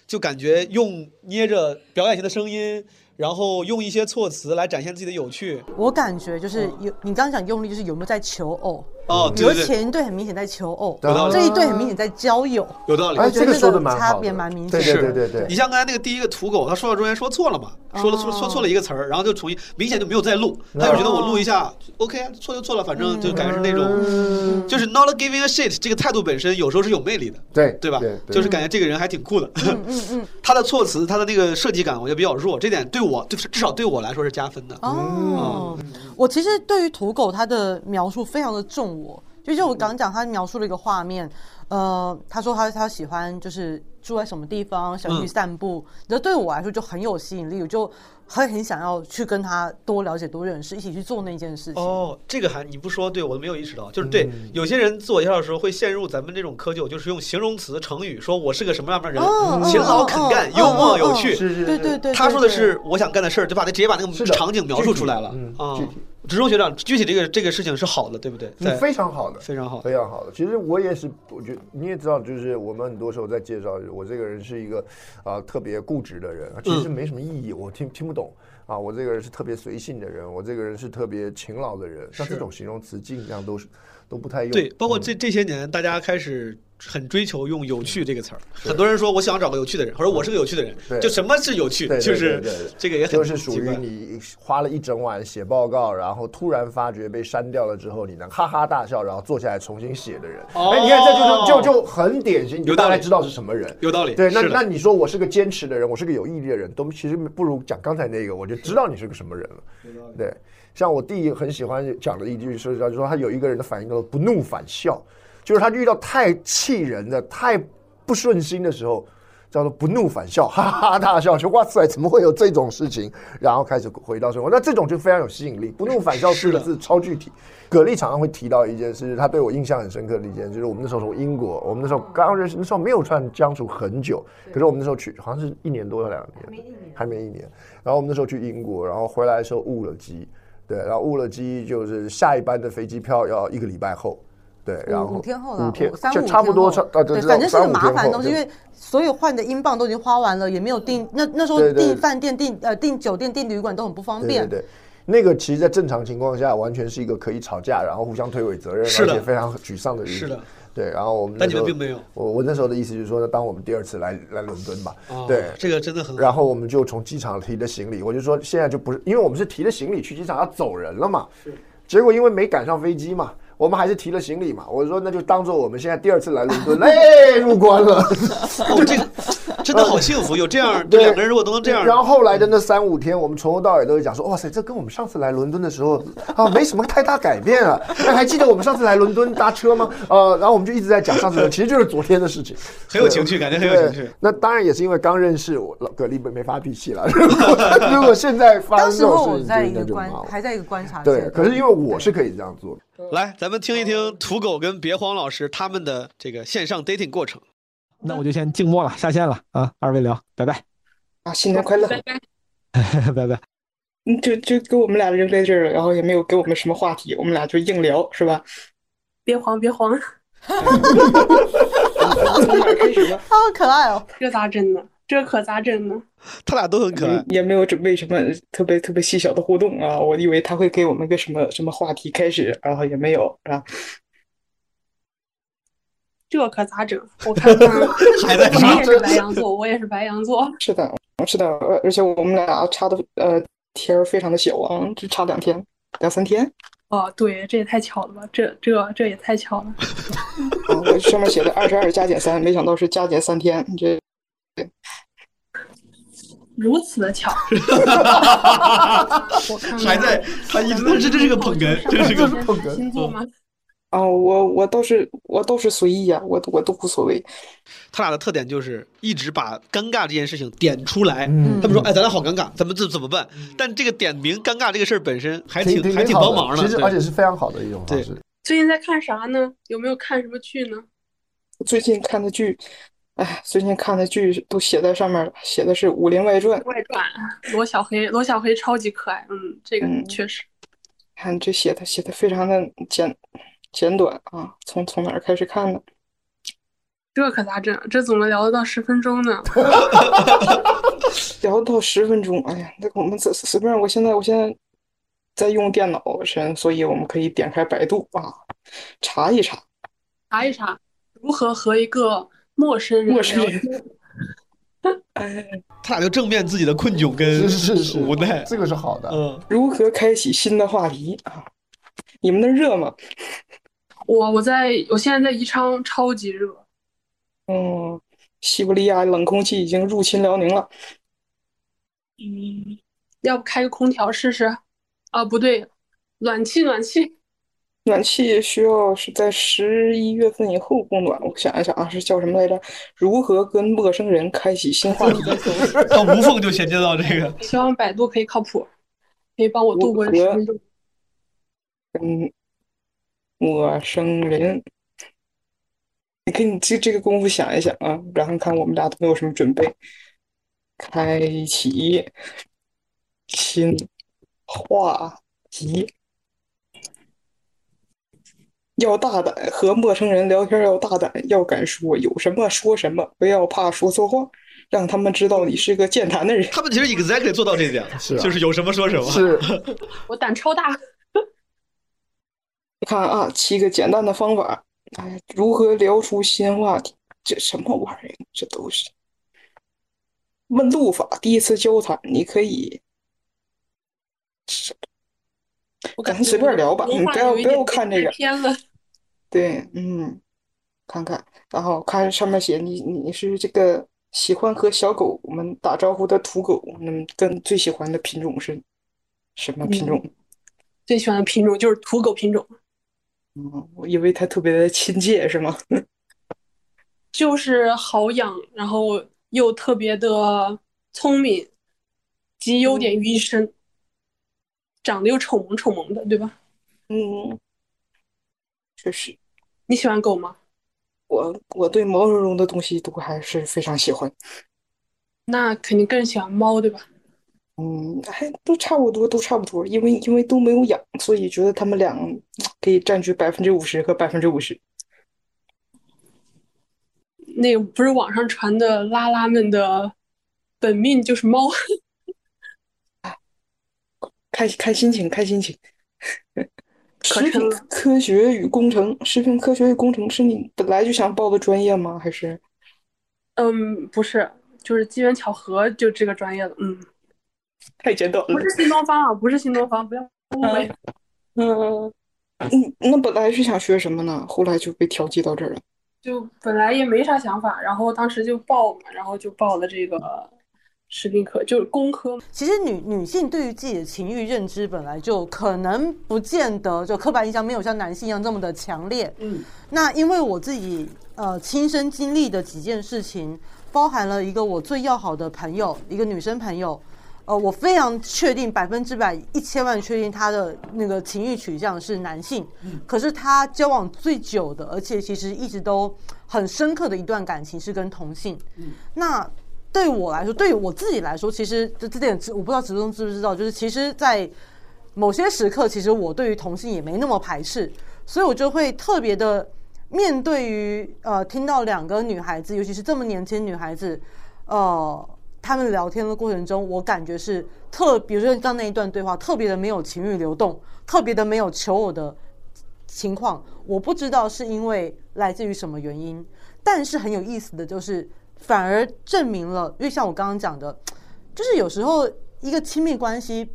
[SPEAKER 2] 就感觉用捏着表演型的声音，然后用一些措辞来展现自己的有趣。
[SPEAKER 1] 我感觉就是有，你刚刚讲用力就是有没有在求偶？
[SPEAKER 2] 嗯哦对
[SPEAKER 1] 有
[SPEAKER 2] 对对
[SPEAKER 1] 前一对很明显在求偶
[SPEAKER 2] 有道，理
[SPEAKER 1] 这一对很明显在交友。
[SPEAKER 2] 有道理，哎
[SPEAKER 1] 我觉得哎这个差别蛮明显的。
[SPEAKER 2] 是你像刚才那个第一个土狗，他说到中间说错了嘛，说了说说错了一个词儿，然后就重新，明显就没有再录，他就觉得我录一
[SPEAKER 1] 哦
[SPEAKER 2] 下，OK，啊，错就错了，反正就感觉是那
[SPEAKER 1] 嗯
[SPEAKER 2] 种，就是 not giving a shit 这个态度本身有时候是有魅力的，
[SPEAKER 23] 对
[SPEAKER 2] 对吧？
[SPEAKER 23] 对对
[SPEAKER 2] 就是感觉这个人还挺酷的，
[SPEAKER 1] 嗯嗯，
[SPEAKER 2] [LAUGHS] 他的措辞，他的那个设计感，我觉得比较弱，这点对我，对至少对我来说是加分的。嗯
[SPEAKER 1] 哦，我其实对于土狗它的描述非常的重我，就像我刚刚讲，他描述了一个画面，呃，他说他他喜欢就是住在什么地方，想去
[SPEAKER 5] 嗯
[SPEAKER 1] 散步，那、对我来说就很有吸引力，我就很很想要去跟他多了解、多认识，一起去做那件事情。
[SPEAKER 2] 哦，这个还你不说，对我都没有意识到，就是对、
[SPEAKER 23] 嗯
[SPEAKER 2] 有些人自我介绍的时候会陷入咱们这种窠臼，就是用形容词、成语说我是个什么样的人，
[SPEAKER 23] 嗯
[SPEAKER 1] 哦
[SPEAKER 2] 勤劳肯干、幽默、有趣。
[SPEAKER 1] 是是对对对，
[SPEAKER 2] 他说的
[SPEAKER 1] 对
[SPEAKER 2] 是我想干的事儿，就把他直接把那个场景描述出来了
[SPEAKER 23] 嗯具体
[SPEAKER 2] 啊。植中学长，具体这个这个事情是好的，对不对？
[SPEAKER 23] 是
[SPEAKER 2] 在
[SPEAKER 23] 非常好的，
[SPEAKER 2] 非常好，
[SPEAKER 23] 非常好的。其实我也是，我觉得你也知道，就是我们很多时候在介绍，我这个人是一个啊、呃特别固执的人，
[SPEAKER 2] 嗯
[SPEAKER 23] 其实没什么意义，我听听不懂啊。我这个人是特别随性的人，我这个人是特别勤劳的人，像
[SPEAKER 2] 是
[SPEAKER 23] 这种形容词尽量都是都不太用。嗯
[SPEAKER 2] 对，包括这这些年，大家开始很追求用“有趣”这个词儿。很多人说我想找个有趣的人，或者我是个有趣的人
[SPEAKER 23] 嗯对，
[SPEAKER 2] 就什么是有趣？
[SPEAKER 23] 对对
[SPEAKER 2] 就
[SPEAKER 23] 对
[SPEAKER 2] 是
[SPEAKER 23] 对对对
[SPEAKER 2] 这个也很
[SPEAKER 23] 就是
[SPEAKER 2] 奇
[SPEAKER 23] 属
[SPEAKER 2] 怪
[SPEAKER 23] 于你花了一整晚写报告，然后突然发觉被删掉了之后，你能哈哈大笑，然后坐下来重新写的人。
[SPEAKER 2] 哦
[SPEAKER 23] 哎，你看这就是就就很典型，你
[SPEAKER 2] 有
[SPEAKER 23] 就
[SPEAKER 2] 道理
[SPEAKER 23] 大概知道是什么人。
[SPEAKER 2] 有道理
[SPEAKER 23] 对，那
[SPEAKER 2] 是的
[SPEAKER 23] 那你说我是个坚持的人，我是个有毅力的人，都其实不如讲刚才那个，我就知道你是个什么人
[SPEAKER 19] 哎
[SPEAKER 23] 了。对，像我弟很喜欢讲的一句是，就是说他有一个人的反应叫做不怒反笑，就是他遇到太气人的、太不顺心的时候，叫做不怒反笑，哈哈哈大笑，说哇塞，怎么会有这种事情？然后开始回到生活，那这种就非常有吸引力。不怒反笑四个字超具体。葛丽常常会提到一件事，他对我印象很深刻的一件，就是我们那时候从英国，我们那时候刚认识，那时候没有算相处很久，可是我们那时候去好像是一年多两年，还没一年。然后我们那时候去英国，然后回来的时候误了机，对，然后误了机就是下一班的飞机票要一个礼拜后。对，然后
[SPEAKER 1] 五天后了，
[SPEAKER 23] 五天
[SPEAKER 1] 五三五
[SPEAKER 23] 就
[SPEAKER 1] 天
[SPEAKER 23] 差不多
[SPEAKER 1] 后
[SPEAKER 23] 差啊，
[SPEAKER 1] 对，
[SPEAKER 23] 这
[SPEAKER 1] 反正是
[SPEAKER 23] 三
[SPEAKER 1] 个
[SPEAKER 23] 五
[SPEAKER 1] 麻
[SPEAKER 23] 天
[SPEAKER 1] 烦的东
[SPEAKER 23] 后
[SPEAKER 1] 西，因
[SPEAKER 23] 对
[SPEAKER 1] 为所有换的英镑都已经花完了，也没有订那那时候
[SPEAKER 23] 嗯对对
[SPEAKER 1] 订
[SPEAKER 23] 对
[SPEAKER 1] 饭店、订呃订酒店、订旅馆都很不方
[SPEAKER 23] 对
[SPEAKER 1] 便。
[SPEAKER 23] 对对，那个其实，在正常情况下，完全是一个可以吵架，然后互相推诿责任，
[SPEAKER 2] 是的
[SPEAKER 23] 而且非常沮丧的日子。
[SPEAKER 2] 是的。
[SPEAKER 23] 对，然后我们
[SPEAKER 2] 但你
[SPEAKER 23] 那时
[SPEAKER 2] 们
[SPEAKER 23] 候
[SPEAKER 2] 并没有。
[SPEAKER 23] 我我那时候的意思就是说，当我们第二次来来伦敦吧，
[SPEAKER 2] 哦
[SPEAKER 23] 对，
[SPEAKER 2] 这个真的很好
[SPEAKER 23] 然后我们就从机场提着行李，我就说现在就不是，因为我们是提着行李去机场要走人了嘛，结果因为没赶上飞机嘛，我们还是提了行李嘛，我说那就当做我们现在第二次来伦敦，哎，入关了。
[SPEAKER 2] 哦，这个真的好幸福，有这
[SPEAKER 23] [LAUGHS]
[SPEAKER 2] 样，这
[SPEAKER 23] 对
[SPEAKER 2] 两个人如果都能这样，
[SPEAKER 23] 然后后来的那三五天，我们从头到尾都是讲说，哇塞，这跟我们上次来伦敦的时候啊没什么太大改变啊。那还记得我们上次来伦敦搭车吗？呃，然后我们就一直在讲上次的，其实就是昨天的事情，
[SPEAKER 2] 很有情趣感觉很有情趣
[SPEAKER 23] 对那当然也是因为刚认识我，老葛丽没没发脾气了。如果 [LAUGHS] 如果现在发
[SPEAKER 1] 当
[SPEAKER 23] 生
[SPEAKER 1] 时
[SPEAKER 23] 这
[SPEAKER 1] 候
[SPEAKER 23] 种
[SPEAKER 1] 我
[SPEAKER 23] 事情，
[SPEAKER 1] 在一
[SPEAKER 23] 应该
[SPEAKER 1] 个
[SPEAKER 23] 就
[SPEAKER 1] 观
[SPEAKER 23] 麻烦
[SPEAKER 1] 还在一个观察阶
[SPEAKER 23] 对，
[SPEAKER 1] 段，
[SPEAKER 23] 可是因为我是可以这样做的。
[SPEAKER 2] 来，咱们听一听土狗跟别慌老师他们的这个线上 dating 过程。
[SPEAKER 7] 那我就先静默了，下线了啊，二位聊，拜 [LAUGHS] 拜，
[SPEAKER 19] 啊，新年快乐！
[SPEAKER 7] 拜拜。
[SPEAKER 19] 嗯，就就给我们俩扔在这儿了，然后也没有给我们什么话题，我们俩就硬聊，是吧？
[SPEAKER 24] 别慌，别
[SPEAKER 1] [LAUGHS]
[SPEAKER 24] 慌，
[SPEAKER 19] 从哪儿开始呢？
[SPEAKER 1] 好可爱哦！
[SPEAKER 24] 这咋整呢？这可咋整呢？
[SPEAKER 2] 他俩都很可爱，
[SPEAKER 19] 嗯也没有准备什么特别特别细小的互动啊。我以为他会给我们个什么什么话题开始，然后也没有啊。
[SPEAKER 24] 这可咋整？我看
[SPEAKER 19] [LAUGHS]
[SPEAKER 24] 看，啊
[SPEAKER 19] 还在
[SPEAKER 24] 你也是
[SPEAKER 19] 上
[SPEAKER 24] 白羊座， [LAUGHS] 我也是白羊座，
[SPEAKER 19] 是的，是的，呃而而且我们俩差的呃天儿非常的小啊，就差两天两三天。
[SPEAKER 24] 哦，对，这也太巧了吧，这这这也太巧了。
[SPEAKER 19] 啊我上面写的二十二加减三，没想到是加减三天，这
[SPEAKER 24] 如此的
[SPEAKER 19] [LAUGHS]
[SPEAKER 24] 巧，我看看
[SPEAKER 2] 还在，他一直在，这这是个捧哏，这是个捧哏。
[SPEAKER 24] 星座吗？
[SPEAKER 19] 啊，我我倒是我倒是随意呀、我我都无所谓。
[SPEAKER 2] 他俩的特点就是一直把尴尬这件事情点出来。他们说：“哎，咱俩好尴尬，咱们这怎么办？”但这个点名尴尬这个事儿本身还挺还挺帮忙
[SPEAKER 23] 的，
[SPEAKER 2] 的，
[SPEAKER 23] 其实
[SPEAKER 2] 对
[SPEAKER 23] 而且是非常好的一种方
[SPEAKER 2] 对
[SPEAKER 23] 式。
[SPEAKER 24] 最近在看啥呢？有没有看什么剧呢？
[SPEAKER 19] 最近看的剧，哎，最近看的剧都写在上面了，写的是《武林外传》。
[SPEAKER 24] 外传，罗小黑，罗小黑超级可爱，嗯，这个确实。
[SPEAKER 19] 看这写的写的非常的简简短啊，从从哪儿开始看呢？
[SPEAKER 24] 这可咋整？这怎么聊得到十分钟呢？
[SPEAKER 19] 聊到十分钟，哎呀，那个我们随随便，我现在我现在在用电脑是，所以我们可以点开百度啊，查一查。
[SPEAKER 24] 查一查如何和一个陌生人
[SPEAKER 19] 陌生
[SPEAKER 24] 聊
[SPEAKER 19] 人
[SPEAKER 24] 天
[SPEAKER 2] 他俩就正面自己的困窘跟无奈，
[SPEAKER 23] 这个是好的。
[SPEAKER 2] 嗯，
[SPEAKER 19] 如何开启新的话题啊？你们那儿热吗？
[SPEAKER 24] 我我在我现在在宜昌，超级热。
[SPEAKER 19] 嗯，西伯利亚冷空气已经入侵辽宁了。
[SPEAKER 24] 嗯，要不开个空调试试？啊，不对，暖气暖气。
[SPEAKER 19] 暖气需要是在十一月份以后供暖。我想一想啊，是叫什么来着？如何跟陌生人开启新
[SPEAKER 2] [LAUGHS]
[SPEAKER 19] 话题？
[SPEAKER 2] 到无缝就衔接到这个。
[SPEAKER 24] 希望百度可以靠谱，可以帮我度过这十分钟。
[SPEAKER 19] 跟陌嗯生人，你给你这这个功夫想一想啊，然后看我们俩都有什么准备，开启新话题。要大胆，和陌生人聊天要大胆，要敢说，有什么说什么，不要怕说错话，让他们知道你是个健谈的人。
[SPEAKER 2] 他们其实 exactly 做到这一点了，
[SPEAKER 19] 啊
[SPEAKER 2] 就是有什么说什么。
[SPEAKER 23] 是，
[SPEAKER 24] 我胆超大，
[SPEAKER 19] 你看啊，七个简单的方法，哎，如何聊出新话题？这什么玩意儿？这都是问路法。第一次交谈，你可以，
[SPEAKER 24] 我
[SPEAKER 19] 咱
[SPEAKER 24] 感觉
[SPEAKER 19] 随便
[SPEAKER 24] 我的
[SPEAKER 19] 聊吧，
[SPEAKER 24] 文
[SPEAKER 19] 你
[SPEAKER 24] 化
[SPEAKER 19] 不要
[SPEAKER 24] 有一
[SPEAKER 19] 不要
[SPEAKER 24] 点
[SPEAKER 19] 看
[SPEAKER 24] 被
[SPEAKER 19] 这个。
[SPEAKER 24] 偏了。
[SPEAKER 19] 对，嗯，看看，然后看上面写你你是这个喜欢和小狗们打招呼的土狗，嗯，跟最喜欢的品种是什么品种？
[SPEAKER 24] 最喜欢的品种就是土狗品种，
[SPEAKER 19] 嗯，因为它特别的亲切，是吗？ [LAUGHS]
[SPEAKER 24] 就是好养，然后又特别的聪明，集优点于一身，长得又丑萌丑萌的，对吧？
[SPEAKER 19] 嗯，确实。
[SPEAKER 24] 你喜欢狗吗？
[SPEAKER 19] 我我对毛茸茸的东西都还是非常喜欢，
[SPEAKER 24] 那肯定更喜欢猫，对吧？
[SPEAKER 19] 嗯，还都差不多，都差不多，因为因为都没有养，所以觉得它们俩可以占据百分之五十和百分之五十。
[SPEAKER 24] 那个不是网上传的拉拉们的本命就是猫，
[SPEAKER 19] 看看心情，看心情。 [LAUGHS]
[SPEAKER 24] 可
[SPEAKER 19] 食
[SPEAKER 24] 真
[SPEAKER 19] 品
[SPEAKER 24] 了
[SPEAKER 19] 科学与工程，食品科学与工程是你本来就想报的专业吗？还是
[SPEAKER 24] 嗯，不是，就是机缘巧合就这个专业的，嗯，
[SPEAKER 19] 太简短
[SPEAKER 24] 不是新东方啊，不是新东方，不要误会。
[SPEAKER 19] 嗯嗯，那本来是想学什么呢？后来就被调剂到这儿了。
[SPEAKER 24] 就本来也没啥想法，然后当时就报嘛，然后就报了这个食品科，就是工科。
[SPEAKER 1] 其实女女性对于自己的情欲认知本来就可能不见得就刻板印象没有像男性一样这么的强烈。
[SPEAKER 24] 嗯，
[SPEAKER 1] 那因为我自己呃亲身经历的几件事情，包含了一个我最要好的朋友，一个女生朋友，呃，我非常确定百分之百一千万确定她的那个情欲取向是男性，
[SPEAKER 24] 嗯
[SPEAKER 1] 可是她交往最久的，而且其实一直都很深刻的一段感情是跟同性。那对我来说，对于我自己来说，其实这这点知我不知道直中知不知道，就是其实，在某些时刻，其实我对于同性也没那么排斥，所以我就会特别的面对于呃，听到两个女孩子，尤其是这么年轻女孩子，呃，她们聊天的过程中，我感觉是特，比如说像那一段对话，特别的没有情欲流动，特别的没有求偶的情况，我不知道是因为来自于什么原因，但是很有意思的就是，反而证明了，因为像我刚刚讲的，就是有时候一个亲密关系，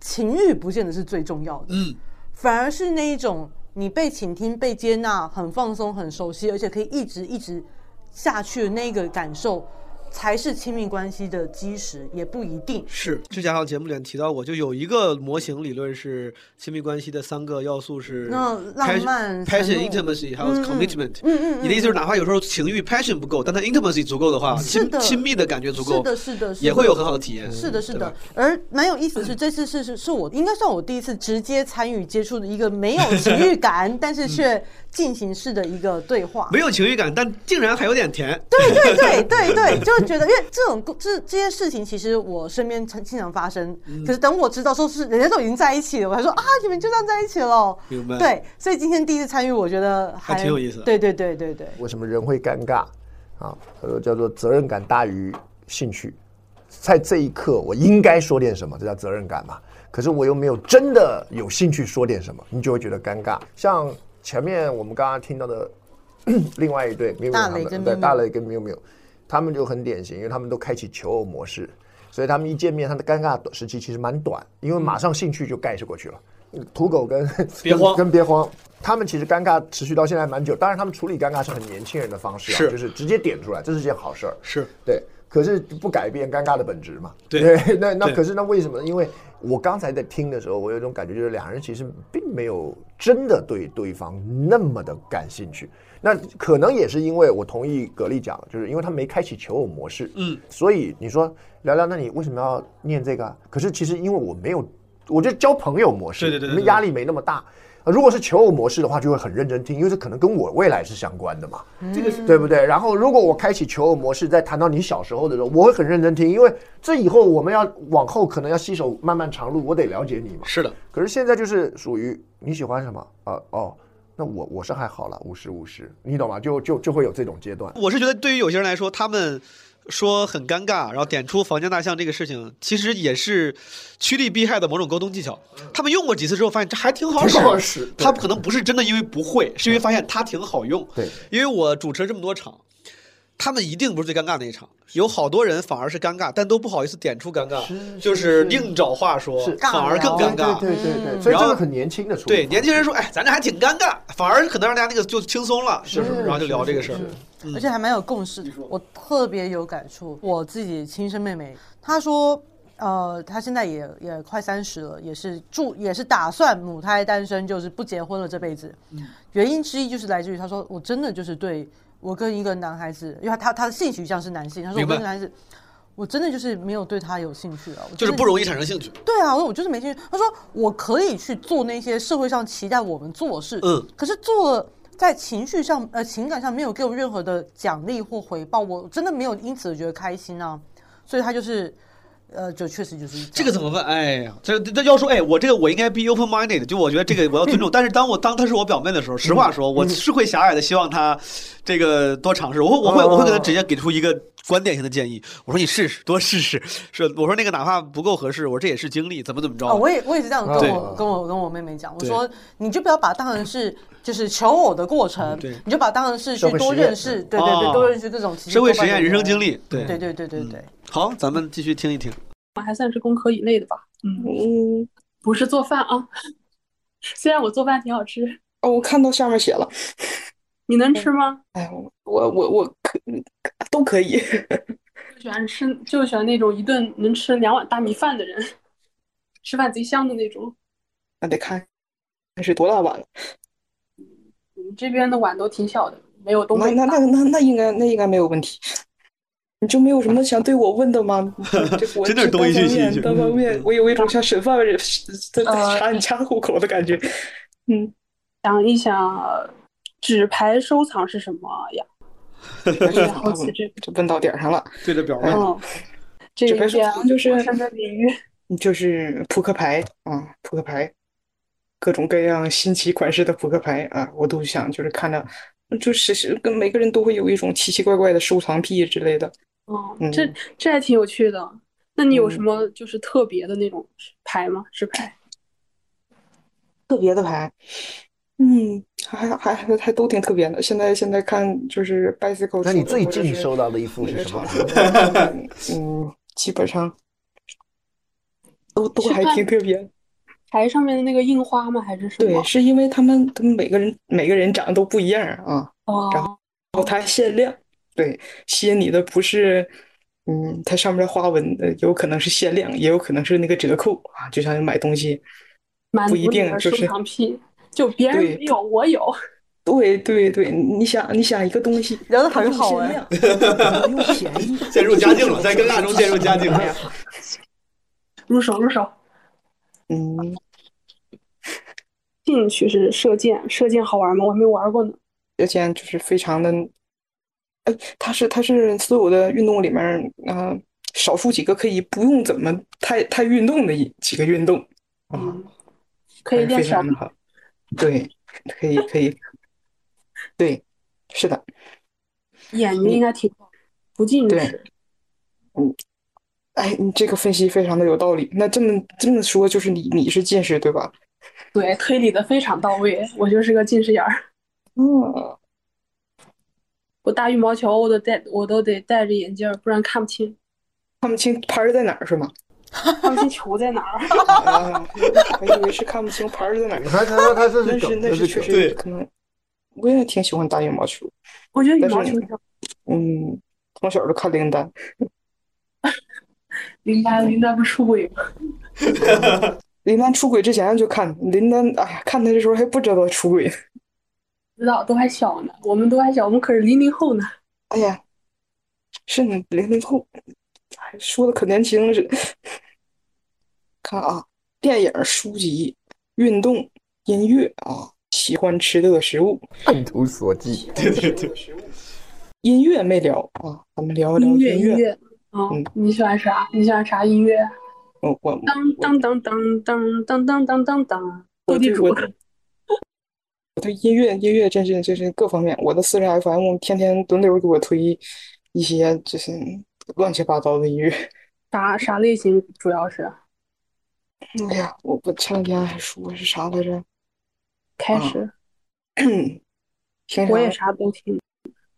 [SPEAKER 1] 情欲不见得是最重要的，
[SPEAKER 2] 嗯，
[SPEAKER 1] 反而是那一种你被倾听、被接纳、很放松、很熟悉，而且可以一直一直下去的那个感受，才是亲密关系的基石，也不一定
[SPEAKER 2] 是之前好像节目里面提到过，就有一个模型理论是亲密关系的三个要素是
[SPEAKER 1] 那嗯浪漫
[SPEAKER 2] pas- passion、
[SPEAKER 1] 承诺
[SPEAKER 2] intimacy 还有
[SPEAKER 1] 嗯嗯
[SPEAKER 2] commitment。
[SPEAKER 1] 嗯嗯嗯
[SPEAKER 2] 你的意思就是，哪怕有时候情欲 passion 不够，但它 intimacy 足够的话，
[SPEAKER 1] 是
[SPEAKER 2] 亲
[SPEAKER 1] 的
[SPEAKER 2] 亲密的感觉足够，
[SPEAKER 1] 是的，是的，是的
[SPEAKER 2] 也会有很好的体验。
[SPEAKER 1] 是的，是
[SPEAKER 2] 对
[SPEAKER 1] 的
[SPEAKER 2] 吧。
[SPEAKER 1] 而蛮有意思的是，这
[SPEAKER 2] [LAUGHS]
[SPEAKER 1] 次是是是我应该算我第一次直接参与接触的一个没有情欲感，但是却进行式的一个对话。
[SPEAKER 2] 没有情欲感，但竟然还有点甜。
[SPEAKER 1] 对对对对对， [LAUGHS] 就觉得因为这种这这些事情，其实我身边常经常发生。
[SPEAKER 2] 嗯
[SPEAKER 1] 可是等我知道说是人家都已经在一起了，我还说啊，你们就这样在一起了。哦
[SPEAKER 2] 明白
[SPEAKER 1] 对，所以今天第一次参与，我觉得还
[SPEAKER 23] 还挺有意思的
[SPEAKER 1] 对对对对对，
[SPEAKER 23] 为什么人会尴尬啊？他说叫做责任感大于兴趣，在这一刻我应该说点什么，这叫责任感嘛。可是我又没有真的有兴趣说点什么，你就会觉得尴尬。像前面我们刚刚听到的 [COUGHS] 另外一对，
[SPEAKER 1] 大
[SPEAKER 23] 他
[SPEAKER 1] 磊
[SPEAKER 23] 们
[SPEAKER 1] 跟
[SPEAKER 23] 对
[SPEAKER 1] Miu Miu
[SPEAKER 23] 大磊跟 miu miu，他们就很典型，因为他们都开启求偶模式，所以他们一见面，他的尴尬时期其实蛮短，因为马上兴趣就盖过去了。土狗跟
[SPEAKER 2] 别慌
[SPEAKER 23] 跟别慌，他们其实尴尬持续到现在蛮久，当然他们处理尴尬是很年轻人的方式啊，
[SPEAKER 2] 是
[SPEAKER 23] 就是直接点出来，这是件好事儿，
[SPEAKER 2] 是
[SPEAKER 23] 对。可是不改变尴尬的本质嘛？
[SPEAKER 2] 对
[SPEAKER 23] [LAUGHS] 那那
[SPEAKER 2] 对
[SPEAKER 23] 可是那为什么呢？因为我刚才在听的时候，我有一种感觉，就是两人其实并没有真的对对方那么的感兴趣。那可能也是因为我同意葛丽讲的，就是因为他没开启求偶模式，
[SPEAKER 2] 嗯，
[SPEAKER 23] 所以你说聊聊，那你为什么要念这个啊？可是其实因为我没有，我就交朋友模式，
[SPEAKER 2] 对对对对对
[SPEAKER 23] 你们压力没那么大。呃如果是求偶模式的话，就会很认真听，因为这可能跟我未来是相关的嘛。
[SPEAKER 2] 这个是
[SPEAKER 23] 对不对？然后如果我开启求偶模式，在谈到你小时候的时候，我会很认真听，因为这以后我们要往后可能要携手漫漫长路，我得了解你嘛。
[SPEAKER 2] 是的，
[SPEAKER 23] 可是现在就是属于你喜欢什么啊、哦，那我我是还好了，五十五十，你懂吗？就就就会有这种阶段。
[SPEAKER 2] 我是觉得，对于有些人来说，他们说很尴尬，然后点出房间大象这个事情，其实也是趋利避害的某种沟通技巧。他们用过几次之后，发现这还挺好使。
[SPEAKER 23] 嗯挺好使对
[SPEAKER 2] 他可能不是真的因为不会，是因为发现它挺好用。
[SPEAKER 23] [LAUGHS] 对，
[SPEAKER 2] 因为我主持了这么多场，他们一定不是最尴尬那一场。有好多人反而是尴尬，但都不好意思点出尴尬，就是硬找话说
[SPEAKER 23] 是，
[SPEAKER 2] 反而更尴尬。
[SPEAKER 23] 对对对对，
[SPEAKER 2] 嗯
[SPEAKER 23] 所以这
[SPEAKER 2] 然
[SPEAKER 23] 个
[SPEAKER 2] 后
[SPEAKER 23] 很年轻的处理
[SPEAKER 2] 对，年轻人说，哎，咱这还挺尴尬，反而可能让大家那个就轻松了，是不是？然后就聊这个事儿。
[SPEAKER 1] 而且还蛮有共识的。我特别有感触，我自己亲生妹妹，她说，呃，她现在也也快三十了，也是住也是打算母胎单身，就是不结婚了这辈子。原因之一就是来自于她说，我真的就是对我跟一个男孩子，因为她她的性取向是男性，她说
[SPEAKER 2] 明
[SPEAKER 1] 我
[SPEAKER 2] 白
[SPEAKER 1] 跟一个男孩子。我真的就是没有对他有兴趣啊，我
[SPEAKER 2] 就是
[SPEAKER 1] 真的
[SPEAKER 2] 不容易产生兴趣。
[SPEAKER 1] 对啊，我就是没兴趣。他说我可以去做那些社会上期待我们做的事，
[SPEAKER 2] 嗯
[SPEAKER 1] 可是做了在情绪上呃情感上没有给我任何的奖励或回报，我真的没有因此觉得开心啊。所以他就是，呃，就确实就是
[SPEAKER 2] 这个怎么办？哎呀，这这要说，哎，我这个我应该 be open minded，就我觉得这个我要尊重。 [LAUGHS] 嗯但是当我当她是我表妹的时候，实话说，我是会狭隘的，希望她这个多尝试。我会我会我会给她直接给出一个观点性的建议，我说你试试，多试试。是我说那个哪怕不够合适，我说这也是经历，怎么怎么着。
[SPEAKER 1] 啊、我也我也是这样跟
[SPEAKER 2] 哦嗯对
[SPEAKER 1] 我跟我跟我妹妹讲，我
[SPEAKER 2] 对
[SPEAKER 1] 说你就不要把它当成是就是求偶的过程，你就把它当成是
[SPEAKER 2] 嗯社
[SPEAKER 1] 去
[SPEAKER 2] 会
[SPEAKER 1] 多
[SPEAKER 2] 实验
[SPEAKER 1] 认识，对对
[SPEAKER 2] 啊
[SPEAKER 1] 对，多认识各种奇奇
[SPEAKER 2] 社会
[SPEAKER 1] 怪怪
[SPEAKER 2] 实验
[SPEAKER 1] 的
[SPEAKER 2] 人生
[SPEAKER 1] 人
[SPEAKER 2] 经历对嗯
[SPEAKER 1] 对对对对对。
[SPEAKER 2] 好，咱们继续听一听。
[SPEAKER 5] 我还算是工科以内的吧。嗯，不是做饭啊， [LAUGHS] 虽然我做饭挺好吃。
[SPEAKER 19] 哦，我看到下面写了，
[SPEAKER 5] 你能吃吗？
[SPEAKER 19] 哎，我我我我可都可以。 [LAUGHS]
[SPEAKER 5] 就喜欢吃，就喜欢那种一顿能吃两碗大米饭的人， [LAUGHS] 吃饭贼香的那种。
[SPEAKER 19] 那得看，那是多大碗了？
[SPEAKER 5] 我嗯们这边的碗都挺小的，没有东
[SPEAKER 19] 那
[SPEAKER 5] 北
[SPEAKER 19] 那
[SPEAKER 5] 大。
[SPEAKER 19] 那那那应该那应该没有问题。你就没有什么想对我问的 [LAUGHS] 吗？这我
[SPEAKER 2] 真的是
[SPEAKER 19] 这
[SPEAKER 2] 东一句
[SPEAKER 19] 单方
[SPEAKER 2] 西一
[SPEAKER 19] 面
[SPEAKER 2] 句
[SPEAKER 19] 单方面，我有一种像审犯人 [LAUGHS] 在在查你家户口的感觉。
[SPEAKER 5] 嗯，想一想，纸牌收藏是什么呀？好奇这
[SPEAKER 19] 这嗯问到点儿上
[SPEAKER 23] [LAUGHS]
[SPEAKER 19] 了。
[SPEAKER 2] 对着表
[SPEAKER 19] 问
[SPEAKER 5] 嗯，这
[SPEAKER 19] 哎纸牌
[SPEAKER 5] 个
[SPEAKER 19] 收藏就是
[SPEAKER 5] 深的领域。
[SPEAKER 19] 就是扑克牌啊，扑克牌，各种各样新奇款式的扑克牌啊，我都想就是看着，就是是跟每个人都会有一种奇奇怪怪的收藏癖之类的。
[SPEAKER 5] 哦，
[SPEAKER 19] 嗯
[SPEAKER 5] 这这还挺有趣的。那你有什么就是特别的那种牌吗？纸牌？
[SPEAKER 19] 特别的牌，嗯，还还还还都挺特别的。现在现在看就是 bicycle，
[SPEAKER 23] 那你
[SPEAKER 19] 出的
[SPEAKER 23] 最
[SPEAKER 19] 或者
[SPEAKER 23] 近
[SPEAKER 19] 是
[SPEAKER 23] 收到的一副是什
[SPEAKER 2] [LAUGHS]
[SPEAKER 23] 么？
[SPEAKER 19] 嗯，基本上都都还挺特别。
[SPEAKER 5] 牌上面的那个印花吗？还是什
[SPEAKER 19] 对
[SPEAKER 5] 么？，
[SPEAKER 19] 是因为他们他们每个人每个人长得都不一样啊，然
[SPEAKER 5] 哦
[SPEAKER 19] 后然后它限量，对，吸引你的不是，嗯，它上面的花纹，呃，有可能是限量，也有可能是那个折扣啊，就像你买东西，
[SPEAKER 5] 满
[SPEAKER 19] 不一
[SPEAKER 5] 足你
[SPEAKER 19] 定
[SPEAKER 5] 的
[SPEAKER 19] 就
[SPEAKER 5] 收
[SPEAKER 19] 是，
[SPEAKER 5] 藏癖，就别人
[SPEAKER 19] 对
[SPEAKER 5] 没有，我
[SPEAKER 2] [LAUGHS]
[SPEAKER 5] 有。
[SPEAKER 19] 对对对，你想你想一个东西，
[SPEAKER 1] 聊得
[SPEAKER 19] 它
[SPEAKER 1] 很
[SPEAKER 19] 又
[SPEAKER 1] 好
[SPEAKER 19] 限
[SPEAKER 1] 哎
[SPEAKER 19] 量，又便宜，
[SPEAKER 2] 渐入佳境了，在尴尬中渐入佳境了。
[SPEAKER 5] [LAUGHS] 入手入手，
[SPEAKER 19] 嗯，
[SPEAKER 5] 兴趣是射箭，射箭好玩吗？我还没玩过呢。
[SPEAKER 19] 射箭就是非常的，呃，它是它是所有的运动里面，呃，少数几个可以不用怎么太太运动的一几个运动啊，
[SPEAKER 5] 嗯可以
[SPEAKER 19] 还是
[SPEAKER 5] 练
[SPEAKER 19] 非
[SPEAKER 5] 小
[SPEAKER 19] 常的好。对，可以可以， [LAUGHS] 对，是的，
[SPEAKER 5] 眼睛应该挺好，不近
[SPEAKER 19] 对
[SPEAKER 5] 视。
[SPEAKER 19] 嗯，哎，你这个分析非常的有道理。那这么这么说，就是你你是近视对吧？
[SPEAKER 5] 对，推理的非常到位，我就是个近视眼儿。
[SPEAKER 19] 嗯，
[SPEAKER 5] 我打羽毛球，我都戴，我都得戴着眼镜儿，不然看不清。
[SPEAKER 19] 看不清拍儿在哪儿是吗？
[SPEAKER 5] 看不清球在哪儿。
[SPEAKER 19] 啊，
[SPEAKER 23] [LAUGHS]
[SPEAKER 19] 我以为是看不清牌儿在哪儿。
[SPEAKER 23] 他他说他这是
[SPEAKER 19] 但
[SPEAKER 23] 梗
[SPEAKER 19] 是但
[SPEAKER 23] 这是
[SPEAKER 19] 是确
[SPEAKER 23] 梗
[SPEAKER 19] 实
[SPEAKER 23] 对
[SPEAKER 19] 可能，我也挺喜欢打羽毛球，
[SPEAKER 5] 我觉得羽
[SPEAKER 19] 但
[SPEAKER 5] 毛
[SPEAKER 19] 是
[SPEAKER 5] 球
[SPEAKER 19] 嗯，从小就看林丹，
[SPEAKER 5] 林丹，林丹不出轨吗？
[SPEAKER 19] 林丹出轨之前就看林丹，哎呀，看他的时候还不知道他出轨。
[SPEAKER 5] 不知道，都还小呢，我们都还小，我们可是零零后呢。
[SPEAKER 19] 哎呀，是呢，零零后，哎说的可年轻似的。看啊，电影、书籍、运动、音乐啊，喜欢吃的食物，
[SPEAKER 23] 按图索骥。
[SPEAKER 19] 对对对，音乐没聊啊，咱们聊一聊
[SPEAKER 5] 音乐，
[SPEAKER 19] 音
[SPEAKER 5] 音
[SPEAKER 19] 乐。
[SPEAKER 5] 乐，嗯，你喜欢啥？你喜欢啥音乐？啊
[SPEAKER 19] 嗯我我
[SPEAKER 5] 当当当当当当当当当，斗地主
[SPEAKER 19] 我。对 [LAUGHS] 我对音乐音乐真是就是各方面，我的四十 FM 天天轮流给我推一些就是乱七八糟的音乐。
[SPEAKER 5] 啥啥类型主要是？
[SPEAKER 19] 哎呀，我我前两天还说是啥来着？啊
[SPEAKER 5] 开始，
[SPEAKER 19] 平
[SPEAKER 5] 我也
[SPEAKER 19] 常
[SPEAKER 5] 啥都听。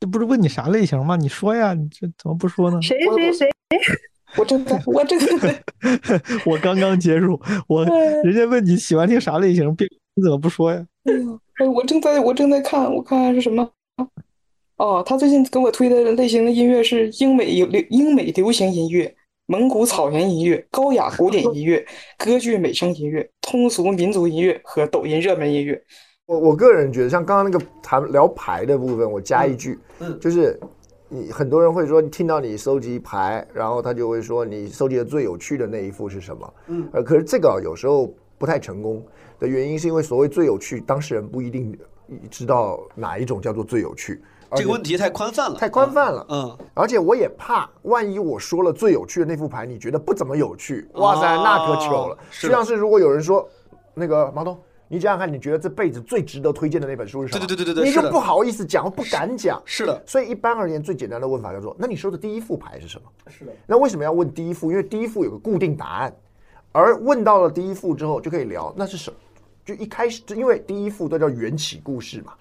[SPEAKER 7] 这不是问你啥类型吗？你说呀，你这怎么不说呢？
[SPEAKER 5] 谁谁谁？
[SPEAKER 19] 我这个
[SPEAKER 5] [LAUGHS]
[SPEAKER 19] 我这个
[SPEAKER 7] [LAUGHS] 我刚刚结束，
[SPEAKER 2] [LAUGHS]
[SPEAKER 7] 我人家问你喜欢听啥类型，别你怎么不说呀？
[SPEAKER 19] 哎呦，我我正在我正在看，我看看是什么。哦，他最近给我推的类型的音乐是英美流英美流行音乐、蒙古草原音乐、高雅古典音乐、歌剧美声音乐、通俗民族音乐和抖音热门音乐。
[SPEAKER 23] 我我个人觉得，像刚刚那个谈聊牌的部分，我加一句，
[SPEAKER 19] 嗯
[SPEAKER 23] 就是你很多人会说，你听到你收集牌，然后他就会说你收集的最有趣的那一副是什么？
[SPEAKER 2] 嗯
[SPEAKER 23] 呃，可是这个啊有时候不太成功的原因，是因为所谓最有趣，当事人不一定知道哪一种叫做最有趣。而且
[SPEAKER 2] 这个问题太宽泛了，
[SPEAKER 23] 太宽泛了，
[SPEAKER 2] 嗯，
[SPEAKER 23] 而且我也怕，万一我说了最有趣的那副牌，你觉得不怎么有趣，哇塞，
[SPEAKER 2] 哦
[SPEAKER 23] 那可糗了。
[SPEAKER 2] 是
[SPEAKER 23] 就像是如果有人说，那个毛东，你想想看，你觉得这辈子最值得推荐的那本书是什么？
[SPEAKER 2] 对对对对对
[SPEAKER 23] 你就是
[SPEAKER 2] 的
[SPEAKER 23] 不好意思讲，不敢讲。
[SPEAKER 2] 是的，
[SPEAKER 23] 所以一般而言，最简单的问法叫做：那你说的第一副牌是什么？是的。那为什么要问第一副？因为第一副有个固定答案，而问到了第一副之后，就可以聊那是什么。就一开始，就因为第一副都叫缘起故事嘛，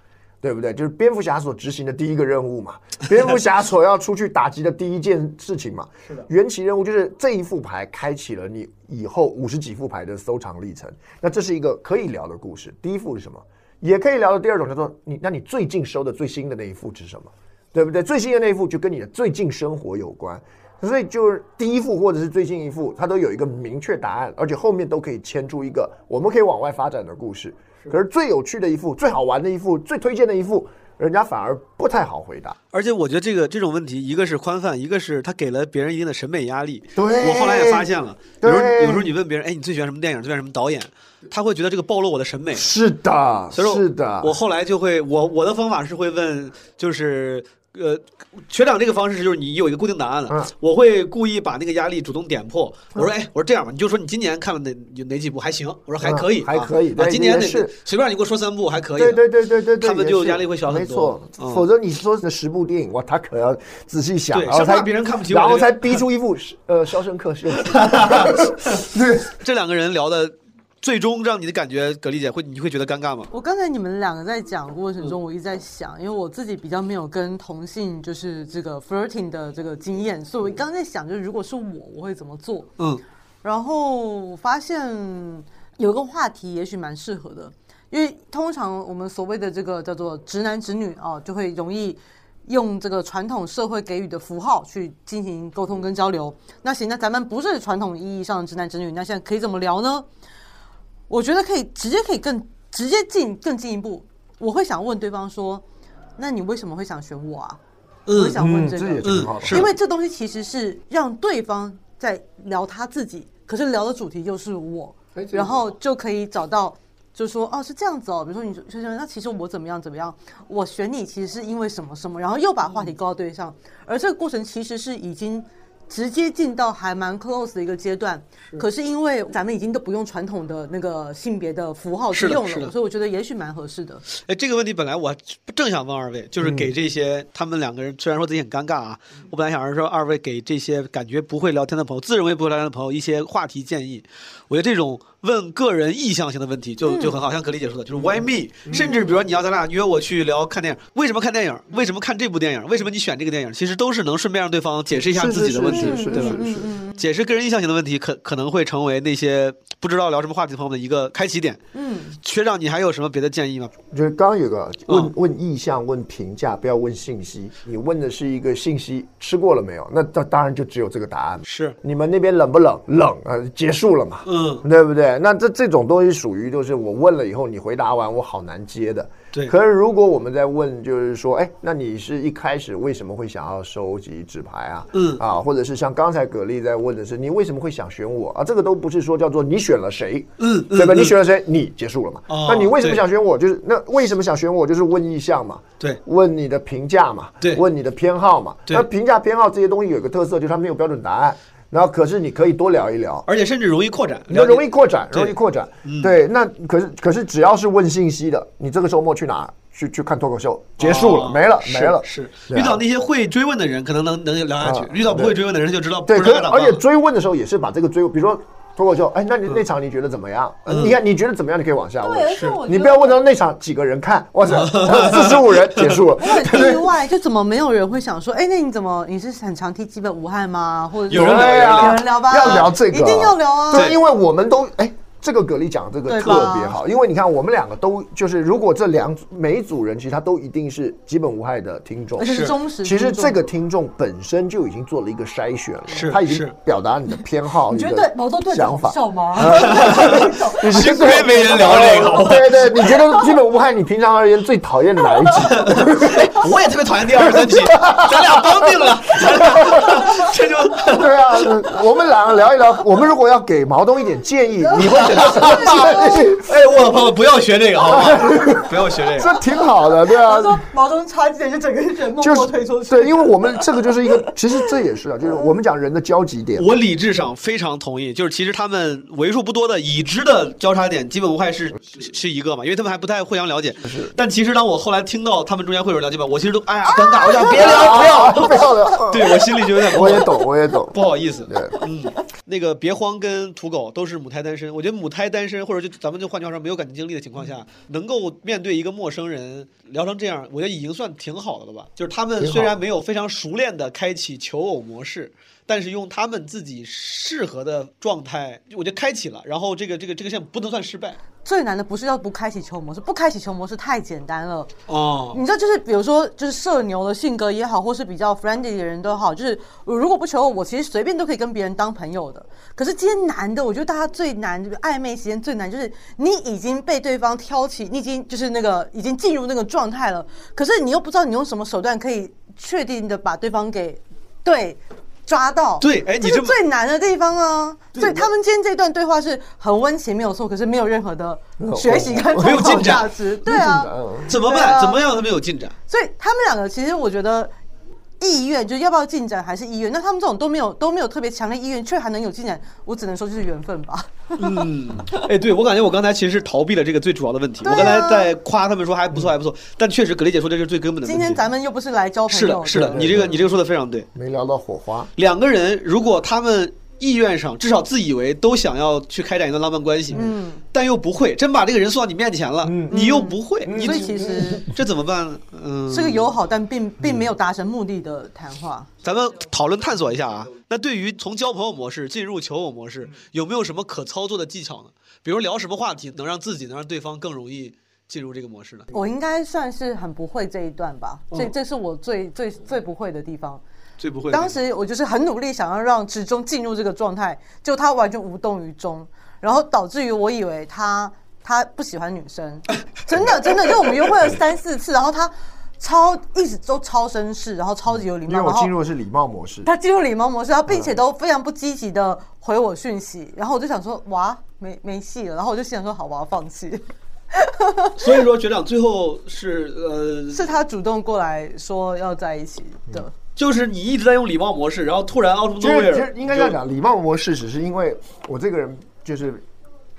[SPEAKER 23] 对不对？就是蝙蝠侠所执行的第一个任务嘛，蝙蝠侠所要出去打击的第一件事情嘛。
[SPEAKER 2] 是的
[SPEAKER 23] 缘起任务就是这一副牌开启了你以后五十几副牌的收藏历程。那这是一个可以聊的故事。第一副是什么？也可以聊的第二种叫做你，那你最近收的最新的那一副是什么？对不对？最新的那一副就跟你的最近生活有关，所以就是第一副或者是最近一副，它都有一个明确答案，而且后面都可以牵出一个我们可以往外发展的故事。可是最有趣的一副、最好玩的一副、最推荐的一副，人家反而不太好回答。
[SPEAKER 2] 而且我觉得这个这种问题，一个是宽泛，一个是他给了别人一定的审美压力。
[SPEAKER 23] 对
[SPEAKER 2] 我后来也发现了，有时候
[SPEAKER 23] 对
[SPEAKER 2] 有时候你问别人，哎，你最喜欢什么电影？最喜欢什么导演？他会觉得这个暴露我的审美。
[SPEAKER 23] 是的，
[SPEAKER 2] 所以说
[SPEAKER 23] 是的，
[SPEAKER 2] 我后来就会，我我的方法是会问，就是呃，学长这个方式就是你有一个固定答案了，
[SPEAKER 23] 嗯
[SPEAKER 2] 我会故意把那个压力主动点破。我说，哎，我说这样吧，你就说你今年看了哪有哪几部还行，我说还可以，
[SPEAKER 23] 嗯还
[SPEAKER 2] 啊
[SPEAKER 23] 可以
[SPEAKER 2] 啊，
[SPEAKER 23] 对
[SPEAKER 2] 今年
[SPEAKER 23] 也
[SPEAKER 2] 哪
[SPEAKER 23] 是
[SPEAKER 2] 随便你给我说三部还可以的，
[SPEAKER 23] 对对对对对对，
[SPEAKER 2] 他们
[SPEAKER 23] 也
[SPEAKER 2] 就是压力会小很多。
[SPEAKER 23] 没错，
[SPEAKER 2] 嗯
[SPEAKER 23] 否则你说的十部电影哇，他可要仔细想，
[SPEAKER 2] 对
[SPEAKER 23] 然后
[SPEAKER 2] 生怕
[SPEAKER 23] 才
[SPEAKER 2] 别人看不起我
[SPEAKER 23] 然后
[SPEAKER 2] 这个
[SPEAKER 23] 才逼出一
[SPEAKER 2] [LAUGHS]
[SPEAKER 23] 部呃《肖申克是
[SPEAKER 2] 这两个人聊的，最终让你的感觉，葛丽姐会你会觉得尴尬吗？
[SPEAKER 1] 我刚才你们两个在讲的过程
[SPEAKER 2] 嗯
[SPEAKER 1] 中，我一直在想，因为我自己比较没有跟同性就是这个 flirting 的这个经验，所以我刚刚在想，就是如果是我，我会怎么做？
[SPEAKER 2] 嗯，
[SPEAKER 1] 然后我发现有一个话题也许蛮适合的，因为通常我们所谓的这个叫做直男直女啊，就会容易用这个传统社会给予的符号去进行沟通跟交流。那行，那咱们不是传统意义上的直男直女，那现在可以怎么聊呢？我觉得可以直接可以更直接进更进一步，我会想问对方说，那你为什么会想选我啊？
[SPEAKER 2] 嗯
[SPEAKER 1] 我会想问
[SPEAKER 2] 嗯
[SPEAKER 1] 这个，
[SPEAKER 2] 这也挺好的嗯是
[SPEAKER 1] 因为这东西其实是让对方在聊他自己，可是聊的主题又是我
[SPEAKER 2] 哎
[SPEAKER 23] 这，个
[SPEAKER 1] 然后就可以找到就说哦是这样子哦，比如说你就说那其实我怎么样怎么样，我选你其实是因为什么什么，然后又把话
[SPEAKER 2] 嗯
[SPEAKER 1] 题勾到对上，而这个过程其实是已经直接进到还蛮 close 的一个阶段。可是因为咱们已经都不用传统的那个性别的符号
[SPEAKER 2] 是
[SPEAKER 1] 去
[SPEAKER 2] 的
[SPEAKER 1] 用
[SPEAKER 2] 是的
[SPEAKER 1] 了，所以我觉得也许蛮
[SPEAKER 2] [LAUGHS]
[SPEAKER 1] 合适的。
[SPEAKER 2] 哎，这个问题本来我正想问二位，就是给
[SPEAKER 23] 嗯
[SPEAKER 2] 这些、他们两个人，虽然说自己很尴尬啊，我本来想着说二位给这些感觉不会聊天的朋友，自认为不会聊天的朋友一些话题建议。我觉得这种问个人意向性的问题
[SPEAKER 23] 嗯
[SPEAKER 2] 就就很好，像格力姐说的，就是 why me，、甚至比如说你要咱俩约我去聊看电影，为什么看电影？为什么看这部电影？为什么你选这个电影？其实都是能顺便让对方解释一下
[SPEAKER 23] 是
[SPEAKER 2] 自己的问题，
[SPEAKER 23] 是是是
[SPEAKER 2] 对吧？
[SPEAKER 23] 是是是
[SPEAKER 2] 解释个人意向性的问题，可可能会成为那些不知道聊什么话题的朋友们的一个开启点。
[SPEAKER 1] 嗯，
[SPEAKER 2] 学长，你还有什么别的建议吗？
[SPEAKER 23] 就是刚刚有个
[SPEAKER 2] 嗯
[SPEAKER 23] 问问意向、问评价，不要问信息。你问的是一个信息吃过了没有？那当当然就只有这个答案。
[SPEAKER 2] 是
[SPEAKER 23] 你们那边冷不冷？冷啊，结束了嘛，
[SPEAKER 2] 嗯，
[SPEAKER 23] 对不对？那这这种东西属于就是我问了以后，你回答完我好难接的。
[SPEAKER 2] 对
[SPEAKER 23] 可是如果我们在问，就是说，哎，那你是一开始为什么会想要收集纸牌啊？
[SPEAKER 2] 嗯
[SPEAKER 23] 啊，或者是像刚才葛丽在问的是，你为什么会想选我啊？这个都不是说叫做你选了谁，
[SPEAKER 2] 嗯
[SPEAKER 23] 对
[SPEAKER 2] 嗯
[SPEAKER 23] 吧？你选了谁，你结束了嘛？
[SPEAKER 2] 哦
[SPEAKER 23] 那你为什么
[SPEAKER 2] 对
[SPEAKER 23] 想选我？就是那为什么想选我？就是问意向嘛，
[SPEAKER 2] 对，
[SPEAKER 23] 问你的评价嘛，
[SPEAKER 2] 对
[SPEAKER 23] 问你的偏好嘛。
[SPEAKER 2] 对
[SPEAKER 23] 那评价偏好这些东西有一个特色，就是它没有标准答案。然后可是你可以多聊一聊，
[SPEAKER 2] 而且甚至容易扩展，了
[SPEAKER 23] 那
[SPEAKER 2] 解哦
[SPEAKER 23] 容易扩展，
[SPEAKER 2] 对
[SPEAKER 23] 容易扩展
[SPEAKER 2] 嗯。
[SPEAKER 23] 对，那可是可是只要是问信息的，你这个周末去哪儿？去去看脱口秀，结束了，
[SPEAKER 2] 哦
[SPEAKER 23] 没了，
[SPEAKER 2] 是
[SPEAKER 23] 没了。
[SPEAKER 2] 是
[SPEAKER 23] 对啊
[SPEAKER 2] 遇到那些会追问的人，可能能能聊下去
[SPEAKER 23] 啊；
[SPEAKER 2] 遇到不会追问的人，他就知道
[SPEAKER 23] 对，
[SPEAKER 2] 不
[SPEAKER 23] 可
[SPEAKER 2] 知
[SPEAKER 23] 是
[SPEAKER 2] 道
[SPEAKER 23] 而且
[SPEAKER 2] 干嘛
[SPEAKER 23] 追问的时候也是把这个追问，比如说脱口秀，哎，那你那场你觉得怎么样？呃
[SPEAKER 2] 嗯
[SPEAKER 23] 你看你觉得怎么样？你可以往下
[SPEAKER 1] 对
[SPEAKER 23] 问，
[SPEAKER 1] 是我觉得
[SPEAKER 23] 你不要问到那场几个人看，
[SPEAKER 2] [LAUGHS]
[SPEAKER 23] 哇塞，四十五人结束了
[SPEAKER 1] 我。很意外，就怎么没有人会想说，哎，那你怎么你是很常踢基本无害吗？或者是
[SPEAKER 23] 有人聊
[SPEAKER 1] 有
[SPEAKER 23] 呀
[SPEAKER 1] 人聊吧，
[SPEAKER 23] 要聊这个，
[SPEAKER 1] 一定要聊啊，
[SPEAKER 23] 对，因为我们都哎。这个蛤蜊讲这个
[SPEAKER 1] 对
[SPEAKER 23] 特
[SPEAKER 1] 吧
[SPEAKER 23] 别好，因为你看我们两个都就是，如果这两组每一组人其实他都一定是基本无害的听众，
[SPEAKER 1] 而且是是忠实
[SPEAKER 23] 其实
[SPEAKER 1] 听众
[SPEAKER 23] 这个听众本身就已经做了一个筛选了，
[SPEAKER 2] 是
[SPEAKER 23] 他已经
[SPEAKER 2] 是
[SPEAKER 23] 表达你的偏好，
[SPEAKER 1] 你觉得
[SPEAKER 23] 你的
[SPEAKER 1] 对毛豆队
[SPEAKER 23] 想
[SPEAKER 1] 长
[SPEAKER 23] 法
[SPEAKER 1] 笑
[SPEAKER 23] [LAUGHS]
[SPEAKER 1] 吗？
[SPEAKER 23] 你
[SPEAKER 2] 幸亏没人聊这个
[SPEAKER 23] 对对，你觉得基本无害，你平常而言最讨厌哪一集？
[SPEAKER 2] 我也特别讨厌第二十
[SPEAKER 23] [LAUGHS]
[SPEAKER 2] 三期，咱俩帮定了，咱俩 [LAUGHS] 这就
[SPEAKER 23] [LAUGHS] 对啊，我们两个聊一聊。我们如果要给毛东一点
[SPEAKER 2] [LAUGHS]
[SPEAKER 23] 建议，你会给他什么建议？
[SPEAKER 2] 哎，我朋友不要学这个，好不好？不要学这
[SPEAKER 23] 这
[SPEAKER 2] 个。
[SPEAKER 23] 挺好的，对啊
[SPEAKER 1] [LAUGHS] 他。说毛中插进就整个人默
[SPEAKER 23] 就
[SPEAKER 1] 默
[SPEAKER 23] 是
[SPEAKER 1] 退出去。
[SPEAKER 23] 对，因为我们这个就是一个，其实这也是啊，就是我们讲人的交集点。
[SPEAKER 2] 我理智上非常同意，就是其实他们为数不多的已知的交叉点，基本无害是是是一个嘛，因为他们还不太互相了解。但其实当我后来听到他们中间会有人聊基本，我其实都哎呀尴尬，我想别聊，不要
[SPEAKER 23] [LAUGHS] 啊，不要聊。
[SPEAKER 2] 对我心里就有点不好
[SPEAKER 23] 我也懂，我也懂。
[SPEAKER 2] 不好意思
[SPEAKER 23] 对，
[SPEAKER 2] 嗯，那个别慌，跟土狗都是母胎单身。我觉得母胎单身，或者就咱们就换句话说，没有感情经历的情况下，能够面对一个陌生人聊成这样，我觉得已经算挺好的了吧。就是他们
[SPEAKER 23] 挺好
[SPEAKER 2] 虽然没有非常熟练的开启求偶模式，但是用他们自己适合的状态，我就开启了。然后这个这个这个项目不能算失败
[SPEAKER 1] 最难的不是要不开启球模式，不开启球模式太简单了。
[SPEAKER 2] 哦
[SPEAKER 1] 你知道，就是比如说，就是社牛的性格也好，或是比较 friendly 的人都好，就是我如果不求偶，我其实随便都可以跟别人当朋友的。可是今天难的，我觉得大家最难就是暧昧期间最难，就是你已经被对方挑起，你已经就是那个已经进入那个状态了，可是你又不知道你用什么手段可以确定的把对方给对。抓到
[SPEAKER 2] 对哎你这
[SPEAKER 1] 这是
[SPEAKER 2] 么
[SPEAKER 1] 最难的地方啊！所以他们今天这段对话是很温情，没有错，可是没有任何的学习跟
[SPEAKER 2] 呃没有
[SPEAKER 1] 参考
[SPEAKER 2] 进展
[SPEAKER 1] 价值，对啊，
[SPEAKER 2] 怎么
[SPEAKER 1] 对啊
[SPEAKER 2] 办？怎么样他们有进展？
[SPEAKER 1] 所以他们两个其实我觉得意愿就是要不要进展还是意愿，那他们这种都没有都没有特别强烈意愿，却还能有进展，我只能说就是缘分吧。 [LAUGHS]
[SPEAKER 2] 嗯，哎，对我感觉我刚才其实是逃避了这个最主要的问题。
[SPEAKER 1] 对啊
[SPEAKER 2] 我刚才在夸他们说还不错，还不错，但确实葛丽姐说这是最根本的问
[SPEAKER 1] 今
[SPEAKER 2] 题。
[SPEAKER 1] 天咱们又不是来交朋
[SPEAKER 2] 是
[SPEAKER 1] 友
[SPEAKER 2] 的，是的，你这个你这个说的非常对。
[SPEAKER 23] 没聊到火花，
[SPEAKER 2] 两个人如果他们意愿上至少自以为都想要去开展一段浪漫关系，
[SPEAKER 1] 嗯，
[SPEAKER 2] 但又不会，真把这个人送到你面前了，
[SPEAKER 23] 嗯
[SPEAKER 2] 你又不会，你
[SPEAKER 1] 所以其实
[SPEAKER 2] 这怎么办呢？嗯，
[SPEAKER 1] 是个友好但并并没有达成目的的谈话。
[SPEAKER 2] 咱们讨论探索一下啊。那对于从交朋友模式进入求偶模式，有没有什么可操作的技巧呢？比如聊什么话题能让自己能让对方更容易进入这个模式呢？
[SPEAKER 1] 我应该算是很不会这一段吧，这
[SPEAKER 2] 嗯
[SPEAKER 1] 这是我最最最不会的地方。
[SPEAKER 2] 最不会的
[SPEAKER 1] 当时我就是很努力想要让池中进入这个状态，就他完全无动于衷，然后导致于我以为他他不喜欢女
[SPEAKER 23] [LAUGHS]
[SPEAKER 1] 生，真的真的，就我们约会了三四次，然后他超一直都超绅士，然后超级有礼
[SPEAKER 23] 因为
[SPEAKER 1] 貌，
[SPEAKER 23] 我
[SPEAKER 1] 然后
[SPEAKER 23] 进入的是礼貌模式。
[SPEAKER 1] 他进入礼貌模式，然后并且都非常不积极
[SPEAKER 23] [LAUGHS]
[SPEAKER 1] 的回我讯息，然后我就想说哇没没戏了，然后我就心想说好吧，我要放弃。
[SPEAKER 2] 所以说学长最后是呃，
[SPEAKER 1] 是他主动过来说要在一起的。
[SPEAKER 2] 就是你一直在用礼貌模式，然后突然 out of
[SPEAKER 23] 其实其
[SPEAKER 2] nowhere，
[SPEAKER 23] 实应该这样讲，礼貌模式只是因为我这个人就是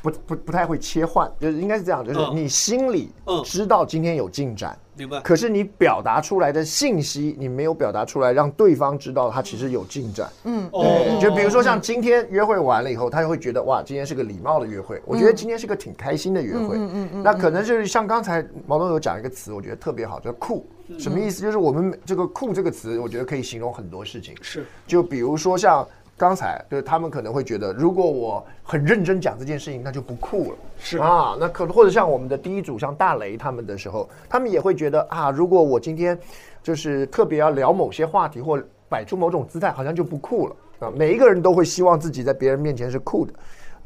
[SPEAKER 23] 不不不太会切换，就是应该是这样，就是
[SPEAKER 2] 嗯
[SPEAKER 23] 你心里知道今天有进展，
[SPEAKER 2] 明白
[SPEAKER 23] 可是你表达出来的信息，你没有表达出来，让对方知道他其实有进展。
[SPEAKER 1] 嗯，
[SPEAKER 2] 哦
[SPEAKER 23] 对，就比如说像今天约会完了以后，他就会觉得哇，今天是个礼貌的约会。我觉得今天是个挺开心的约会。
[SPEAKER 18] 嗯嗯嗯嗯
[SPEAKER 23] 那可能就是像刚才毛东有讲一个词，我觉得特别好，叫酷。
[SPEAKER 18] 嗯
[SPEAKER 23] 什么意思？就是我们这个酷这个词，我觉得可以形容很多事情。
[SPEAKER 2] 是，
[SPEAKER 23] 就比如说像刚才，就是他们可能会觉得，如果我很认真讲这件事情，那就不酷了。
[SPEAKER 2] 是
[SPEAKER 23] 啊，那可或者像我们的第一组，像大雷他们的时候，他们也会觉得啊，如果我今天就是特别要聊某些话题或摆出某种姿态，好像就不酷了啊。每一个人都会希望自己在别人面前是酷的。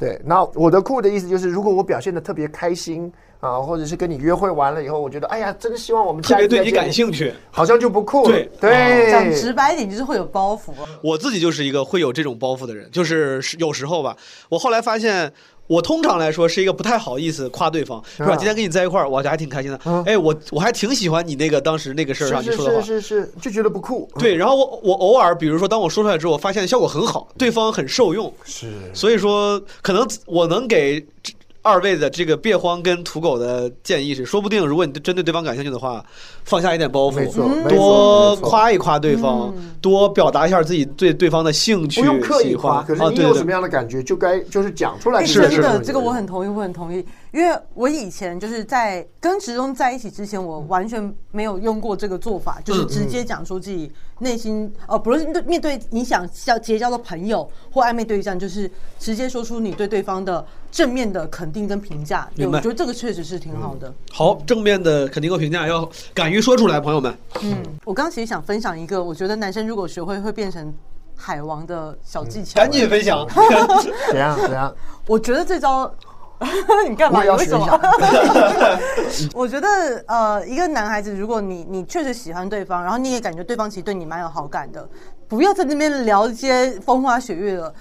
[SPEAKER 23] 对，那我的酷的意思就是，如果我表现的特别开心啊，或者是跟你约会完了以后，我觉得哎呀，真希望我们
[SPEAKER 2] 特
[SPEAKER 23] 下
[SPEAKER 2] 别
[SPEAKER 23] 一次
[SPEAKER 2] 对
[SPEAKER 23] 再
[SPEAKER 2] 你
[SPEAKER 23] 见
[SPEAKER 2] 感兴趣，
[SPEAKER 23] 好像就不酷了。
[SPEAKER 2] 对啊
[SPEAKER 23] 对，
[SPEAKER 1] 讲直白一点就是会有包袱啊。
[SPEAKER 2] 我自己就是一个会有这种包袱的人，就是是有时候吧，我后来发现。我通常来说是一个不太好意思夸对方，是吧？
[SPEAKER 23] 啊
[SPEAKER 2] 今天跟你在一块儿，我还挺开心的。哎，我我还挺喜欢你那个当时那个事儿上啊你
[SPEAKER 23] 是
[SPEAKER 2] 说的话
[SPEAKER 23] 是，是是是，就觉得不酷。
[SPEAKER 2] 对，然后我我偶尔，比如说当我说出来之后，我发现效果很好，对方很受用，
[SPEAKER 23] 是，
[SPEAKER 2] 所以说可能我能给这二位的这个别慌跟土狗的建议是，说不定如果你针对对方感兴趣的话，放下一点包
[SPEAKER 23] 没
[SPEAKER 2] 袱
[SPEAKER 23] 错嗯，没
[SPEAKER 2] 多
[SPEAKER 23] 错没错
[SPEAKER 2] 夸一夸对方，多表达一下自己对对方的兴趣，
[SPEAKER 23] 不用刻意
[SPEAKER 2] 喜欢
[SPEAKER 23] 夸，可是
[SPEAKER 2] 啊，
[SPEAKER 23] 你
[SPEAKER 2] 对
[SPEAKER 23] 有
[SPEAKER 2] 对
[SPEAKER 23] 什么
[SPEAKER 2] 对，
[SPEAKER 23] 样的感觉，就该就是讲出来
[SPEAKER 1] 哎，
[SPEAKER 23] 这
[SPEAKER 1] 真
[SPEAKER 23] 件事
[SPEAKER 1] 的，
[SPEAKER 23] 情。
[SPEAKER 1] 这个我很同意，我很同意。因为我以前就是在跟职中在一起之前，我完全没有用过这个做法，
[SPEAKER 2] 嗯
[SPEAKER 1] 就是直接讲出自己内心，呃，不是面对你想要结交的朋友或暧昧对象，就是直接说出你对对方的正面的肯定跟评价。对，
[SPEAKER 2] 明
[SPEAKER 1] 我
[SPEAKER 2] 白
[SPEAKER 1] 觉得这个确实是挺好的。
[SPEAKER 2] 好，正面的肯定和评价要敢于说出来，朋友们。
[SPEAKER 1] 嗯，我刚其实想分享一个，我觉得男生如果学会会变成海王的小技巧。欸
[SPEAKER 2] 赶紧分
[SPEAKER 1] [LAUGHS]
[SPEAKER 2] 享 [LAUGHS]
[SPEAKER 23] [LAUGHS] 怎样怎样？
[SPEAKER 1] 我觉得这
[SPEAKER 23] [LAUGHS]
[SPEAKER 1] 招，你干嘛？
[SPEAKER 23] 我也要
[SPEAKER 1] 你为什
[SPEAKER 23] 学
[SPEAKER 1] 么
[SPEAKER 23] 一下？
[SPEAKER 1] [LAUGHS] 我觉得呃，一个男孩子，如果你你确实喜欢对方，然后你也感觉对方其实对你蛮有好感的，不要在那边聊一些风花雪月了。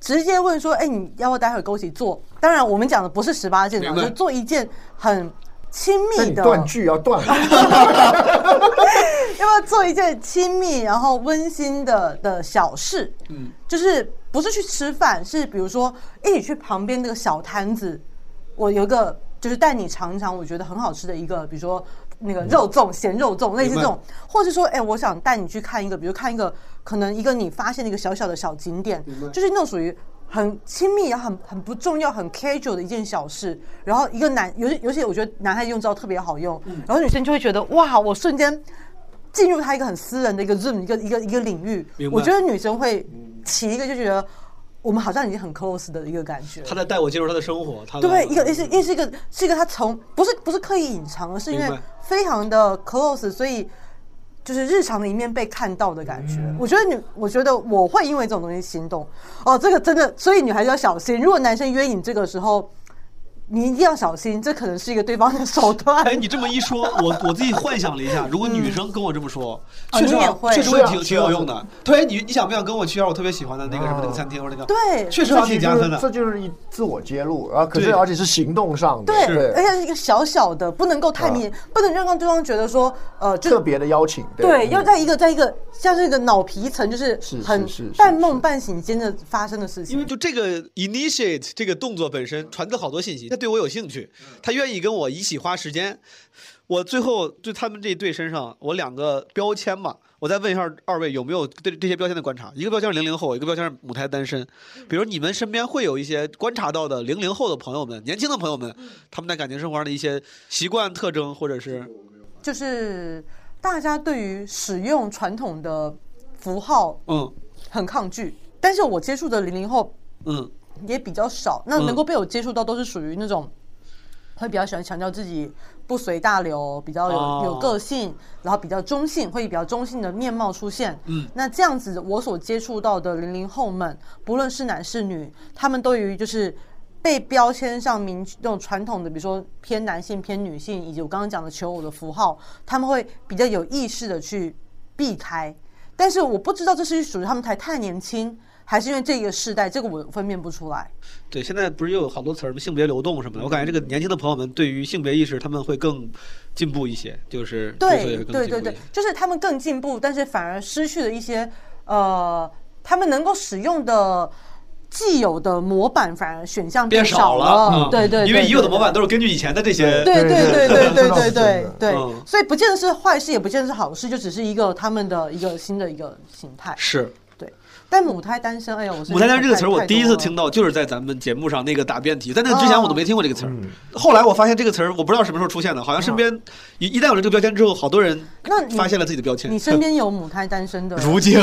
[SPEAKER 1] 直接问说，哎、你要不要待会儿跟我一起做？当然，我们讲的不是十八件啊，
[SPEAKER 23] 明白
[SPEAKER 1] 就做一件很亲
[SPEAKER 23] 那
[SPEAKER 1] 密
[SPEAKER 23] 你
[SPEAKER 1] 的。[LAUGHS]
[SPEAKER 23] 断句要断了。
[SPEAKER 1] 要不要做一件亲密然后温馨的的小事？
[SPEAKER 2] 嗯，
[SPEAKER 1] 就是不是去吃饭，是比如说一起去旁边那个小摊子，我有一个就是带你尝一尝，我觉得很好吃的一个，比如说那个肉粽、咸肉粽，类似这种，或是说，哎，我想带你去看一个，比如看一个可能一个你发现的一个小小的小景点
[SPEAKER 2] 明白，
[SPEAKER 1] 就是那种属于。很亲密，然后很很不重要，很 casual 的一件小事。然后一个男，尤其尤其我觉得男孩子用招特别好用，
[SPEAKER 2] 嗯
[SPEAKER 1] 然后女生就会觉得哇，我瞬间进入他一个很私人的一个 zoom 一个一个一个领域
[SPEAKER 2] 明。白
[SPEAKER 1] 我觉得女生会起一个就觉得我们好像已经很 close 的一个感觉。
[SPEAKER 2] 他在带我进入他的生活，他的
[SPEAKER 1] 对，一个也是也是一个是一个他从不是不是刻意隐藏，而是因为
[SPEAKER 2] 明白
[SPEAKER 1] 非常的 close，所以就是日常的一面被看到的感觉。我觉得女，我觉得我会因为这种东西心动。哦，这个真的，所以女孩子要小心。如果男生约你这个时候，你一定要小心，这可能是一个对方的手段。
[SPEAKER 2] 哎，你这么一说，我我自己幻想了一下，如果女生跟我这么说，
[SPEAKER 1] 嗯
[SPEAKER 2] 确实
[SPEAKER 1] 啊你也会
[SPEAKER 2] 确实会
[SPEAKER 1] 是
[SPEAKER 2] 挺
[SPEAKER 1] 啊
[SPEAKER 2] 挺有用的。对，你你想不想跟我去一下我特别喜欢的那个什么那个餐厅或者那个？
[SPEAKER 1] 对
[SPEAKER 2] 确实好像挺加分
[SPEAKER 23] 这
[SPEAKER 2] 的。
[SPEAKER 23] 就是一自我揭露，然后可
[SPEAKER 2] 对
[SPEAKER 23] 是而且是行动上的，
[SPEAKER 1] 对，哎而且是一个小小的，不能够太明，不能让对方觉得说，呃，就
[SPEAKER 23] 特别的邀请，嗯
[SPEAKER 1] 对，要在一个在一个像是一个脑皮层，就是
[SPEAKER 23] 是
[SPEAKER 1] 很
[SPEAKER 23] 是是是
[SPEAKER 1] 半梦半醒间的发生的事情。
[SPEAKER 2] 因为就这个 initiate 这个动作本身传递好多信息，他对我有兴趣，他愿意跟我一起花时间。我最后对他们这一对身上，我两个标签吧，我再问一下二位有没有对这些标签的观察？一个标签是零零后，一个标签是母胎单身。比如你们身边会有一些观察到的零零后的朋友们，年轻的朋友们，他们在感情生活上的一些习惯特征，或者是
[SPEAKER 1] 就是大家对于使用传统的符号
[SPEAKER 2] 嗯
[SPEAKER 1] 很抗拒，但是我接触的零零后
[SPEAKER 2] 嗯
[SPEAKER 1] 也比较少，那
[SPEAKER 2] 嗯
[SPEAKER 1] 能够被我接触到都是属于那种。会比较喜欢强调自己不随大流，比较有、
[SPEAKER 2] 哦
[SPEAKER 1] 有个性，然后比较中性，会以比较中性的面貌出现。
[SPEAKER 2] 嗯
[SPEAKER 1] 那这样子，我所接触到的零零后们，不论是男是女，他们对于就是被标签上明那种传统的，比如说偏男性、偏女性，以及我刚刚讲的求偶的符号，他们会比较有意识的去避开。但是我不知道这是属于他们才太年轻，还是因为这个世代，这个我分辨不出来。
[SPEAKER 2] 对，现在不是又有好多词儿吗？性别流动什么的，我感觉这个年轻的朋友们对于性别意识，他们会更进步一些，就是接受也
[SPEAKER 1] 对
[SPEAKER 2] 会更进
[SPEAKER 1] 对
[SPEAKER 2] 步
[SPEAKER 1] 对
[SPEAKER 2] 一
[SPEAKER 1] 对
[SPEAKER 2] 些，
[SPEAKER 1] 就是他们更进步，但是反而失去了一些呃，他们能够使用的既有的模板，反而选项
[SPEAKER 2] 变
[SPEAKER 1] 少
[SPEAKER 2] 少了，嗯
[SPEAKER 1] 对对，
[SPEAKER 2] 因为
[SPEAKER 1] 对
[SPEAKER 2] 已有的
[SPEAKER 1] 对
[SPEAKER 2] 模板都是根据以前的这些，
[SPEAKER 1] 对对对对对对对
[SPEAKER 2] 嗯
[SPEAKER 1] 对，所以不见得是坏事，也不见得是好事，就只是一个他们的一个新的一个形态。
[SPEAKER 2] 是。
[SPEAKER 1] 对，但母胎单身，哎呀，我是
[SPEAKER 2] 牡丹江这个词儿，
[SPEAKER 1] 太
[SPEAKER 2] 我第一次。
[SPEAKER 1] 太多了啊
[SPEAKER 2] 听到就是在咱们节目上那个答辩题，在那之前我都没听过这个词儿。后来我发现这个词儿，我不知道什么时候出现的，好像身
[SPEAKER 1] 啊
[SPEAKER 2] 边一一旦有了这个标签之后，好多人
[SPEAKER 1] 那你
[SPEAKER 2] 发现了自己的标签。
[SPEAKER 1] 你身边有母胎单身的？
[SPEAKER 2] 如
[SPEAKER 1] [LAUGHS]
[SPEAKER 2] 今，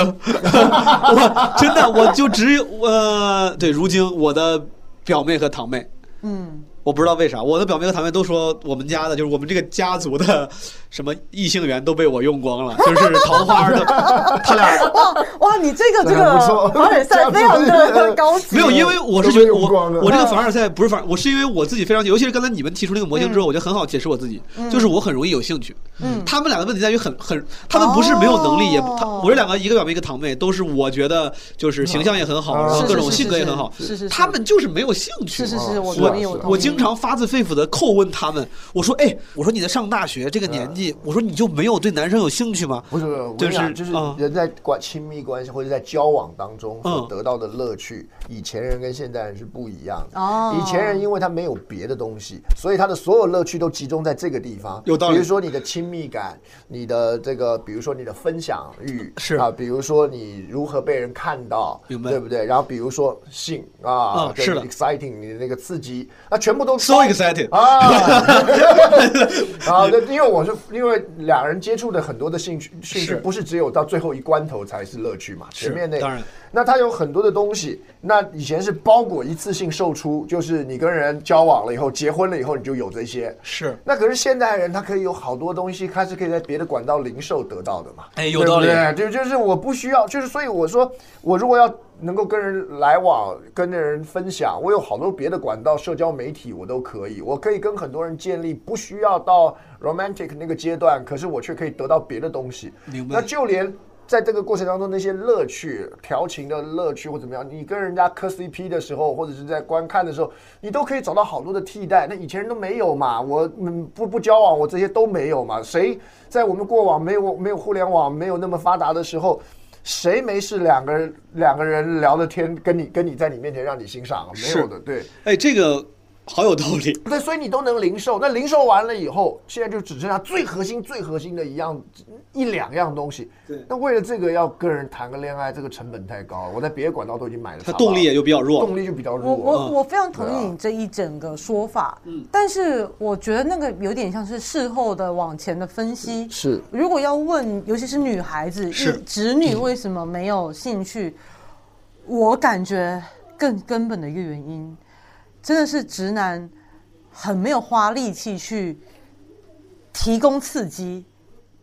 [SPEAKER 2] 我真的我就只有呃，对，如今我的表妹和堂妹，
[SPEAKER 1] 嗯，
[SPEAKER 2] 我不知道为啥，我的表妹和堂妹都说我们家的，就是我们这个家族的什么异性缘都被我用光了，就是桃花的，他俩
[SPEAKER 1] 哇哇，你这个这
[SPEAKER 2] [LAUGHS] 这个
[SPEAKER 1] 个
[SPEAKER 2] 不错
[SPEAKER 1] [LAUGHS] 凡尔赛非常的高级。
[SPEAKER 2] 没有，因为我是觉得我
[SPEAKER 1] 了
[SPEAKER 2] 我这个凡尔赛不是凡尔，我是因为我自己非常，尤其是刚才你们提出那个模型之后，
[SPEAKER 1] 嗯
[SPEAKER 2] 我觉得很好解释我自己
[SPEAKER 1] 嗯，
[SPEAKER 2] 就是我很容易有兴趣。
[SPEAKER 1] 嗯哦
[SPEAKER 2] 他们俩的问题在于很很，他们不是没有能力，也不他我这两个一个表妹一个堂妹，都是我觉得就是形象也很好，
[SPEAKER 1] 嗯
[SPEAKER 2] 然后各种
[SPEAKER 1] 是是是
[SPEAKER 2] 性格也很好
[SPEAKER 1] 是是是，
[SPEAKER 2] 他们就是没有兴趣。
[SPEAKER 1] 是是是我
[SPEAKER 2] 我
[SPEAKER 1] 同意我同意
[SPEAKER 2] 我经常发自肺腑的叩问他们，我说哎，我说你在上大学这个年纪，我说你就没有对男生有兴趣吗？
[SPEAKER 23] 不是，我跟
[SPEAKER 2] 就
[SPEAKER 23] 你讲
[SPEAKER 2] 是
[SPEAKER 23] 就是
[SPEAKER 2] 嗯
[SPEAKER 23] 人在关亲密关系或者在交往当中所
[SPEAKER 2] 嗯
[SPEAKER 23] 得到的乐趣，以前人跟现代人是不一样的。
[SPEAKER 1] 哦
[SPEAKER 23] 以前人因为他没有别的东西，所以他的所有乐趣都集中在这个地方。
[SPEAKER 2] 有道理
[SPEAKER 23] 比如说你的亲密感，你的这个，比如说你的分享欲
[SPEAKER 2] 是
[SPEAKER 23] 啊，比如说你如何被人看到，
[SPEAKER 2] 明白
[SPEAKER 23] 对不对？然后比如说性啊，
[SPEAKER 2] 嗯是的
[SPEAKER 23] ，exciting，你的那个刺激，那全部都
[SPEAKER 2] So excited
[SPEAKER 23] 啊！啊，对，因为我是因为两人接触的很多的兴趣兴趣，
[SPEAKER 2] 是
[SPEAKER 23] 不是只有到最后一关头才是乐趣嘛，
[SPEAKER 2] 是
[SPEAKER 23] 前面那
[SPEAKER 2] 当然，
[SPEAKER 23] 那它有很多的东西，那以前是包裹一次性售出，就是你跟人交往了以后，结婚了以后你就有这些。
[SPEAKER 2] 是
[SPEAKER 23] 那可是现代人，他可以有好多东西，他是可以在别的管道零售得到的嘛？
[SPEAKER 2] 哎有道理
[SPEAKER 23] 对不对就就是我不需要，就是所以我说，我如果要能够跟人来往，跟着人分享，我有好多别的管道，社交媒体我都可以，我可以跟很多人建立，不需要到 romantic 那个阶段，可是我却可以得到别的东西。
[SPEAKER 2] 明白
[SPEAKER 23] 那就连在这个过程当中那些乐趣、调情的乐趣或怎么样，你跟人家磕 CP 的时候，或者是在观看的时候，你都可以找到好多的替代。那以前人都没有嘛，我嗯不不交往，我这些都没有嘛。谁在我们过往没有没有互联网没有那么发达的时候？谁没事两个人两个人聊的天，跟你跟你在你面前让你欣赏啊没有的，对。
[SPEAKER 2] 哎，这个好有道理。
[SPEAKER 23] 对，所以你都能零售。那零售完了以后，现在就只剩下最核心、最核心的一样一两样东西。
[SPEAKER 2] 对，
[SPEAKER 23] 那为了这个要跟人谈个恋爱，这个成本太高了。我在别的管道都已经买了，
[SPEAKER 2] 它动力也就比较弱
[SPEAKER 23] 动力就比较弱。
[SPEAKER 1] 我我我非常同
[SPEAKER 23] 嗯对啊
[SPEAKER 1] 意你这一整个说法，但是我觉得那个有点像是事后的往前的分析。
[SPEAKER 23] 是
[SPEAKER 1] 如果要问，尤其是女孩子，
[SPEAKER 23] 是
[SPEAKER 1] 一直女为什么没有兴趣，我感觉更根本的一个原因，真的是直男很没有花力气去提供刺激，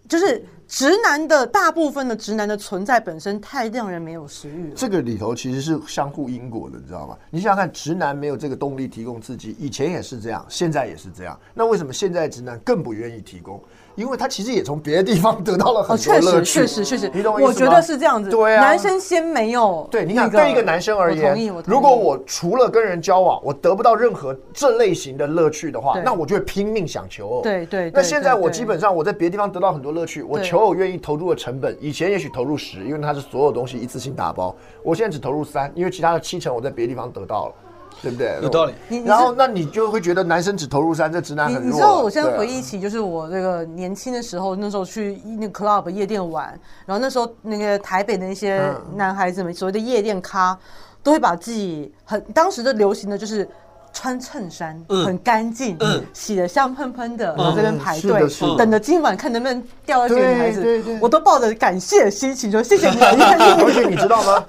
[SPEAKER 1] 就是直男的大部分的直男的存在本身太让人没有食欲了。
[SPEAKER 23] 这个里头其实是相互因果的，你知道吗？你想想看，直男没有这个动力提供刺激，以前也是这样，现在也是这样。那为什么现在直男更不愿意提供？因为他其实也从别的地方得到了
[SPEAKER 1] 哦，
[SPEAKER 23] 很多
[SPEAKER 1] 确
[SPEAKER 23] 乐
[SPEAKER 1] 实，
[SPEAKER 23] 趣。
[SPEAKER 1] 确实，确实，
[SPEAKER 23] 你懂
[SPEAKER 1] 我
[SPEAKER 23] 意思
[SPEAKER 1] 觉
[SPEAKER 23] 吗
[SPEAKER 1] 得是这样子。
[SPEAKER 23] 对啊，
[SPEAKER 1] 男生先没有
[SPEAKER 23] 对，你看，
[SPEAKER 1] 那
[SPEAKER 23] 对一个男生而
[SPEAKER 1] 我同意，
[SPEAKER 23] 言
[SPEAKER 1] 我，同意
[SPEAKER 23] 如果我除了跟人交往，我得不到任何这类型的乐趣的话，
[SPEAKER 1] 对
[SPEAKER 23] 那我就会拼命想求偶。
[SPEAKER 1] 对对对
[SPEAKER 23] 那现在
[SPEAKER 1] 对
[SPEAKER 23] 我
[SPEAKER 1] 对
[SPEAKER 23] 基本上我在别的地方得到很多乐趣，我
[SPEAKER 1] 对
[SPEAKER 23] 求偶愿意投入的成本，以前也许投入十，因为它是所有东西一次性打包，我现在只投入三，因为其他的七成我在别的地方得到了。对不对？
[SPEAKER 2] 有道理
[SPEAKER 1] 你你是
[SPEAKER 23] 然后，那你就会觉得男生只投入三，这直男
[SPEAKER 1] 你
[SPEAKER 23] 很弱。
[SPEAKER 1] 你知道，我现在
[SPEAKER 23] 对啊
[SPEAKER 1] 回忆起，就是我这个年轻的时候，那时候去那个 club 夜店玩，然后那时候那个台北的那些
[SPEAKER 23] 嗯
[SPEAKER 1] 男孩子们，所谓的夜店咖，都会把自己很当时的流行的就是。穿衬衫
[SPEAKER 18] 嗯
[SPEAKER 1] 很干净，洗得香喷喷的，然后这边排
[SPEAKER 18] 是的
[SPEAKER 1] 队
[SPEAKER 18] 是的，
[SPEAKER 1] 等着今晚看能不能钓到这个女孩
[SPEAKER 23] 对
[SPEAKER 1] 子。我都抱着感谢的心情说
[SPEAKER 23] [LAUGHS]
[SPEAKER 1] 谢谢你来看这个，
[SPEAKER 23] 而且你知道吗？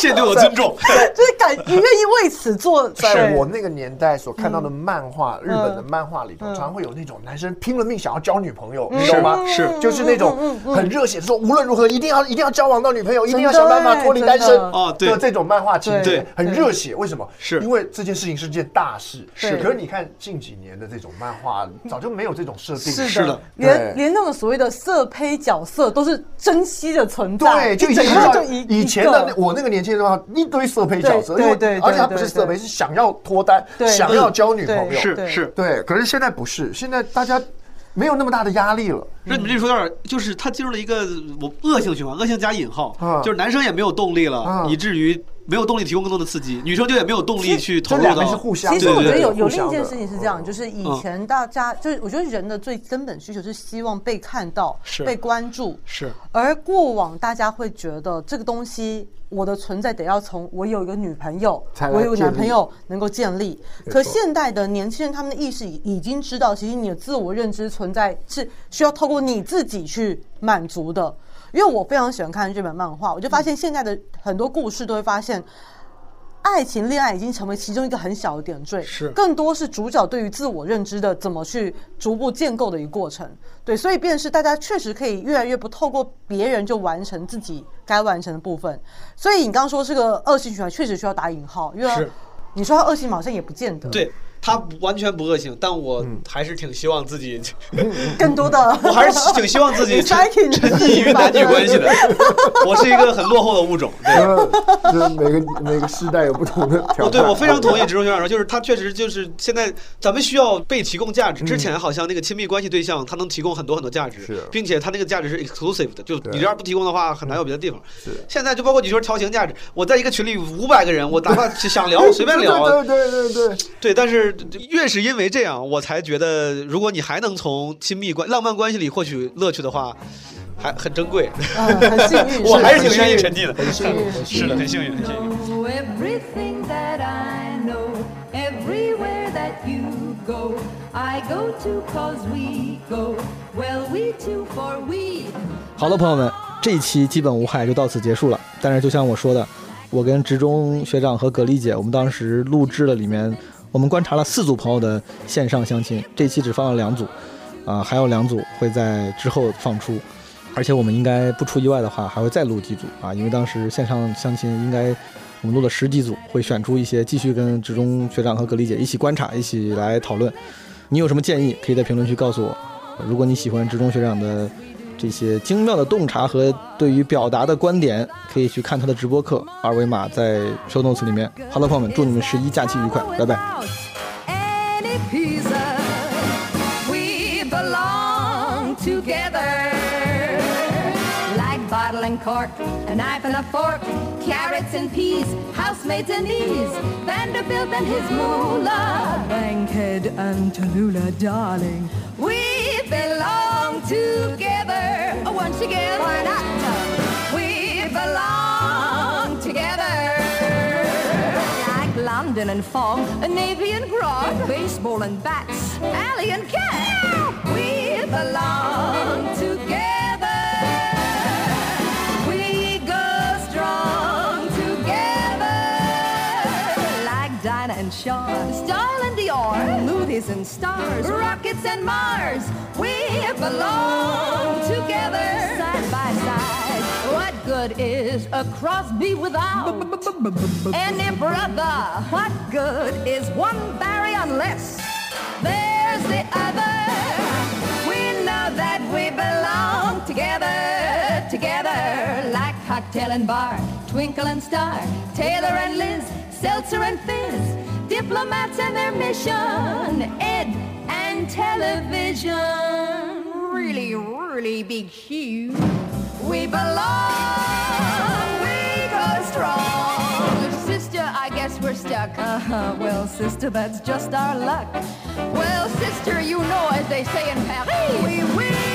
[SPEAKER 2] 谢谢对我尊重。
[SPEAKER 1] [LAUGHS] 就是感你愿意为此做，
[SPEAKER 23] 在
[SPEAKER 1] 对
[SPEAKER 23] 我那个年代所看到的漫画，
[SPEAKER 1] 嗯
[SPEAKER 23] 日本的漫画里头，常会有那种男生拼了命想要交女朋友，
[SPEAKER 1] 嗯
[SPEAKER 23] 你懂吗？
[SPEAKER 1] 是是
[SPEAKER 23] 就是那种
[SPEAKER 1] 嗯嗯嗯嗯
[SPEAKER 23] 很热血，说无论如何一定要一定要交往到女朋友，一定要
[SPEAKER 1] 真
[SPEAKER 23] 想
[SPEAKER 1] 的
[SPEAKER 23] 办法脱离单身
[SPEAKER 1] 真的哦
[SPEAKER 2] 对
[SPEAKER 23] 的这种漫画情
[SPEAKER 2] 对
[SPEAKER 23] 节
[SPEAKER 2] 对，
[SPEAKER 23] 很热血。为什么？
[SPEAKER 2] 是
[SPEAKER 23] 因为这件事情是件大事。
[SPEAKER 1] 是
[SPEAKER 23] 可是你看近几年的这种漫画，早就没有这种设定。
[SPEAKER 1] 是的，连连那种所谓的色胚角色都是珍惜的存在，
[SPEAKER 23] 对，就
[SPEAKER 1] 一
[SPEAKER 23] 已经
[SPEAKER 1] 整
[SPEAKER 23] 知道
[SPEAKER 1] 个就一
[SPEAKER 23] 以前的那我那个年纪些地方一堆色胚角色，
[SPEAKER 1] 对
[SPEAKER 23] 因为
[SPEAKER 1] 对对
[SPEAKER 23] 而且他
[SPEAKER 1] 对
[SPEAKER 23] 不是
[SPEAKER 1] 对
[SPEAKER 23] 色胚，是想要脱单，
[SPEAKER 1] 对
[SPEAKER 23] 想要交女朋友，
[SPEAKER 1] 对是对是
[SPEAKER 23] 对。可是现在不是，现在大家没有那么大的压力了。
[SPEAKER 2] [LAUGHS] 那你们这说有点儿，就是他进入了一个我恶性循环，恶性加引号
[SPEAKER 23] 啊，
[SPEAKER 2] 就是男生也没有动力了，以至于没有动力提供更多的刺激，女生就也没有动力去投入到。
[SPEAKER 1] 其实
[SPEAKER 2] 对
[SPEAKER 1] 我觉得有
[SPEAKER 2] 对
[SPEAKER 1] 有另一件事情是这样，就是以
[SPEAKER 2] 嗯
[SPEAKER 1] 前大家就是我觉得人的最根本需求是希望被看到、
[SPEAKER 2] 是
[SPEAKER 1] 被关注，
[SPEAKER 2] 是
[SPEAKER 1] 而过往大家会觉得这个东西，我的存在得要从我有一个女朋友
[SPEAKER 18] 才，来
[SPEAKER 1] 我有个男朋友
[SPEAKER 18] 建
[SPEAKER 1] 能够建立。
[SPEAKER 18] 没
[SPEAKER 1] 可
[SPEAKER 18] 错
[SPEAKER 1] 现代的年轻人，他们的意识已已经知道，其实你的自我认知存在是需要透过你自己去满足的。因为我非常喜欢看日本漫画，我就
[SPEAKER 2] 嗯
[SPEAKER 1] 发现现在的很多故事都会发现，爱情、恋爱已经成为其中一个很小的点缀，
[SPEAKER 2] 是
[SPEAKER 1] 更多是主角对于自我认知的怎么去逐步建构的一个过程。对，所以便是大家确实可以越来越不透过别人就完成自己该完成的部分。所以你刚刚说这个恶性循环确实需要打引号，因为
[SPEAKER 2] 是
[SPEAKER 1] 你说它恶性嘛好像也不
[SPEAKER 23] 嗯
[SPEAKER 1] 见得，
[SPEAKER 2] 对他完全不恶性，但我还是挺希望自己，
[SPEAKER 23] [LAUGHS]
[SPEAKER 1] 更多的
[SPEAKER 2] 我还是挺希望
[SPEAKER 1] [LAUGHS]
[SPEAKER 2] 自己沉
[SPEAKER 1] exciting 的
[SPEAKER 2] 沉溺于男女关系的。我是一个很落后的物种。对
[SPEAKER 23] [LAUGHS] 就是每个每个时代有不同的挑
[SPEAKER 2] 哦，
[SPEAKER 23] 战。
[SPEAKER 2] 对，我非常同意植中学长说，就是他确实就是现在咱们需要被提供价值。之
[SPEAKER 23] 嗯
[SPEAKER 2] 前好像那个亲密关系对象，他能提供很多很多价值，并且他那个价值是 exclusive 的，就你这样不提供的话，很难有别的地方。现在就包括你说调情价值，我在一个群里五百个人，我哪怕想
[SPEAKER 23] [LAUGHS]
[SPEAKER 2] 聊我随便聊
[SPEAKER 23] 对，对对对对，
[SPEAKER 2] 对，但是越是因为这样，我才觉得，如果你还能从亲密关浪漫关系里获取乐趣的话，还很珍贵。
[SPEAKER 1] 啊很幸运
[SPEAKER 2] [LAUGHS] 我还是
[SPEAKER 1] 是
[SPEAKER 2] 挺愿意沉浸的，
[SPEAKER 1] 很幸运很幸运
[SPEAKER 2] 是的，很幸运，很幸运。
[SPEAKER 11] know everything that I know, everywhere that you go. I go to cause we go. Well, we two for we.
[SPEAKER 7] 好了，朋友们，这一期基本无害就到此结束了。但是就像我说的，我跟职中学长和葛丽姐，我们当时录制了里面，我们观察了四组朋友的线上相亲，这期只放了两组，啊、还有两组会在之后放出，而且我们应该不出意外的话，还会再录几组啊，因为当时线上相亲应该我们录了十几组，会选出一些继续跟职中学长和葛丽姐一起观察，一起来讨论。你有什么建议，可以在评论区告诉我。呃如果你喜欢职中学长的这些精妙的洞察和对于表达的观点，可以去看他的直播课，二维码在 show notes 里面。好了，朋友们，祝你们十一假期愉快，拜拜。
[SPEAKER 11] any pizza. We belong together. Like bottle and cork, a knife and a fork, carrots and peas, housemaids and ease, Vanderbilt and his moolah, Bankhead and Tallulah, darling. We belong together. Oh, once again, why not? We belong together like London and fog, a navy and grog, baseball and bats, alley and cat. We belong together. We go strong together. Like Dinah and Sean, Style and Dior, movies and stars, rockets and Mars. We belong together. Side by side. What good is a Crosby without? Any brother, what good is one Barry unless there's the other? We know that we belong together, together, like cocktail and bar, twinkle and star, Taylor and Liz, Seltzer and Fizz, diplomats and their mission, Ed and television. Really, really big huge. We belong, we go strong. Sister, I guess we're stuck. Uh-huh. Well, sister, that's just our luck. Well, sister, you know, as they say in Paris, we will.